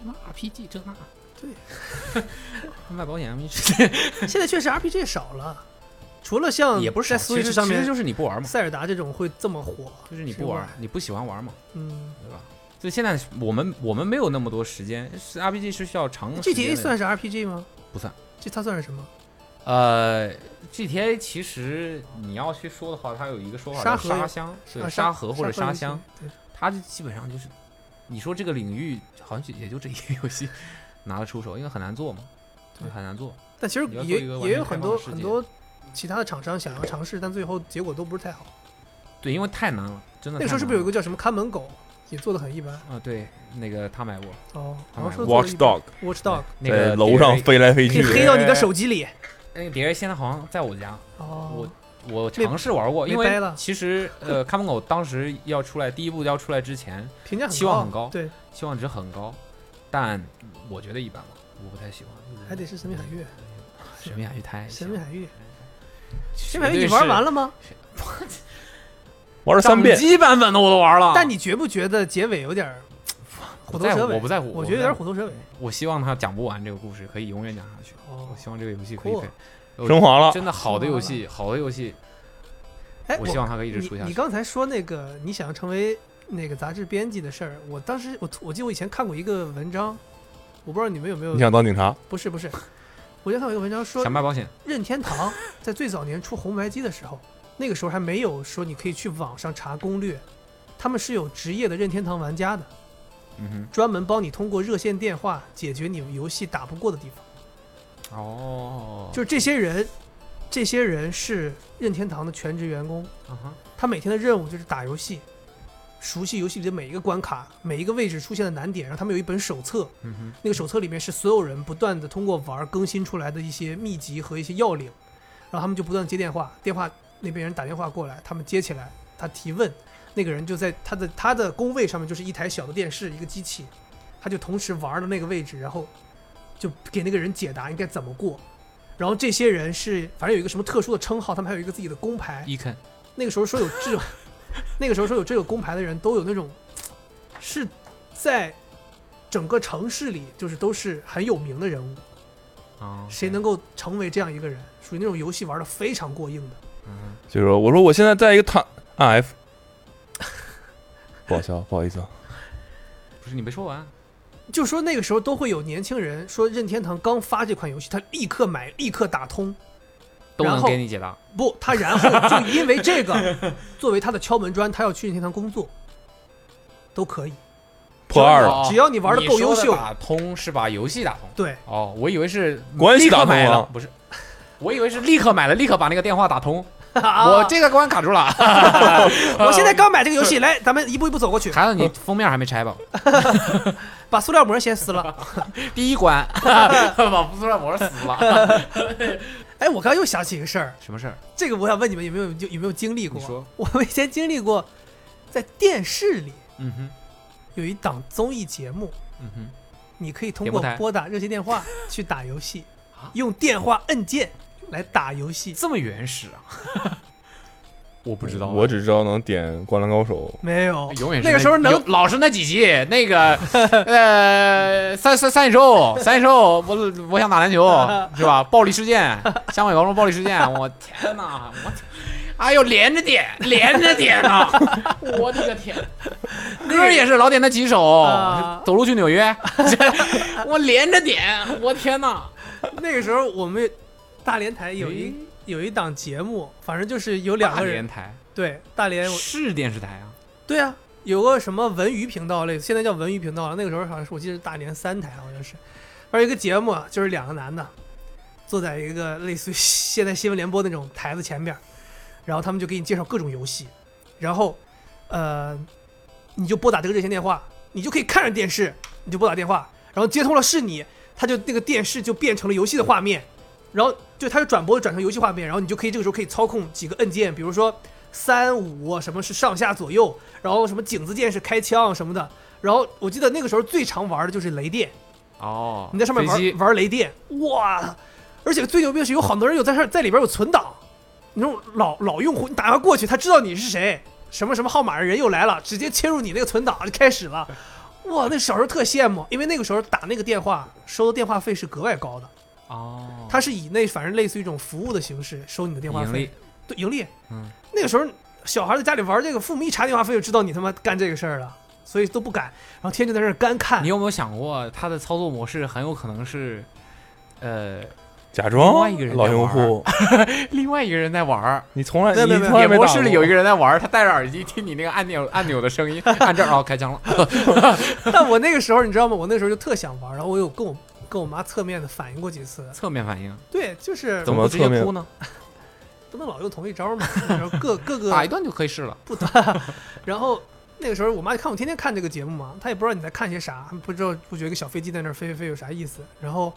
C: 什么 RPG 这那，
D: 对，
C: 卖保险啊
D: 现在确实 RPG 少了，除了像
C: 也不是啊
D: 在
C: 少其
D: Switch
C: 实
D: 上
C: 其实
D: 面
C: 就是你不玩嘛，
D: 塞尔达这种会这么火，
C: 就是你不玩，你不喜欢玩嘛，
D: 嗯
C: 对吧？所以现在我们我们没有那么多时间是，RPG 是需要长时间
D: ，GTA
C: 的
D: 算是 RPG 吗？
C: 不算。
D: 这它算是什么？
C: 呃，GTA 其实你要去说的话，它有一个说法
D: 沙
C: 叫
D: 盒
C: 沙箱，对，
D: 啊
C: 沙盒或者
D: 沙
C: 沙
D: 盒
C: 箱，
D: 游戏，
C: 它就基本上就是，你说这个领域好像就也就这一个游戏拿得出手，因为很难做嘛，就
D: 对
C: 很难做。
D: 但其实
C: 你要做
D: 也
C: 一个完
D: 也
C: 全
D: 有
C: 开
D: 很
C: 放
D: 多
C: 的世
D: 很
C: 界
D: 多其他的厂商想要尝试，但最后结果都不是太好。
C: 对，因为太难了，真的太难了。
D: 那个时候是不是有一个叫什么看门狗，也做的很一般
C: 啊、对，那个他买过，
D: 哦，好像
C: 看门
D: 说
C: 狗
B: Watch Dog
D: Watch Dog
C: 那
B: 在
C: 个哎
B: 楼上
C: DRA
B: 飞来飞
D: 可
B: 去，
D: 以黑到你的手机里。
C: 那个 DRA 现在好像在我家，
D: 哦，
C: 我我尝试玩过，
D: 没
C: 因
D: 掰
C: 为
D: 了
C: 其实呃，看门狗当时要出来第一部要出来之前，
D: 评价很
C: 期望很高
D: 对，
C: 期望值很高，但我觉得一般吧，我不太喜欢。
D: 还得是神秘海域，
C: 神秘海域太
D: 神秘海域，
C: 哎神
D: 神秘海域你玩完
C: 了，
D: 了吗？
B: 玩了三遍
C: 掌，机版本的我都玩了，
D: 但你觉不觉得结尾有点儿虎
C: 不
D: 头
C: 啊在乎
D: 蛇，尾？
C: 我不在乎，
D: 我
C: 不
D: 觉
C: 在
D: 得有点
C: 乎
D: 虎头蛇尾。
C: 我希望他讲不完这个故事，可以永远讲下去。
D: 哦
C: 我，希望这个游戏可以
D: 酷啊
C: 被
B: 升华了。
C: 真的好的游戏，好的游戏，
D: 哎，
C: 我希望它可以一直
D: 你
C: 出下
D: 你
C: 去。
D: 刚才说那个你想成为那个杂志编辑的事儿，我当时我我记得我以前看过一个文章，我不知道你们有没有
B: 你？想当警察？
D: 不是不是，我以前看过一个文章说
C: 想，卖保险，
D: 任天堂在最早年出红白机的时候，那个时候还没有说你可以去网上查攻略，他们是有职业的任天堂玩家的，
C: 嗯
D: 专门帮你通过热线电话解决你游戏打不过的地方。
C: 哼，哦，
D: 就是这些人，这些人是任天堂的全职员工，
C: 啊哈，
D: 他每天的任务就是打游戏，熟悉游戏里的每一个关卡、每一个位置出现的难点，然后他们有一本手册，
C: 嗯哼，
D: 那个手册里面是所有人不断的通过玩儿更新出来的一些秘籍和一些要领，然后他们就不断接电话，电话那边人打电话过来，他们接起来，他提问，那个人就在他的他的工位上面就是一台小的电视，一个机器，他就同时玩儿的那个位置，然后就给那个人解答应该怎么过。然后这些人是，反正有一个什么特殊的称号，他们还有一个自己的工牌，
C: 伊肯，
D: 那个时候说有这种，那个时候说有这个工牌的人都有那种，是在整个城市里就是都是很有名的人物，
C: 啊，
D: 谁能够成为这样一个人，属于那种游戏玩的非常过硬的。
C: 嗯
B: 就是说我说我现在在一个塔 RF，不好笑，不好意思啊。
C: 哼？不是你没说完，
D: 就说那个时候都会有年轻人说任天堂刚发这款游戏，他立刻买，立刻打通。
C: 都
D: 然
C: 能
D: 后
C: 给你解答。
D: 不，他然后就因为这个作为他的敲门砖，他要去任天堂工作，都可以。
B: 破二了，
C: 哦
D: 只要你玩得够优秀
C: 你说的打通是把游戏打通。
D: 对，
C: 哦，我以为是
B: 关系
C: 立刻
B: 打通
C: 买了
B: 了，
C: 不是， 我以为是立刻买了，立刻把那个电话打 通。我
D: 我
C: 这个关卡住了，
D: 我现在刚买这个游戏，来，咱们一步一步走过去。
C: 孩子，你封面还没拆吧？
D: 把塑料膜先撕了。
C: 第一 关，往塑料膜死 了。
D: 哎，我刚又想起一个事儿，
C: 什么事儿？
D: 这个我想问你们有没有有有没有经历过？
C: 你说
D: 我们以前经历过，在电视里
C: 嗯哼，
D: 有一档综艺节目，
C: 嗯哼，
D: 你可以通
C: 节目
D: 过
C: 台
D: 拨打热线 电话去打游戏
C: 啊，
D: 用电话按键来打游戏。
C: 这么原始啊！我不知道啊，
B: 我只知道能点《灌篮高手
D: 没有，
C: 哎永远是
D: 那个时候
C: 有
D: 能
C: 老是那几集，那个呃三三三兽三兽，我我想打篮 球是吧？暴力事件，香港高中暴力事件，我天哪，我哎呦连着点连着点啊！我的个 天，歌儿也是老点那几首
D: 啊，
C: 走路去纽约， 我连着点，我天哪！
D: 那个时候我们大连台有一有一档节目，反正就是有两
C: 大
D: 个
C: 连
D: 人，
C: 台
D: 对大连，
C: 是电视台啊，
D: 对啊，有个什么文娱频道类，现在叫文娱频道了，那个时候好像是我记得是大连三台好像是，而有一个节目啊就是两个男的坐在一个类似于现在新闻联播那种台子前边儿，然后他们就给你介绍各种游戏，然后呃你就拨打这个热线电话，你就可以看着电视，你就拨打电话，然后接通了是你，他就那个电视就变成了游戏的画面，然后就他就转播转成游戏画面，然后你就可以这个时候可以操控几个按键，比如说三五什么是上下左右，然后什么井字键是开枪什么的。然后我记得那个时候最常玩的就是雷电，
C: 哦，
D: 你在上面
C: 飞机
D: 玩玩雷电，哇！而且最牛逼的是有好多人有在上在里边有存档，你那种老老用户，你打电话过去，他知道你是谁，什么什么号码的人又来了，直接切入你那个存档就开始了。哇，那小时候特羡慕，因为那个时候打那个电话收的电话费是格外高的，
C: 哦，
D: 它是以那反正类似于一种服务的形式收你的电话
C: 盈
D: 费
C: 利。
D: 对盈利。
C: 嗯，
D: 那个时候小孩在家里玩这个，父母一查电话费就知道你他妈干这个事儿了，所以都不敢，然后天天在那儿干 看
C: 你。有没有想过，它的操作模式很有可能是，呃，》，
B: 假
C: 另
B: 装
C: 外一个人在
B: 老
C: 玩
B: 用户，
C: 另外一个人在玩儿。
B: 你 从来
E: 没有
B: 你
E: 没有没有
B: 从来
C: 演
B: 没
C: 播
B: 打
C: 室里
B: 过
C: 有一个人在玩儿，他戴着耳机听你那个按钮按钮的声音，按这儿哦，开枪了。
D: 但我那个时候你知道吗？我那个时候就特想玩，然后我有跟我跟我妈侧面的反映过几次。
C: 侧面反应，
D: 对，就是
B: 怎
C: 怎
B: 么
C: 么不直接
B: 侧面
C: 哭呢？
D: 不能老用同一招嘛，然后各各
C: 打一
D: 个，
C: 段就可以试了。
D: 然后。那个时候，我妈看我天天看这个节目嘛，她也不知道你在看些啥，不知道不觉得一个小飞机在那儿飞飞飞有啥意思。然后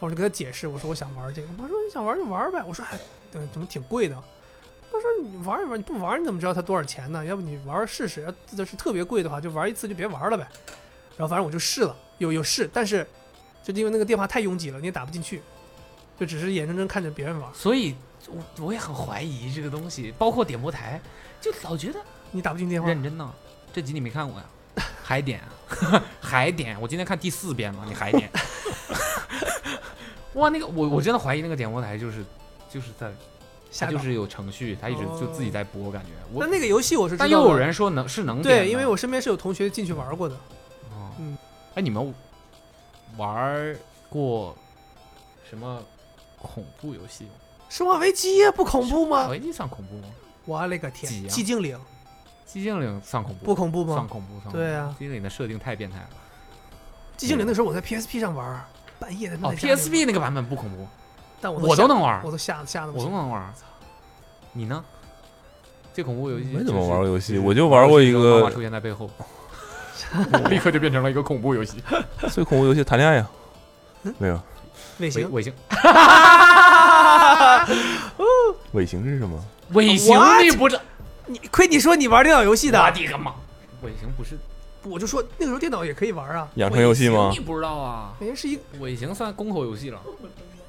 D: 我就跟她解释，我说我想玩这个，我妈说你想玩就玩呗。我说哎，嗯，怎么挺贵的？她说你玩一玩，你不玩你怎么知道它多少钱呢？要不你玩玩试试，要要是特别贵的话，就玩一次就别玩了呗。然后反正我就试了，有有试，但是就因为那个电话太拥挤了，你也打不进去，就只是眼睁睁看着别人玩，
C: 所以我我也很怀疑这个东西，包括点播台，就老觉得
D: 你打不进电话。
C: 认真呢。这集你没看过呀？还点， 还点！我今天看第四遍了，你还点？ 哇，那个我我真的怀疑那个点播台就是就是在
D: 下
C: 它
D: 档
C: 就是有程序，它一直就自己在播，我感觉我
D: 但哦那个游戏我是知道
C: 但
D: 的
C: 又有人说能是能点的
D: 对，因为我身边是有同学进去玩过的，
C: 哦
D: 嗯
C: 哎，你们玩儿过什么恐怖游戏吗？
D: 《生化危机》不恐怖吗？
C: 危机算恐怖吗？
D: 我勒个天！
C: 几啊
D: 寂静岭
C: 寂静岭算恐怖，
D: 不恐怖
C: 算
D: 吗？
C: 恐怖，算
D: 对啊
C: 恐怖寂静岭的设定太变态了。
D: 寂静岭那时候我在 PSP 上玩，半夜的
C: 哦，PSP 那个版本不恐怖，
D: 但我
C: 我都
D: 吓，
C: 能玩儿，
D: 我都吓吓得不
C: 我都
D: 行。
C: 能玩儿。你呢？最恐怖游戏
B: 没怎
C: 就
B: 么
C: 是
B: 玩过游戏
C: 就是
B: 我就玩过一
C: 游戏中妈妈
B: 个
C: 出现在背后， 立刻就变成了一个恐怖游戏。
B: 最恐怖游戏谈恋爱呀，啊没有，
D: 尾
C: 尾
D: 行，
C: 尾行，
B: 尾行是什么？
C: 尾行你不是
D: 你亏你说你玩电脑游戏
C: 我
D: 的，
C: 的个妈！尾行不是
D: 我就说那个时候电脑也可以玩啊。
B: 养成游戏吗
C: 尾行？你不知道啊？
D: 尾行是一
C: 尾行算公口游戏了。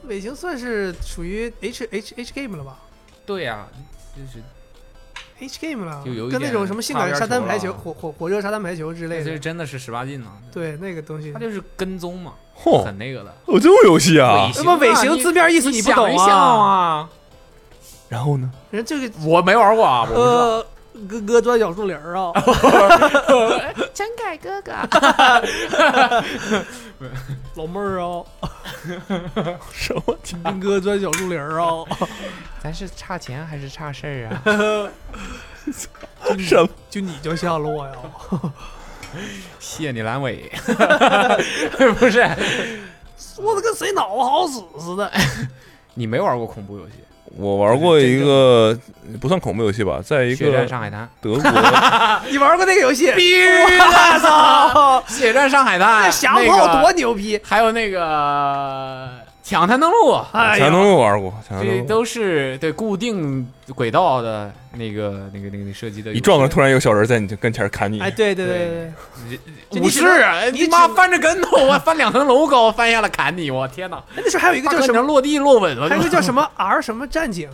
D: 尾行算是属于 H H H game 了吧
C: 对呀、就是
D: ？H game 了
C: 就有，一
D: 跟那
C: 点
D: 种什么性感
C: 擦
D: 沙
C: 边球
D: 滩排球、
C: 了
D: 火火火热沙滩排球之类
C: 啊那就
D: 的，
C: 真的嗯是十八禁呢。
D: 对那个东西
C: 他。就是跟踪嘛，
B: 嚯，
C: 很那个的。
B: 有这种游戏啊
C: 尾？
D: 那
C: 行
D: 么
C: 哦啊
D: 尾行字面意思
C: 你
D: 不懂
C: 想一想啊？
B: 然后呢？
D: 人这个
C: 我没玩过啊，我不知道。
D: 呃，哥哥钻小树林儿 啊，
G: 整改哥哥。
D: 老妹儿啊。
B: 什么？
D: 兵哥钻小树林儿啊！
C: 咱是差钱还是差事儿啊？
B: 什么？
D: 就你就下落呀！
C: 谢你阑尾， 不是
D: 说的跟谁脑子好使似的。
C: 你没玩过恐怖游戏，
B: 我玩过一个不算恐怖游戏吧，在一
C: 血
B: 个
C: 战上海滩，
B: 德国，
D: 你玩过那个游戏？
C: 必须
D: 我
C: 的，
D: 操！
C: 血战上海滩，
D: 那侠炮多
C: 那个
D: 牛逼！
C: 还有那个抢滩登陆，
D: 哎
B: 全
D: 呀，
B: 都玩过，全
C: 这
B: 都
C: 都是对固定轨道的那个那个那个设计的游戏。
B: 一撞上，突然有个小人在你跟前砍你，
D: 哎，对对对对就
C: 武
D: 你
C: 士
D: 只能，
C: 你
D: 啊哎你
C: 妈
D: 只能
C: 翻着跟头，我翻两层楼高，啊翻下来砍你，我天哪！
D: 哎对，那时候还有一个
C: 大
D: 叫
C: 哥，
D: 什
C: 你
D: 么？
C: 能落地落稳了？
D: 还有一个叫什
C: 么？
D: 么 R 什么战警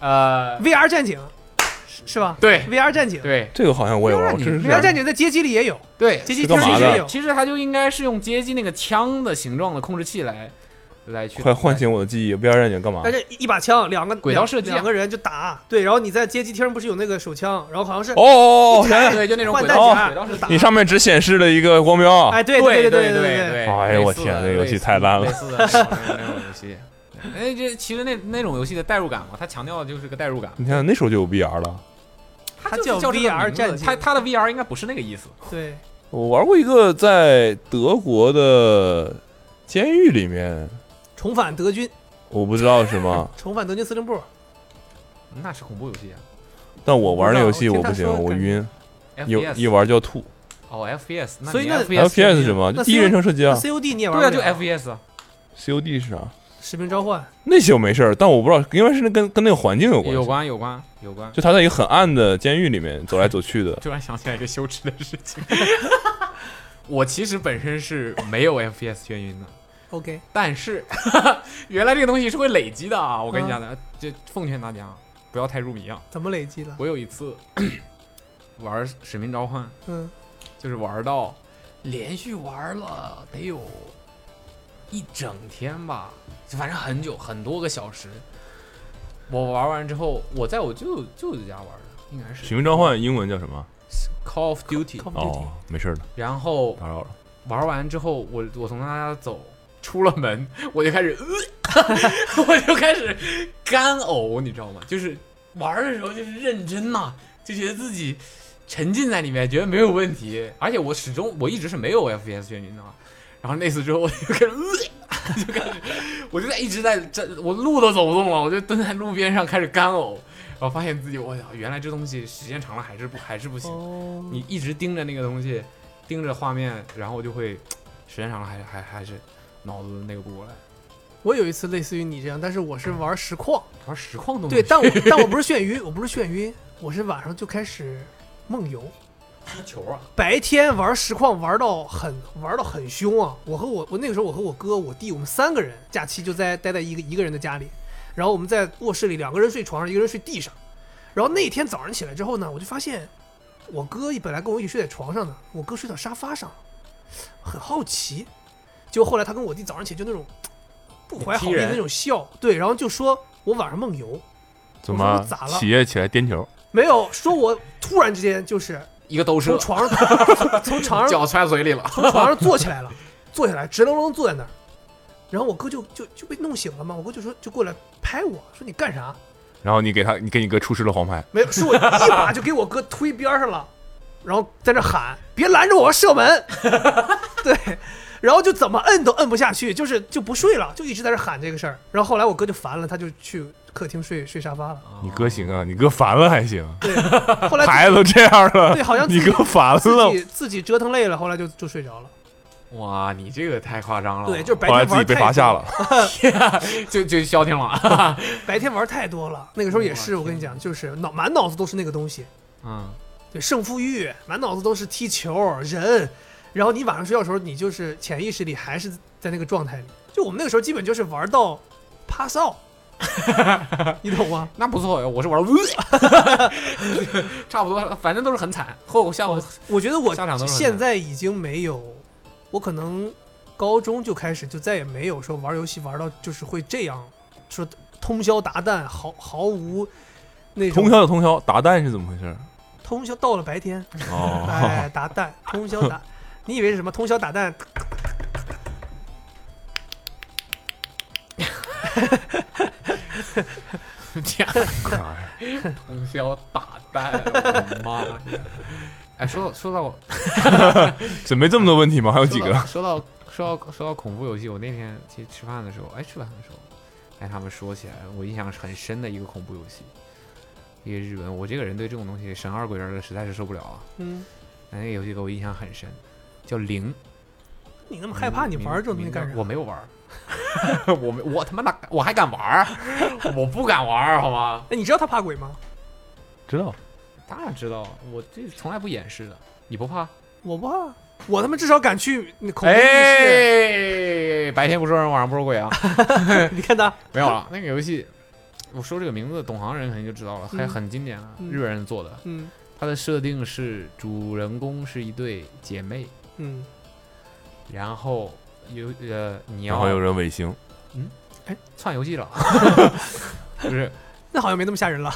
C: 呃，
D: ，VR 战警，是吧？
C: 对
D: ，VR 战警
C: 对
B: 这个好像我也玩过，
C: 你
B: 这是
D: ，VR 战警在街机里也有，
C: 对，
D: 街机
B: 是干
D: 厅
B: 嘛
D: 里
B: 的
D: 也
C: 其
D: 有
C: 实。其实它就应该是用街机那个枪的形状的控制器来来去
B: 快唤醒我的记忆，VR 战警干嘛
D: 但？是一一把枪，两个
C: 啊轨道射击啊
D: 两个人就打。对，然后你在街机厅不是有那个手枪，然后好像是
B: 哦哦哦，想起来
C: 对，就那种
D: 换
C: 轨
D: 弹
C: 道
D: 夹
C: 轨道是打
D: 打。
B: 你上面只显示了一个光标，啊
D: 哎，对
C: 对对
D: 对对
C: 对
D: 对，
B: 哎呦我天这
C: 这
B: 游戏太烂了
C: 类似的那种那种游戏。哎，这其实那那种游戏的代入感嘛，它强调的就是个代入感。
B: 你看那时候就有 VR 了。
C: 它
D: 它
C: 就是
D: 叫
C: 叫这个
D: VR
C: 名字
D: 战警
C: 它它的 VR 应该不是那个意思。
D: 对，
B: 我玩过一个在德国的监狱里面，
D: 重返德军，
B: 我不知道是 吗？
D: 重返德军司令部，
C: 那是恐怖游戏啊
B: 但我玩那游戏
D: 我
B: 我
D: 不知道
B: 不行，
D: 我
B: 我
D: 听他说
B: 晕，
C: ，FPS
B: 一一玩就要吐。
C: 哦，FPS，那
D: 所以
C: 你
D: 那
B: FPS
C: 就是
B: 什？么？
D: 那
B: 第一人称射击
D: 那
B: 啊。
D: COD 你也玩
C: 对
D: 过
C: 啊，
D: 呀？
C: 就 FPS 啊，
B: COD 是啥？
D: 使命召唤，
B: 那些我没事儿，但我不知道，因为是那跟跟那个环境有关系。
C: 有关有关有关。
B: 就他在一个很暗的监狱里面走来走去的
C: 。突然想起来一个羞耻的事情， 我其实本身是没有 FPS 眩晕的，
D: OK，
C: 但 是原来这个东西是会累积的啊！我跟你讲的，这奉劝大家啊不要太入迷啊！
D: 怎么累积的？
C: 我有一次 玩《使命召唤》，
D: 嗯，
C: 就是玩到连续玩了得有一整天吧，就反正很久很多个小时。我玩完之后，我在我舅舅舅家玩的，应该
B: 《
C: 是
B: 使命召唤》英文叫什么？
C: Call of Duty。
D: Call of Duty
B: 哦，没事儿的，
C: 然后
B: 打扰了。
C: 玩完之后，我我从他家走，出了门， 我就开始，呃、 我就开始干呕，你知道吗？就是玩的时候就是认真呐、就觉得自己沉浸在里面，觉得没有问题。而且我始终我一直是没有 FPS 眩晕的啊。然后那次之后，我就开始，呃、 就开始，我就在一直在这，我路都走不动了，我就蹲在路边上开始干呕，然后发现自己，我操，原来这东西时间长了还是不还是不行。
D: 哦，
C: 你一直盯着那个东西，盯着画面，然后就会时间长了还还还是脑子那个不过来。
D: 我有一次类似于你这样，但是我是玩实况，
C: 玩实况都
D: 对，但我但我不是眩晕，我不是眩晕，我是晚上就开始梦游，
C: 踢球啊，
D: 白天玩实况玩到很玩到很凶啊！我和我我那个时候我和我哥我弟我们三个人假期就在待在一个一个人的家里，然后我们在卧室里两个人睡床上，一个人睡地上。然后那天早上起来之后呢，我就发现我哥本来跟我一起睡在床上的，我哥睡到沙发上了，很好奇。结果后来他跟我弟早上起来就那种不怀好意的那种笑，对，然后就说我晚上梦游，
B: 怎
D: 我
B: 么
D: 说咋了
B: 起夜起来颠球？
D: 没有说我突然之间就是
C: 一个兜
D: 从
C: 射，
D: 床上 从床上
C: 脚揣嘴里了。
D: 从床上坐起来了，坐下来直愣愣坐在那儿。然后我哥就就就被弄醒了嘛，我哥就说就过来拍我说你干啥？
B: 然后你给他，你给你哥出示了黄牌。
D: 没有，是我一把就给我哥推边上了，然后在那喊别拦着我我射门， 对，然后就怎么摁都摁不下去，就是就不睡了，就一直在这喊这个事儿。然后后来我哥就烦了，他就去客厅睡睡沙发了。
B: 你哥行啊，你哥烦了还行，
D: 对，后来
B: 牌都这样了，
D: 对好像自
B: 你
D: 己
B: 哥烦
D: 自
B: 了，
D: 己自己折腾累了，后来就就睡着了。
C: 哇，你这个太夸张了。
D: 对，就是白
B: 啊后来
D: 天
B: 自己
D: 玩
B: 被
D: 太
B: 罚下了。
C: 就就消停 了。
D: 白天玩太多了，那个时候也是，
C: 哇
D: 我跟你讲，就是脑满脑子都是那个东西，
C: 嗯，
D: 对，胜负欲，满脑子都是踢球人，然后你晚上睡觉的时候，你就是潜意识里还是在那个状态里。就我们那个时候基本就是玩到 pass out，你懂吗？
C: 那不错呀，我是玩，呃 差不多，反正都是很惨。后果下午
D: 我觉得我
C: 下场都是很
D: 现在已经没有，我可能高中就开始就再也没有说玩游戏玩到就是会这样说通宵达旦，毫毫无那种
B: 通宵就通宵，打蛋是怎么回事？
D: 通宵到了白天。
B: 哦，
D: 哎，打蛋，通宵 打，你以为是什么通宵打蛋？
C: 这样通宵打蛋，我的妈呀！哎，说到说到
B: 准 备这么多问题吗？还有几
C: 说
B: 个
C: 到？说到说到说到恐怖游戏，我那天去吃饭的时候，哎，吃饭的时候，哎，哎，他们说起来，我印象很深的一个恐怖游戏，一个日本，我这个人对这种东西神二鬼人的实在是受不了啊。
D: 嗯，
C: 那个游戏给我印象很深，叫《零》。
D: 你那么害怕，你玩这种东西干啥？
C: 我没有玩儿， 我没我他妈哪我还敢玩儿？ 我不敢玩儿，好吗？
D: 哎，你知道他怕鬼吗？
B: 知道
C: 当然知道，我这从来不掩饰的。你不怕？
D: 我不怕，我他妈至少敢去那恐怖密室。
C: 哎，白天不说人，晚上不说鬼啊！
D: 你看他，
C: 没有啊 了，那个游戏，我说这个名字，懂行人肯定就知道了，还
D: 嗯
C: 很经典啊，
D: 嗯
C: 日本人做的。
D: 嗯
C: 它的设定是主人公是一对姐妹，
D: 嗯，
C: 然后有呃你
B: 然后有
C: 要
B: 人尾行，
C: 窜游 戏了，不是
D: 那好像没那么吓 人了。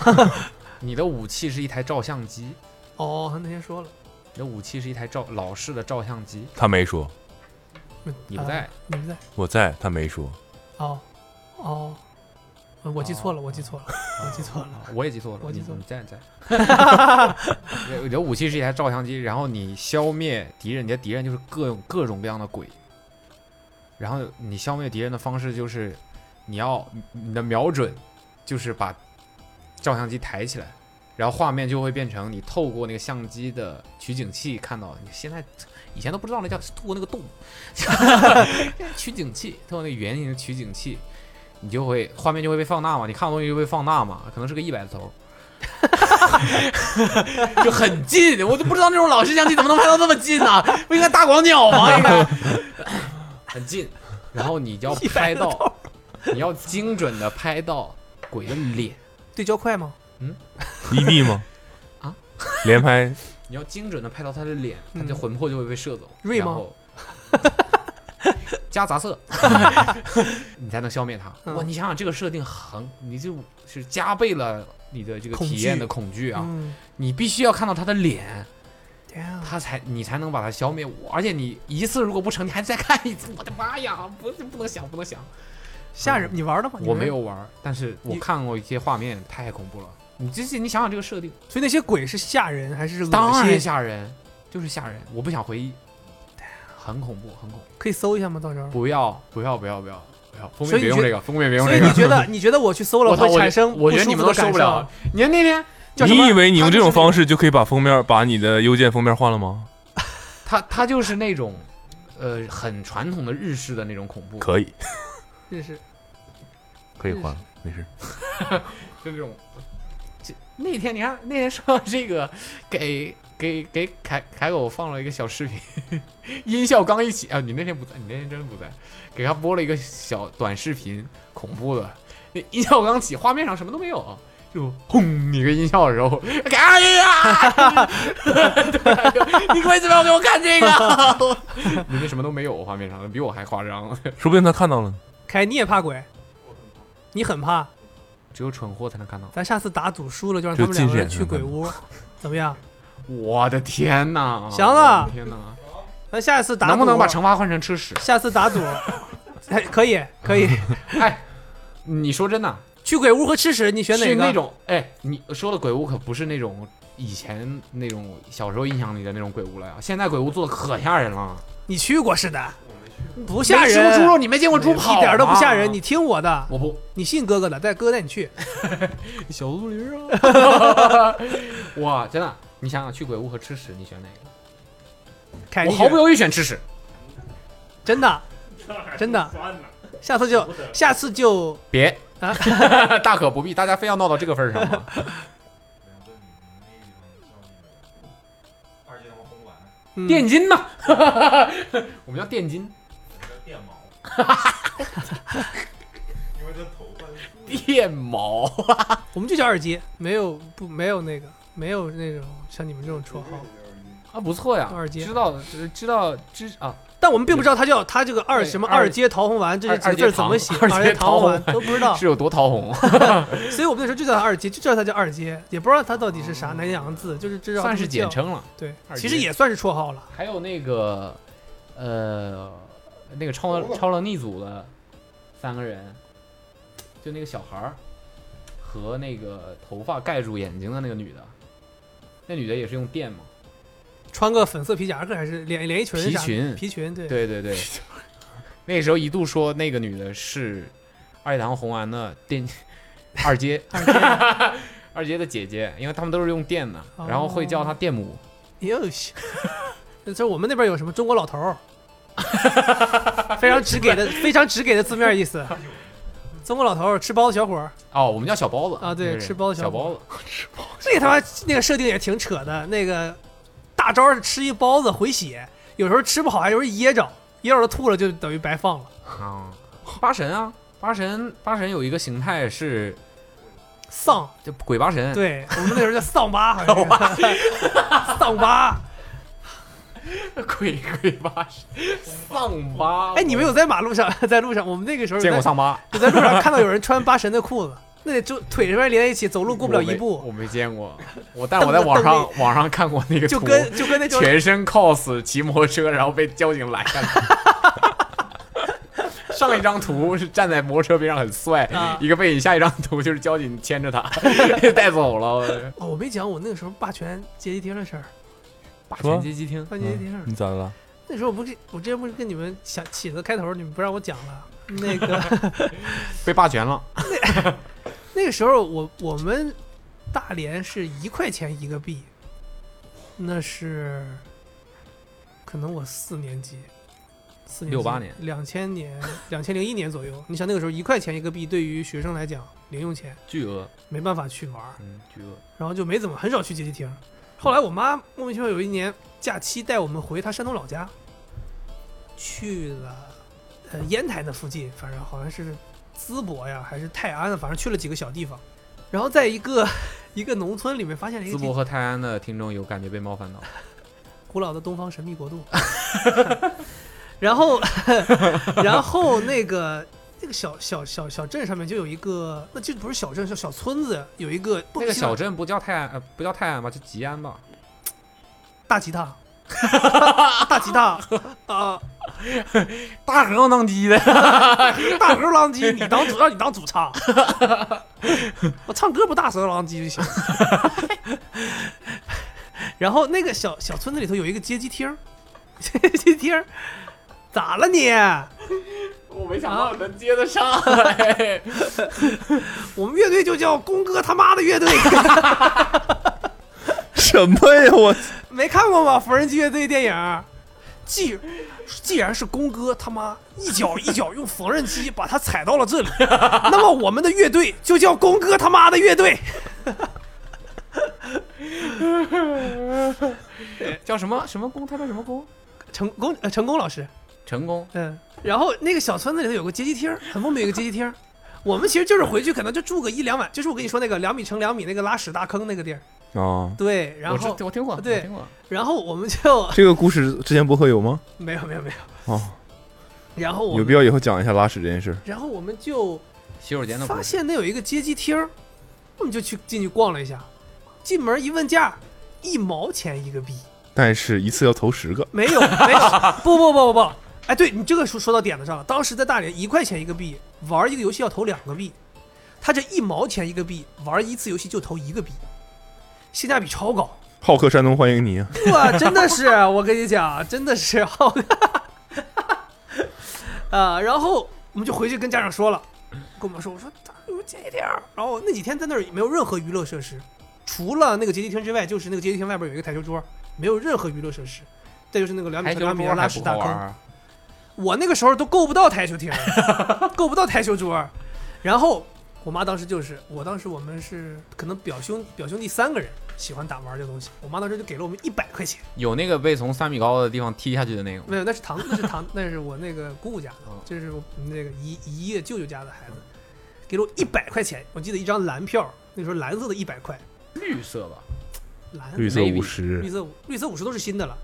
C: 你的武器是一台照相机，
D: 哦，他那天说了，
C: 你的武器是一台照老式的照相机，
B: 他没说，
C: 你不
D: 啊，
C: 在，
D: 你不在。
B: 我在，他没 说，
D: 哦哦，呃我记错
C: 哦
D: 了，我记错了，我记错了。
C: 我也记错了，
D: 我记
C: 你
D: 错了
C: 你在在。你的武器是一台照相机，然后你消灭敌人，你的敌人就是各种各种各样的鬼，然后你消灭敌人的方式就是你要你的瞄准就是把照相机抬起来。然后画面就会变成你透过那个相机的取景器看到，你现在以前都不知道那叫透过那个洞， 取景器，透过那个圆形的取景器，你就会画面就会被放大嘛，你看的东西就会被放大嘛，可能是个一百字头，就很近，我就不知道那种老式相机怎么能拍到这么近呢、不应该大广角吗？应 该很近，然后你就要拍到，你要精准的拍到鬼的脸，
D: 对焦快吗？
B: 异地吗？
C: 啊，
B: 连拍
C: 你要精准的拍到他的脸，他
D: 嗯
C: 的魂魄就会被射走，
D: 锐
C: 然
D: 吗
C: 后加杂 色，你才能消灭他。
D: 嗯
C: 哇，你想想这个设定很，你就是加倍了你的这个
D: 恐
C: 体验
D: 惧
C: 的恐惧啊！
D: 嗯，
C: 你必须要看到他的脸，
D: 对呀，
C: 他才你才能把他消灭。我而且你一次如果不成，你还再看一次。我的妈呀，不不能想，不能想。
D: 吓人！你玩了吗？你
C: 我
D: 玩
C: 没有，玩儿，但是我
D: 你
C: 看过一些画面，太恐怖了。你这些，你想想这个设定，
D: 所以那些鬼是吓人还是恶
C: 当然
D: 心？
C: 吓人，就是吓人。我不想回忆，哎很恐怖，很恐怖。
D: 可以搜一下吗？到时候。
C: 不要不要不要不要不要，封
D: 所
C: 面
D: 以
C: 别
D: 你
C: 用
D: 觉
C: 这个，封面别用
D: 所
C: 这
D: 以
C: 个
D: 你。觉得你觉得我去搜了
C: 我操
D: 会
C: 我
D: 产
C: 觉
D: 生
C: 我觉得你
D: 舒
C: 们
D: 服
C: 都
D: 的
C: 受
D: 感
C: 不
D: 受
C: 了。。啊你看那天叫什么，
B: 你以为你用这种方
C: 式，
B: 式就可以把封面把你的邮件封面换了吗？
C: 他他就是那种，呃，很传统的日式的那种恐怖，
B: 可以，
D: 真是
B: 可以换，没事。
C: 就那种。这那天你看那天说到这个，给给给凯凯狗放了一个小视频， 音效刚一起啊，你那天不在，你那天真不在，给他播了一个小短视频，恐怖的，那音效刚起，画面上什么都没有。就轰一个音效的时候，哎呀！ 你为什么要给我看这个？ 里面什么都没有，画面上比我还夸张。
B: 说不定他看到了呢。
D: 凯，你也怕鬼？你很怕？
C: 只有蠢货才能看到。
D: 咱下次打赌输了就让
B: 就
D: 他们
B: 近
D: 两个
B: 视
D: 人
B: 眼
D: 去
B: 看看
D: 鬼屋，怎么样？
C: 我的天呐！
D: 行了
C: 我的天呐！
D: 咱下一次打赌啊
C: 能不能把惩罚换成吃 屎？
D: 下 次打赌？哎，可以可以，
C: 哎，你说真的，
D: 去鬼屋和吃屎，你选哪
C: 是
D: 个？
C: 那种哎，你说的鬼屋可不是那种以前那种小时候印象里的那种鬼屋了呀，现在鬼屋做的可吓人了，
D: 你去过是的，不
C: 不
D: 吓
C: 吃过猪肉，
D: 人，
C: 你没见过猪跑，啊
D: 一点都不吓人。你。听我的，
C: 我不，
D: 你信哥哥的，带哥哥带你去。
C: 小树林 啊！哇，真的，你想想去鬼屋和吃屎，你选哪个？
D: 凯，
C: 我
D: 哎你
C: 毫
D: 选
C: 不犹豫选吃屎。
D: 真的真的，下次就下次就
C: 别
D: 啊，
C: 大可不必，大家非要闹到这个份儿上吗？
F: 二阶堂轰完，
D: 嗯
C: 电金呢？ 我们叫电金，
F: 叫电 毛，因为他头发是
C: 电毛。
D: 我们就叫二阶，没有不没有那个没有那种像你们这种绰号，
C: 啊，不错呀，
D: 二阶
C: 知道知知道知啊，
D: 但我们并不知道他叫他这个二
C: 对
D: 什么
C: 二
D: 二阶桃红丸这
C: 二
D: 些字儿怎么写，
C: 二阶
D: 二阶桃
C: 桃
D: 红
C: 红
D: 丸都不知道。
C: 是有多桃红，
D: 所以我们那时候就叫他二阶，就叫他叫二阶，也不知道他到底是啥南洋字，就是知道
C: 哦算
D: 这
C: 是
D: 么
C: 简
D: 叫。
C: 称了。
D: 对
C: 二，阶
D: 其实也算是绰号了。
C: 还有那个呃，那个超能超能力组的三个人，就那个小孩儿和那个头发盖住眼睛的那个女的，那女的也是用电嘛，
D: 穿个粉色皮夹克还是连连衣裙
C: 皮
D: 啥的？
C: 裙
D: 皮裙对。
C: 对对对，那时候一度说那个女的是。二阶堂红丸的电二 阶 二阶的姐姐，因为他们都是用电的，
D: 哦
C: 然后会叫她电母。
D: 哟 西，这我们那边有什么中国老头 儿，非常直给的，非常直给的字面意思。中国老头儿吃包子小伙儿，
C: 哦，我们叫小包子
D: 啊对
C: 那个人
D: 吃包子
C: 小
D: 小
C: 包子。
D: 这个他妈那个设定也挺扯的。那个大招是吃一包子回血，有时候吃不好还有时候噎着，噎着了吐了就等于白放了。
C: 啊，八神啊，八神，八神有一个形态是
D: 丧，
C: 就鬼八神，，
D: 对我们那时候叫丧八，好像是丧 八。
C: 鬼鬼八神，丧八。
D: 哎，你们有在马路上，在路上，我们那个时候有
C: 见过
D: 在
C: 丧八？
D: 有在路上看到有人穿八神的裤子，那得就腿上面连在一起，走路过不了
C: 我没
D: 一步。
C: 我没见过，我但我在网
D: 蹬
C: 上网上看过那个
D: 就
C: 图
D: 跟就跟那种
C: 全身 cos 骑摩托车，然后被交警拦下来。 上一张图是站在摩托车边上很帅，
D: 啊
C: 一个背影；下一张图就是交警牵 着他带走了。
D: 哦，我没讲我那个时候霸权阶级厅的事儿，
C: 霸
B: 什么
C: 权街机厅，
D: 霸权阶级厅
C: 嗯
D: 的事儿。
B: 你咋了？
D: 那时候我不是我之前不是跟你们想起的开头，你们不让我讲了。那个
C: 被霸权了。
D: 那个时候我我们大连是一块钱一个币，那是可能我四年级。四年级
C: 68年，
D: 两千年，两千零一年左右。你想那个时候一块钱一个币，对于学生来讲零用钱，
C: 巨额，
D: 没办法去玩儿。
C: 嗯，巨额，
D: 然后就没怎么很少去街机厅。后来我妈莫名其妙有一年假期带我们回她山东老家，去了呃烟台那附近，反正好像是淄博呀还是泰安，啊反正去了几个小地方。然后在一个 一个农村里面发现了一
C: 淄
D: 个
C: 博和泰安的听众有感觉被冒犯到，
D: 古老的东方神秘国度。 然后， 然后那个那个小小小小镇上面就有一个，那就不是小镇，是小村子，有一个
C: 那个小镇不啊叫泰安，呃，不叫泰安吧，叫吉安吧。
D: 大吉他， 大吉他啊，
C: 大河当机的，
D: 大河浪叽，你当主让你当主唱，我唱歌不大舌浪叽就行。 然后那个小小村子里头有一个街机厅儿，街机厅儿咋了你？
C: 我没想到能接得上。
D: 我们乐队就叫公哥他妈的乐队，
E: 什么呀？我
D: 没看过吗？缝纫机乐队电影儿。既既然是公哥他妈一脚 一脚用缝纫机把他踩到了这里， 那么我们的乐队就叫公哥他妈的乐队。
C: 哎叫什么什么宫？他叫什么宫？
D: 成功呃成功老师，
C: 成功。
D: 嗯，然后那个小村子里头有个街机厅，很后面有个街机厅，我们其实就是回去可能就住个一两晚，就是我跟你说那个两米乘两米那个拉屎大坑那个地儿，
B: 啊，
D: 对，然
C: 我
D: 后
C: 知我听过，
D: 对
C: 我听过。
D: 然后我们就
B: 这个故事之前博客有吗？
D: 没有没有没有，
B: 哦，
D: 然后我
B: 有
D: 们
B: 必要以后讲一下拉屎这件事。
D: 然后我们就
C: 洗手间的
D: 发现那有一个街机厅，我们就去进去逛了一下，进门一问价，一毛钱一个币，
B: 但是一次要投十个，
D: 没有没有，不不不不不，哎，对你这个说说到点子上了，当时在大连一块钱一个币玩一个游戏要投两个币，他这一毛钱一个币玩一次游戏就投一个币，性价比超高。
B: 好客山东欢迎你啊！
D: 哇，真的是，啊我跟你讲，真的是好，啊，然后我们就回去跟家长说了，跟我们说，我说咋有这地儿？然后那几天在那儿也没有任何娱乐设施，除了那个阶梯厅之外，就是那个阶梯厅外边有一个台球桌，没有任何娱乐设施。再就是那个两米
C: 台
D: 乘
C: 球
D: 两米
C: 桌还
D: 的拉
C: 不
D: 屎
C: 好
D: 大
C: 玩
D: 坑，
C: 儿，
D: 我那个时候都够不到台球厅，够不到台球桌。然后我妈当时就是，我当时我们是可能表兄表兄弟三个人喜欢打玩儿这东西，我妈当时就给了我们一百块钱。
C: 有那个被从三米高的地方踢下去的那个吗
D: 没有，那是堂，那是 堂，那是我那个姑姑家的
C: 哦，
D: 这是我们那个姨姨爷舅舅家的孩子，给了我一百块钱，我记得一张蓝票，那时候蓝色的一百块，
C: 绿色吧？
D: 蓝
B: 绿色
C: Maybe
B: 五十
D: 绿，色五绿色五十都是新的了，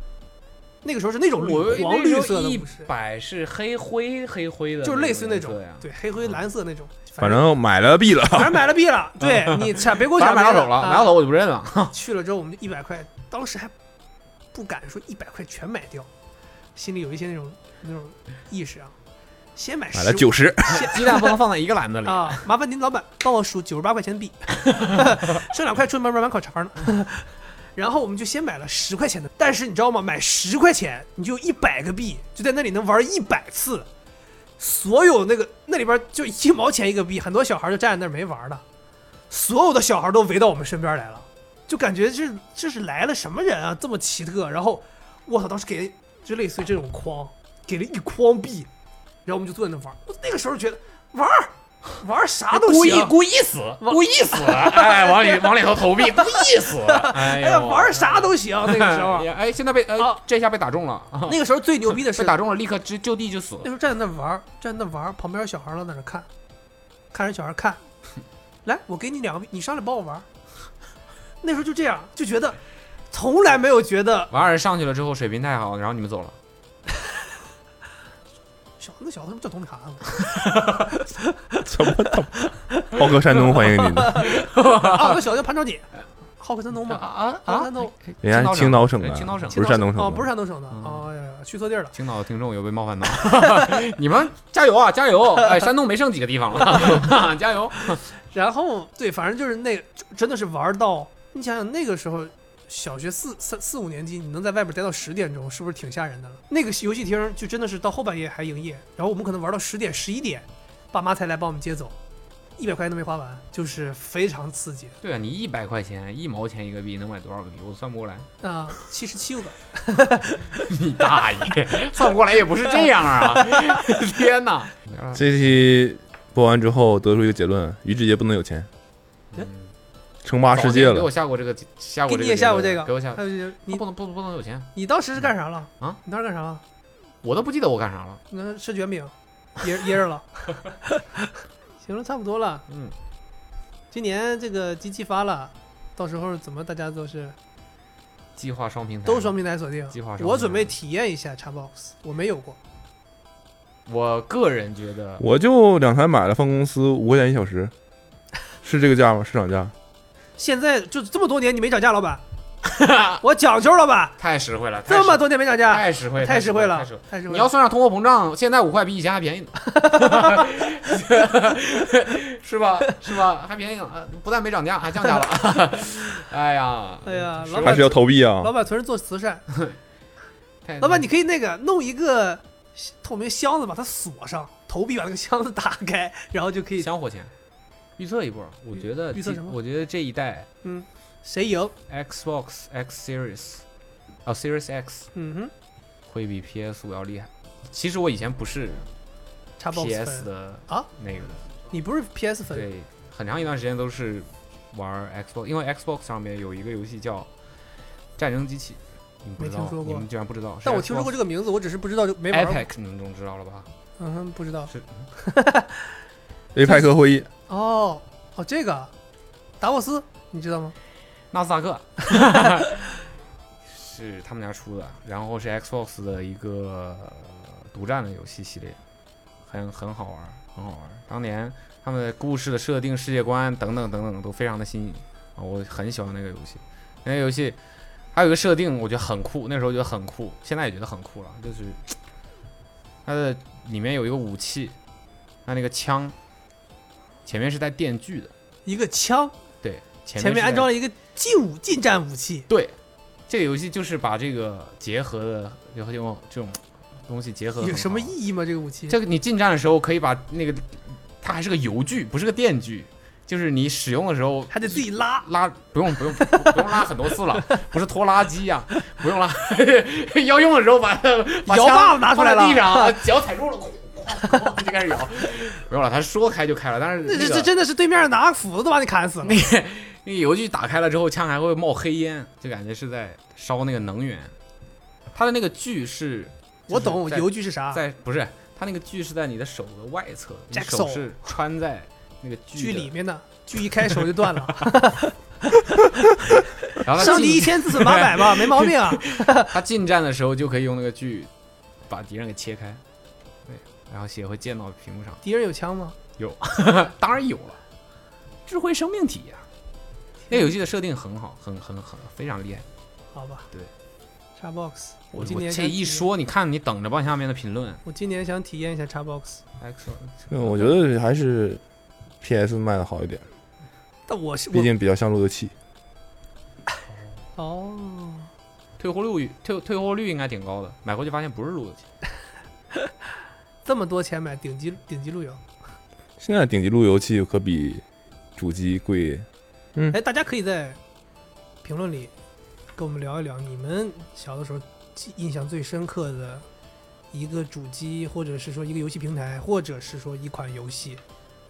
D: 那个时候是那种绿
C: 我
D: 黄绿色的
C: 一
D: 五十，
C: 百啊是黑灰黑灰的，
D: 就是类似于那
C: 种
D: 种
C: 呀，。
D: 对黑灰蓝色那种，
B: 反
D: 正
B: 正买了币了。
D: 反正买了 币了，对你抢别给我
C: 反
D: 抢
C: 正买到
D: 别
C: 手了，
D: 啊
C: 买到手我就不认了。
D: 去了之后，我们就一百块，当时还不敢说一百块全买掉，心里有一些那种那种意识啊，先买
B: 买了
D: 15
B: 九十，
D: 先
C: 鸡蛋不能放在一个篮 子里。
D: 啊，麻烦您老板帮我数九十八块钱的币，剩两块出门买碗烤肠呢。然后我们就先买了十块钱的，但是你知道吗？买十块钱你就一百个币，就在那里能玩一百次，所有那个那里边就一毛钱一个币，很多小孩就站在那儿没玩了，所有的小孩都围到我们身边来了，就感觉这这是来了什么人啊，这么奇特。然后我操，当时给就类似于这种筐，给了一筐币，然后我们就坐在那玩。我那个时候觉得玩儿玩儿啥都
C: 故意
D: 行，
C: 故意死，故意死，哎，往里往里头投币，故意死， 哎
D: 哎
C: 呀
D: 呀，玩儿啥都行。那个时候
C: 哎，呀哎，现在被呃
D: 啊
C: 这下被打中了，
D: 那个时候最牛逼 的是
C: 被打中了，立刻就就地就死
D: 那时候站在那玩儿，站在那玩儿，旁边有小孩儿老在那看，看着小孩 儿看，来，我给你两个币，你上来帮我玩儿。 那时候就这样，就觉得从来没有觉得
C: 完儿上去了之后水平太好，然后你们走了，
D: 小那小子他妈叫董啥呢？
B: 怎么怎么？浩哥山东欢迎您，
D: 啊，那小子叫潘 长姐，浩克山东吗？
C: 啊
D: 啊山东
B: 人家青岛省的，
C: 青岛省
B: 不是山东省的，
D: 哦，不是山东省的，
C: 嗯
D: 哦哎呀，去错地儿了。
C: 青岛的听众有被冒犯到， 你们加油啊，加油！哎，山东没剩几个地方了， 加油！
D: 然后对，反正就是那就真的是玩儿到你想想那个时候，小学四三四五年级，你能在外边待到十点钟，是不是挺吓人的了？那个游戏厅就真的是到后半夜还营业，然后我们可能玩到十点十一点，爸妈才来把我们接走，一百块钱都没花完，就是非常刺激
C: 对啊，你一百块钱一毛钱一个币能买多少个币？我算不过来，
D: 啊！七十七个，
C: 你 大爷，算不过来也不是这样 啊！天哪！
B: 这期播完之后得出一个结论：愚之杰不能有钱，称霸世界
C: 给我
B: 了。
C: 下过这个，下
D: 给
C: 过这个，
D: 你也下过这个，
C: 给我下
D: 还
C: 过。
D: 有就是
C: 你
D: 你
C: 不能不不能有钱，
D: 你当时是干啥了
C: 啊？
D: 你当时干啥了？
C: 我都不记得我干啥了。
D: 那吃卷饼，噎噎着了。 行了，差不多了。
C: 嗯，
D: 今年这个机器发了，到时候怎么大家都是
C: 计划双平台
D: 都双平台锁定
C: 哎计划上。面
D: 我准备体验一下 Xbox，我没有过。
C: 我个人觉得
B: 我就两台买了，放公司五块钱一小时，是这个价吗？市场价？
D: 现在就这么多年你没涨价，老板， 我讲究老板，
C: 太实惠了，太实
D: 这么多年没涨价，
C: 太实惠，
D: 太
C: 实
D: 实
C: 惠
D: 惠
C: 太
D: 了
C: 实惠。，
D: 太实
C: 你
D: 惠
C: 要
D: 了。
C: 算上通货膨胀，现在五块比以前还便宜 呢，是吧？是吧？还便宜呢，呃不但没涨价，还降价了。 哎呀，
D: 哎呀
C: 是
D: 老板
B: 还是要投币啊
D: 老？板存着做慈善，
C: 嗯太
D: 老板你可以那个弄一个透明箱子把它锁上，投币把那个箱子打开，然后就可以
C: 香火钱，预测一波，我觉得
D: 预测
C: 这
D: 什么
C: 我觉得这一代
D: 谁赢？
C: Xbox X Series 啊、Series X
D: 嗯
C: 会比 PS 五要厉害。其实我以前不是
D: 哼，Xbox
C: PS
D: 粉，
C: 的
D: 啊
C: 那个的，
D: 你不是 PS 粉，
C: 对，很长一段时间都是玩 Xbox，因为 Xbox 上面有一个游戏叫《战争机器》，你们不
D: 没
C: 知道
D: 听说，过
C: 你们居然不知道？
D: 但我听说过这个名字，我只是不知道就没玩过。
C: 啊 Epic，你们总知道了吧？
D: 嗯哼，不知道。
B: 雷派克会议，
D: 哦哦，这个啊达沃斯你知道吗？
C: 纳斯达克 是他们家出的，然后是 Xbox 的一个呃独占的游戏系列，很很好玩，很好玩。当年他们的故事的设定、世界观等等等等都非常的新颖啊，我很喜欢那个游戏。那个游戏还有一个设定，我觉得很酷，那时候觉得很酷，现在也觉得很酷了，就是它的里面有一个武器，它那个枪前面是带电锯的，
D: 一个枪，
C: 对，前面
D: 前
C: 是
D: 面安
C: 带
D: 装了一个近武近战武器，
C: 对，这个游戏就是把这个结合的，然后用这种东西结合得
D: 有
C: 很
D: 什么
C: 好？
D: 意义吗？这个武器？
C: 这个你近战的时候可以把那个，它还是个油锯，不是个电锯，就是你使用的时候
D: 还得自己拉，
C: 拉，不用不用不不用拉很多次了，不是拖拉机呀、不用拉， 要用的时候把把
D: 摇
C: 枪
D: 把子拿出来了
C: 放在地上， 脚踩住了，哐哐哐就开始摇，没有了，它说开就开了，但是、
D: 这
C: 那个、
D: 这这真的是对面拿个斧子都把你砍死了。
C: 那个油锯打开了之后，枪还会冒黑烟，就感觉是在烧那个能源。它的那个锯是，
D: 我
C: 就
D: 懂
C: 是在
D: 邮局是啥，
C: 在不是它那个锯是在你的手的外侧，你
D: Jackson
C: 手是穿在那个锯
D: 剧
C: 的
D: 里，面的剧一开手就断 了，
C: 然后它
D: 上帝一
C: 近
D: 千自损 八百吧，没毛病啊。
C: 它近战的时候就可以用那个锯把敌人给切开，对，然后血会溅到屏幕上，
D: 敌人有枪吗？
C: 当然有了，智慧生命体呀、那游戏的设定很好，很很很非常厉害。
D: 好吧，
C: 对
D: ，Xbox，
C: 我
D: 今年
C: 这
D: 想
C: 一
D: 体，
C: 说，你看你等着吧，下面的评论。
D: 我今年想体验一下 Xbox，
C: X，
B: 嗯，我觉得还是 PS 卖的好一点，
D: 但我是
B: 毕
D: 我
B: 竟比较像路由器。
D: 哦，
C: 退货率退退货率应该挺高的，买回去发现不是路由器。
D: 这么多钱买顶级顶级路由。
B: 现在顶级路由器可比主机贵。
D: 哎，大家可以在评论里跟我们聊一聊，你们小的时候记印象最深刻的一个主机，或者是说一个游戏平台，或者是说一款游戏，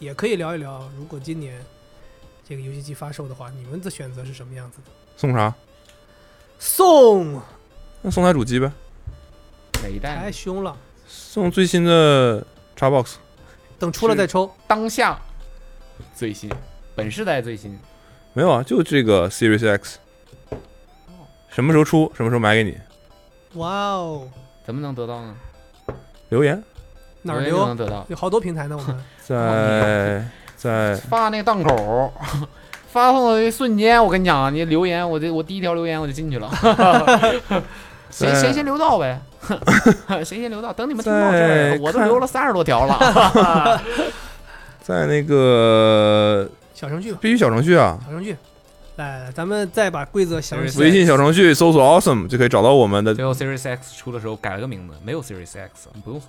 D: 也可以聊一聊。如果今年这个游戏机发售的话，你们的选择是什么样子的？
B: 送啥？
D: 送
B: 那送台主机呗，
C: 哪一代
D: 太
C: 呢？
D: 凶了，
B: 送最新的 Xbox。
D: 等出了再抽。
C: 当下最新，本世代最新，
B: 没有啊，就这个 Series X，什么时候出，什么时候买给你。
D: 哇哦，
C: 怎么能得到呢？
B: 留言
D: 哪儿
C: 我也
D: 留？
C: 能得到？
D: 有好多平台呢，我们
B: 在在
C: 发那个档口， 发送的一瞬间，我跟你讲，你留言，我这我第一条留言我就进去 了，谁谁先留到呗， 谁先留到，等你们听到这儿，
D: 哎
B: 在
C: 我都
B: 看
C: 留了三十多条 了，
B: 在那个
D: 小程序吧，
B: 必须小程序啊，
D: 小程序。来，来咱们再把规则详细
B: 微信小程序搜索 Awesome 就可以找到我们的，
C: 最后 Series X 出的时候改了个名字，没有 Series X，你不用搜。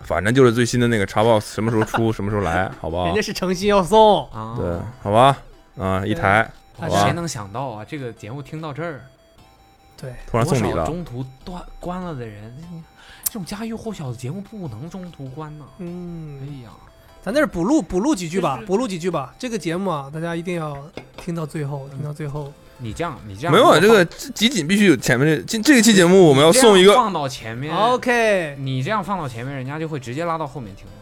B: 反正就是最新的那个 Xbox 什么时候出，什么时候来，好不好
D: 人家？是诚心要送，
C: 啊，
B: 对，好吧，啊，一台
D: 好
B: 吧
C: 谁能想到啊？这个节目听到这儿，
D: 对，
B: 突然送礼
C: 多少
B: 了，
C: 中途断关了的人，这种家喻户晓的节目不能中途关呐。哎
D: 嗯。
C: 呀，
D: 咱在这儿补录补录几句吧
C: 就，是
D: 补录几句吧。这个节目啊，大家一定要听到最
C: 嗯
D: 后，听到最后。
C: 你这样，你这样
B: 没有啊，
C: 我
B: 这个集锦必须有前面这这这个期节目我们要送一
C: 这样
B: 个，
C: 放到前面。
D: OK，
C: 你这样放到前面，人家就会直接拉到后面听了。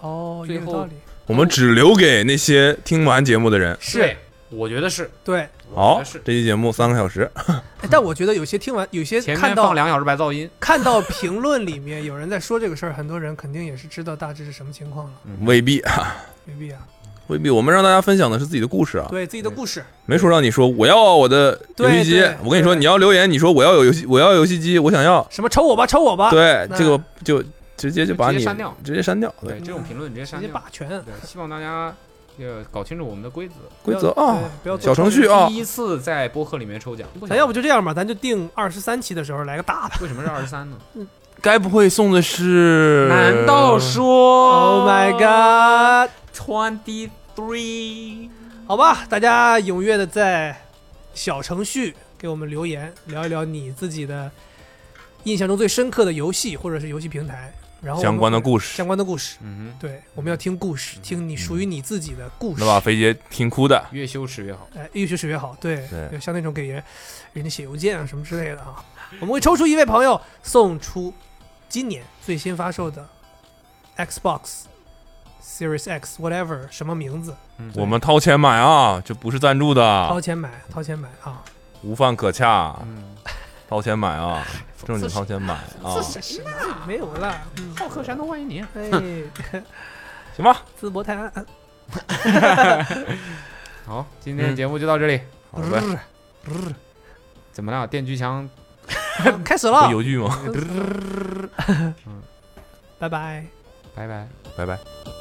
D: 哦，
C: 最
D: 有
C: 后
D: 道理，
B: 我们只留给那些听完节目的人。
D: 是，
C: 我觉得是，
D: 对。
C: 我觉
B: 好
C: 得，是。
B: 这期节目三个小时，
D: 哎但我觉得有些听完，有些
C: 前
D: 看
C: 面
D: 到
C: 放两小时白噪音，
D: 看到评论里面有人在说这个事儿，很多人肯定也是知道大致是什么情况了，
B: 未必 啊，
D: 未必啊。
B: 未必，我们让大家分享的是自己的故事啊，
D: 对自己的故事，
B: 没说让你说我要我的游戏机
D: 对对，
B: 我跟你说
D: 对
B: 你要留言，你说我要有游戏，我要游戏机，我想要，
D: 什么抽我吧，抽我吧，
B: 对，
D: 那
B: 这个就直接就把
C: 直接
B: 你
C: 删掉
B: 直接删掉，对
C: 对这种评论直接
D: 直
C: 删
D: 接
C: 掉。
D: 霸权
C: 对，希望大家要搞清楚我们的规 则。
B: 规则，
D: 不要
B: 啊，
D: 对不要做
B: 小程序啊
C: 第，一次在播客里面抽奖，
D: 咱要不就这样吧，咱就定二十三期的时候来个大的。
C: 为什么是二十 三呢？
B: 该不会送的是？
C: 难道说
D: Oh my god！
C: twenty three？
D: 好吧，大家踊跃的在小程序给我们留言，聊一聊你自己的印象中最深刻的游戏或者是游戏平台，然后我们
B: 相关的故
D: 相
B: 事？
D: 关的故事。
C: 嗯
D: 对，我们要听故事，听你属于你自己的故
B: 嗯
D: 事
B: 那。把肥姐听哭的，
C: 哼，越羞耻越好。
D: 哎，越学识越好。对，
B: 对
D: 像那种给人人家写邮件啊什么之类的啊，我们会抽出一位朋友送出今年最新发售的 Xbox Series X whatever 什么名字，
C: 嗯
B: 我们掏钱买啊，这不是赞助
D: 掏
B: 的，
D: 钱买，掏钱买啊！
B: 无饭可恰，
C: 嗯，
B: 掏钱买啊，正经掏钱买啊，
D: 谁呢？没有了。嗯
C: 好客山东欢迎你。
D: 哎，
B: 行吧，
D: 淄博呃泰安，
C: 好，
B: 嗯
C: 今天节目就到这里。
B: 好呗，
C: 怎么了？电锯墙
D: 开始
B: 会
D: 了，
B: 犹豫吗？
D: 拜拜。
C: 拜拜。
B: 拜拜。
D: 拜拜。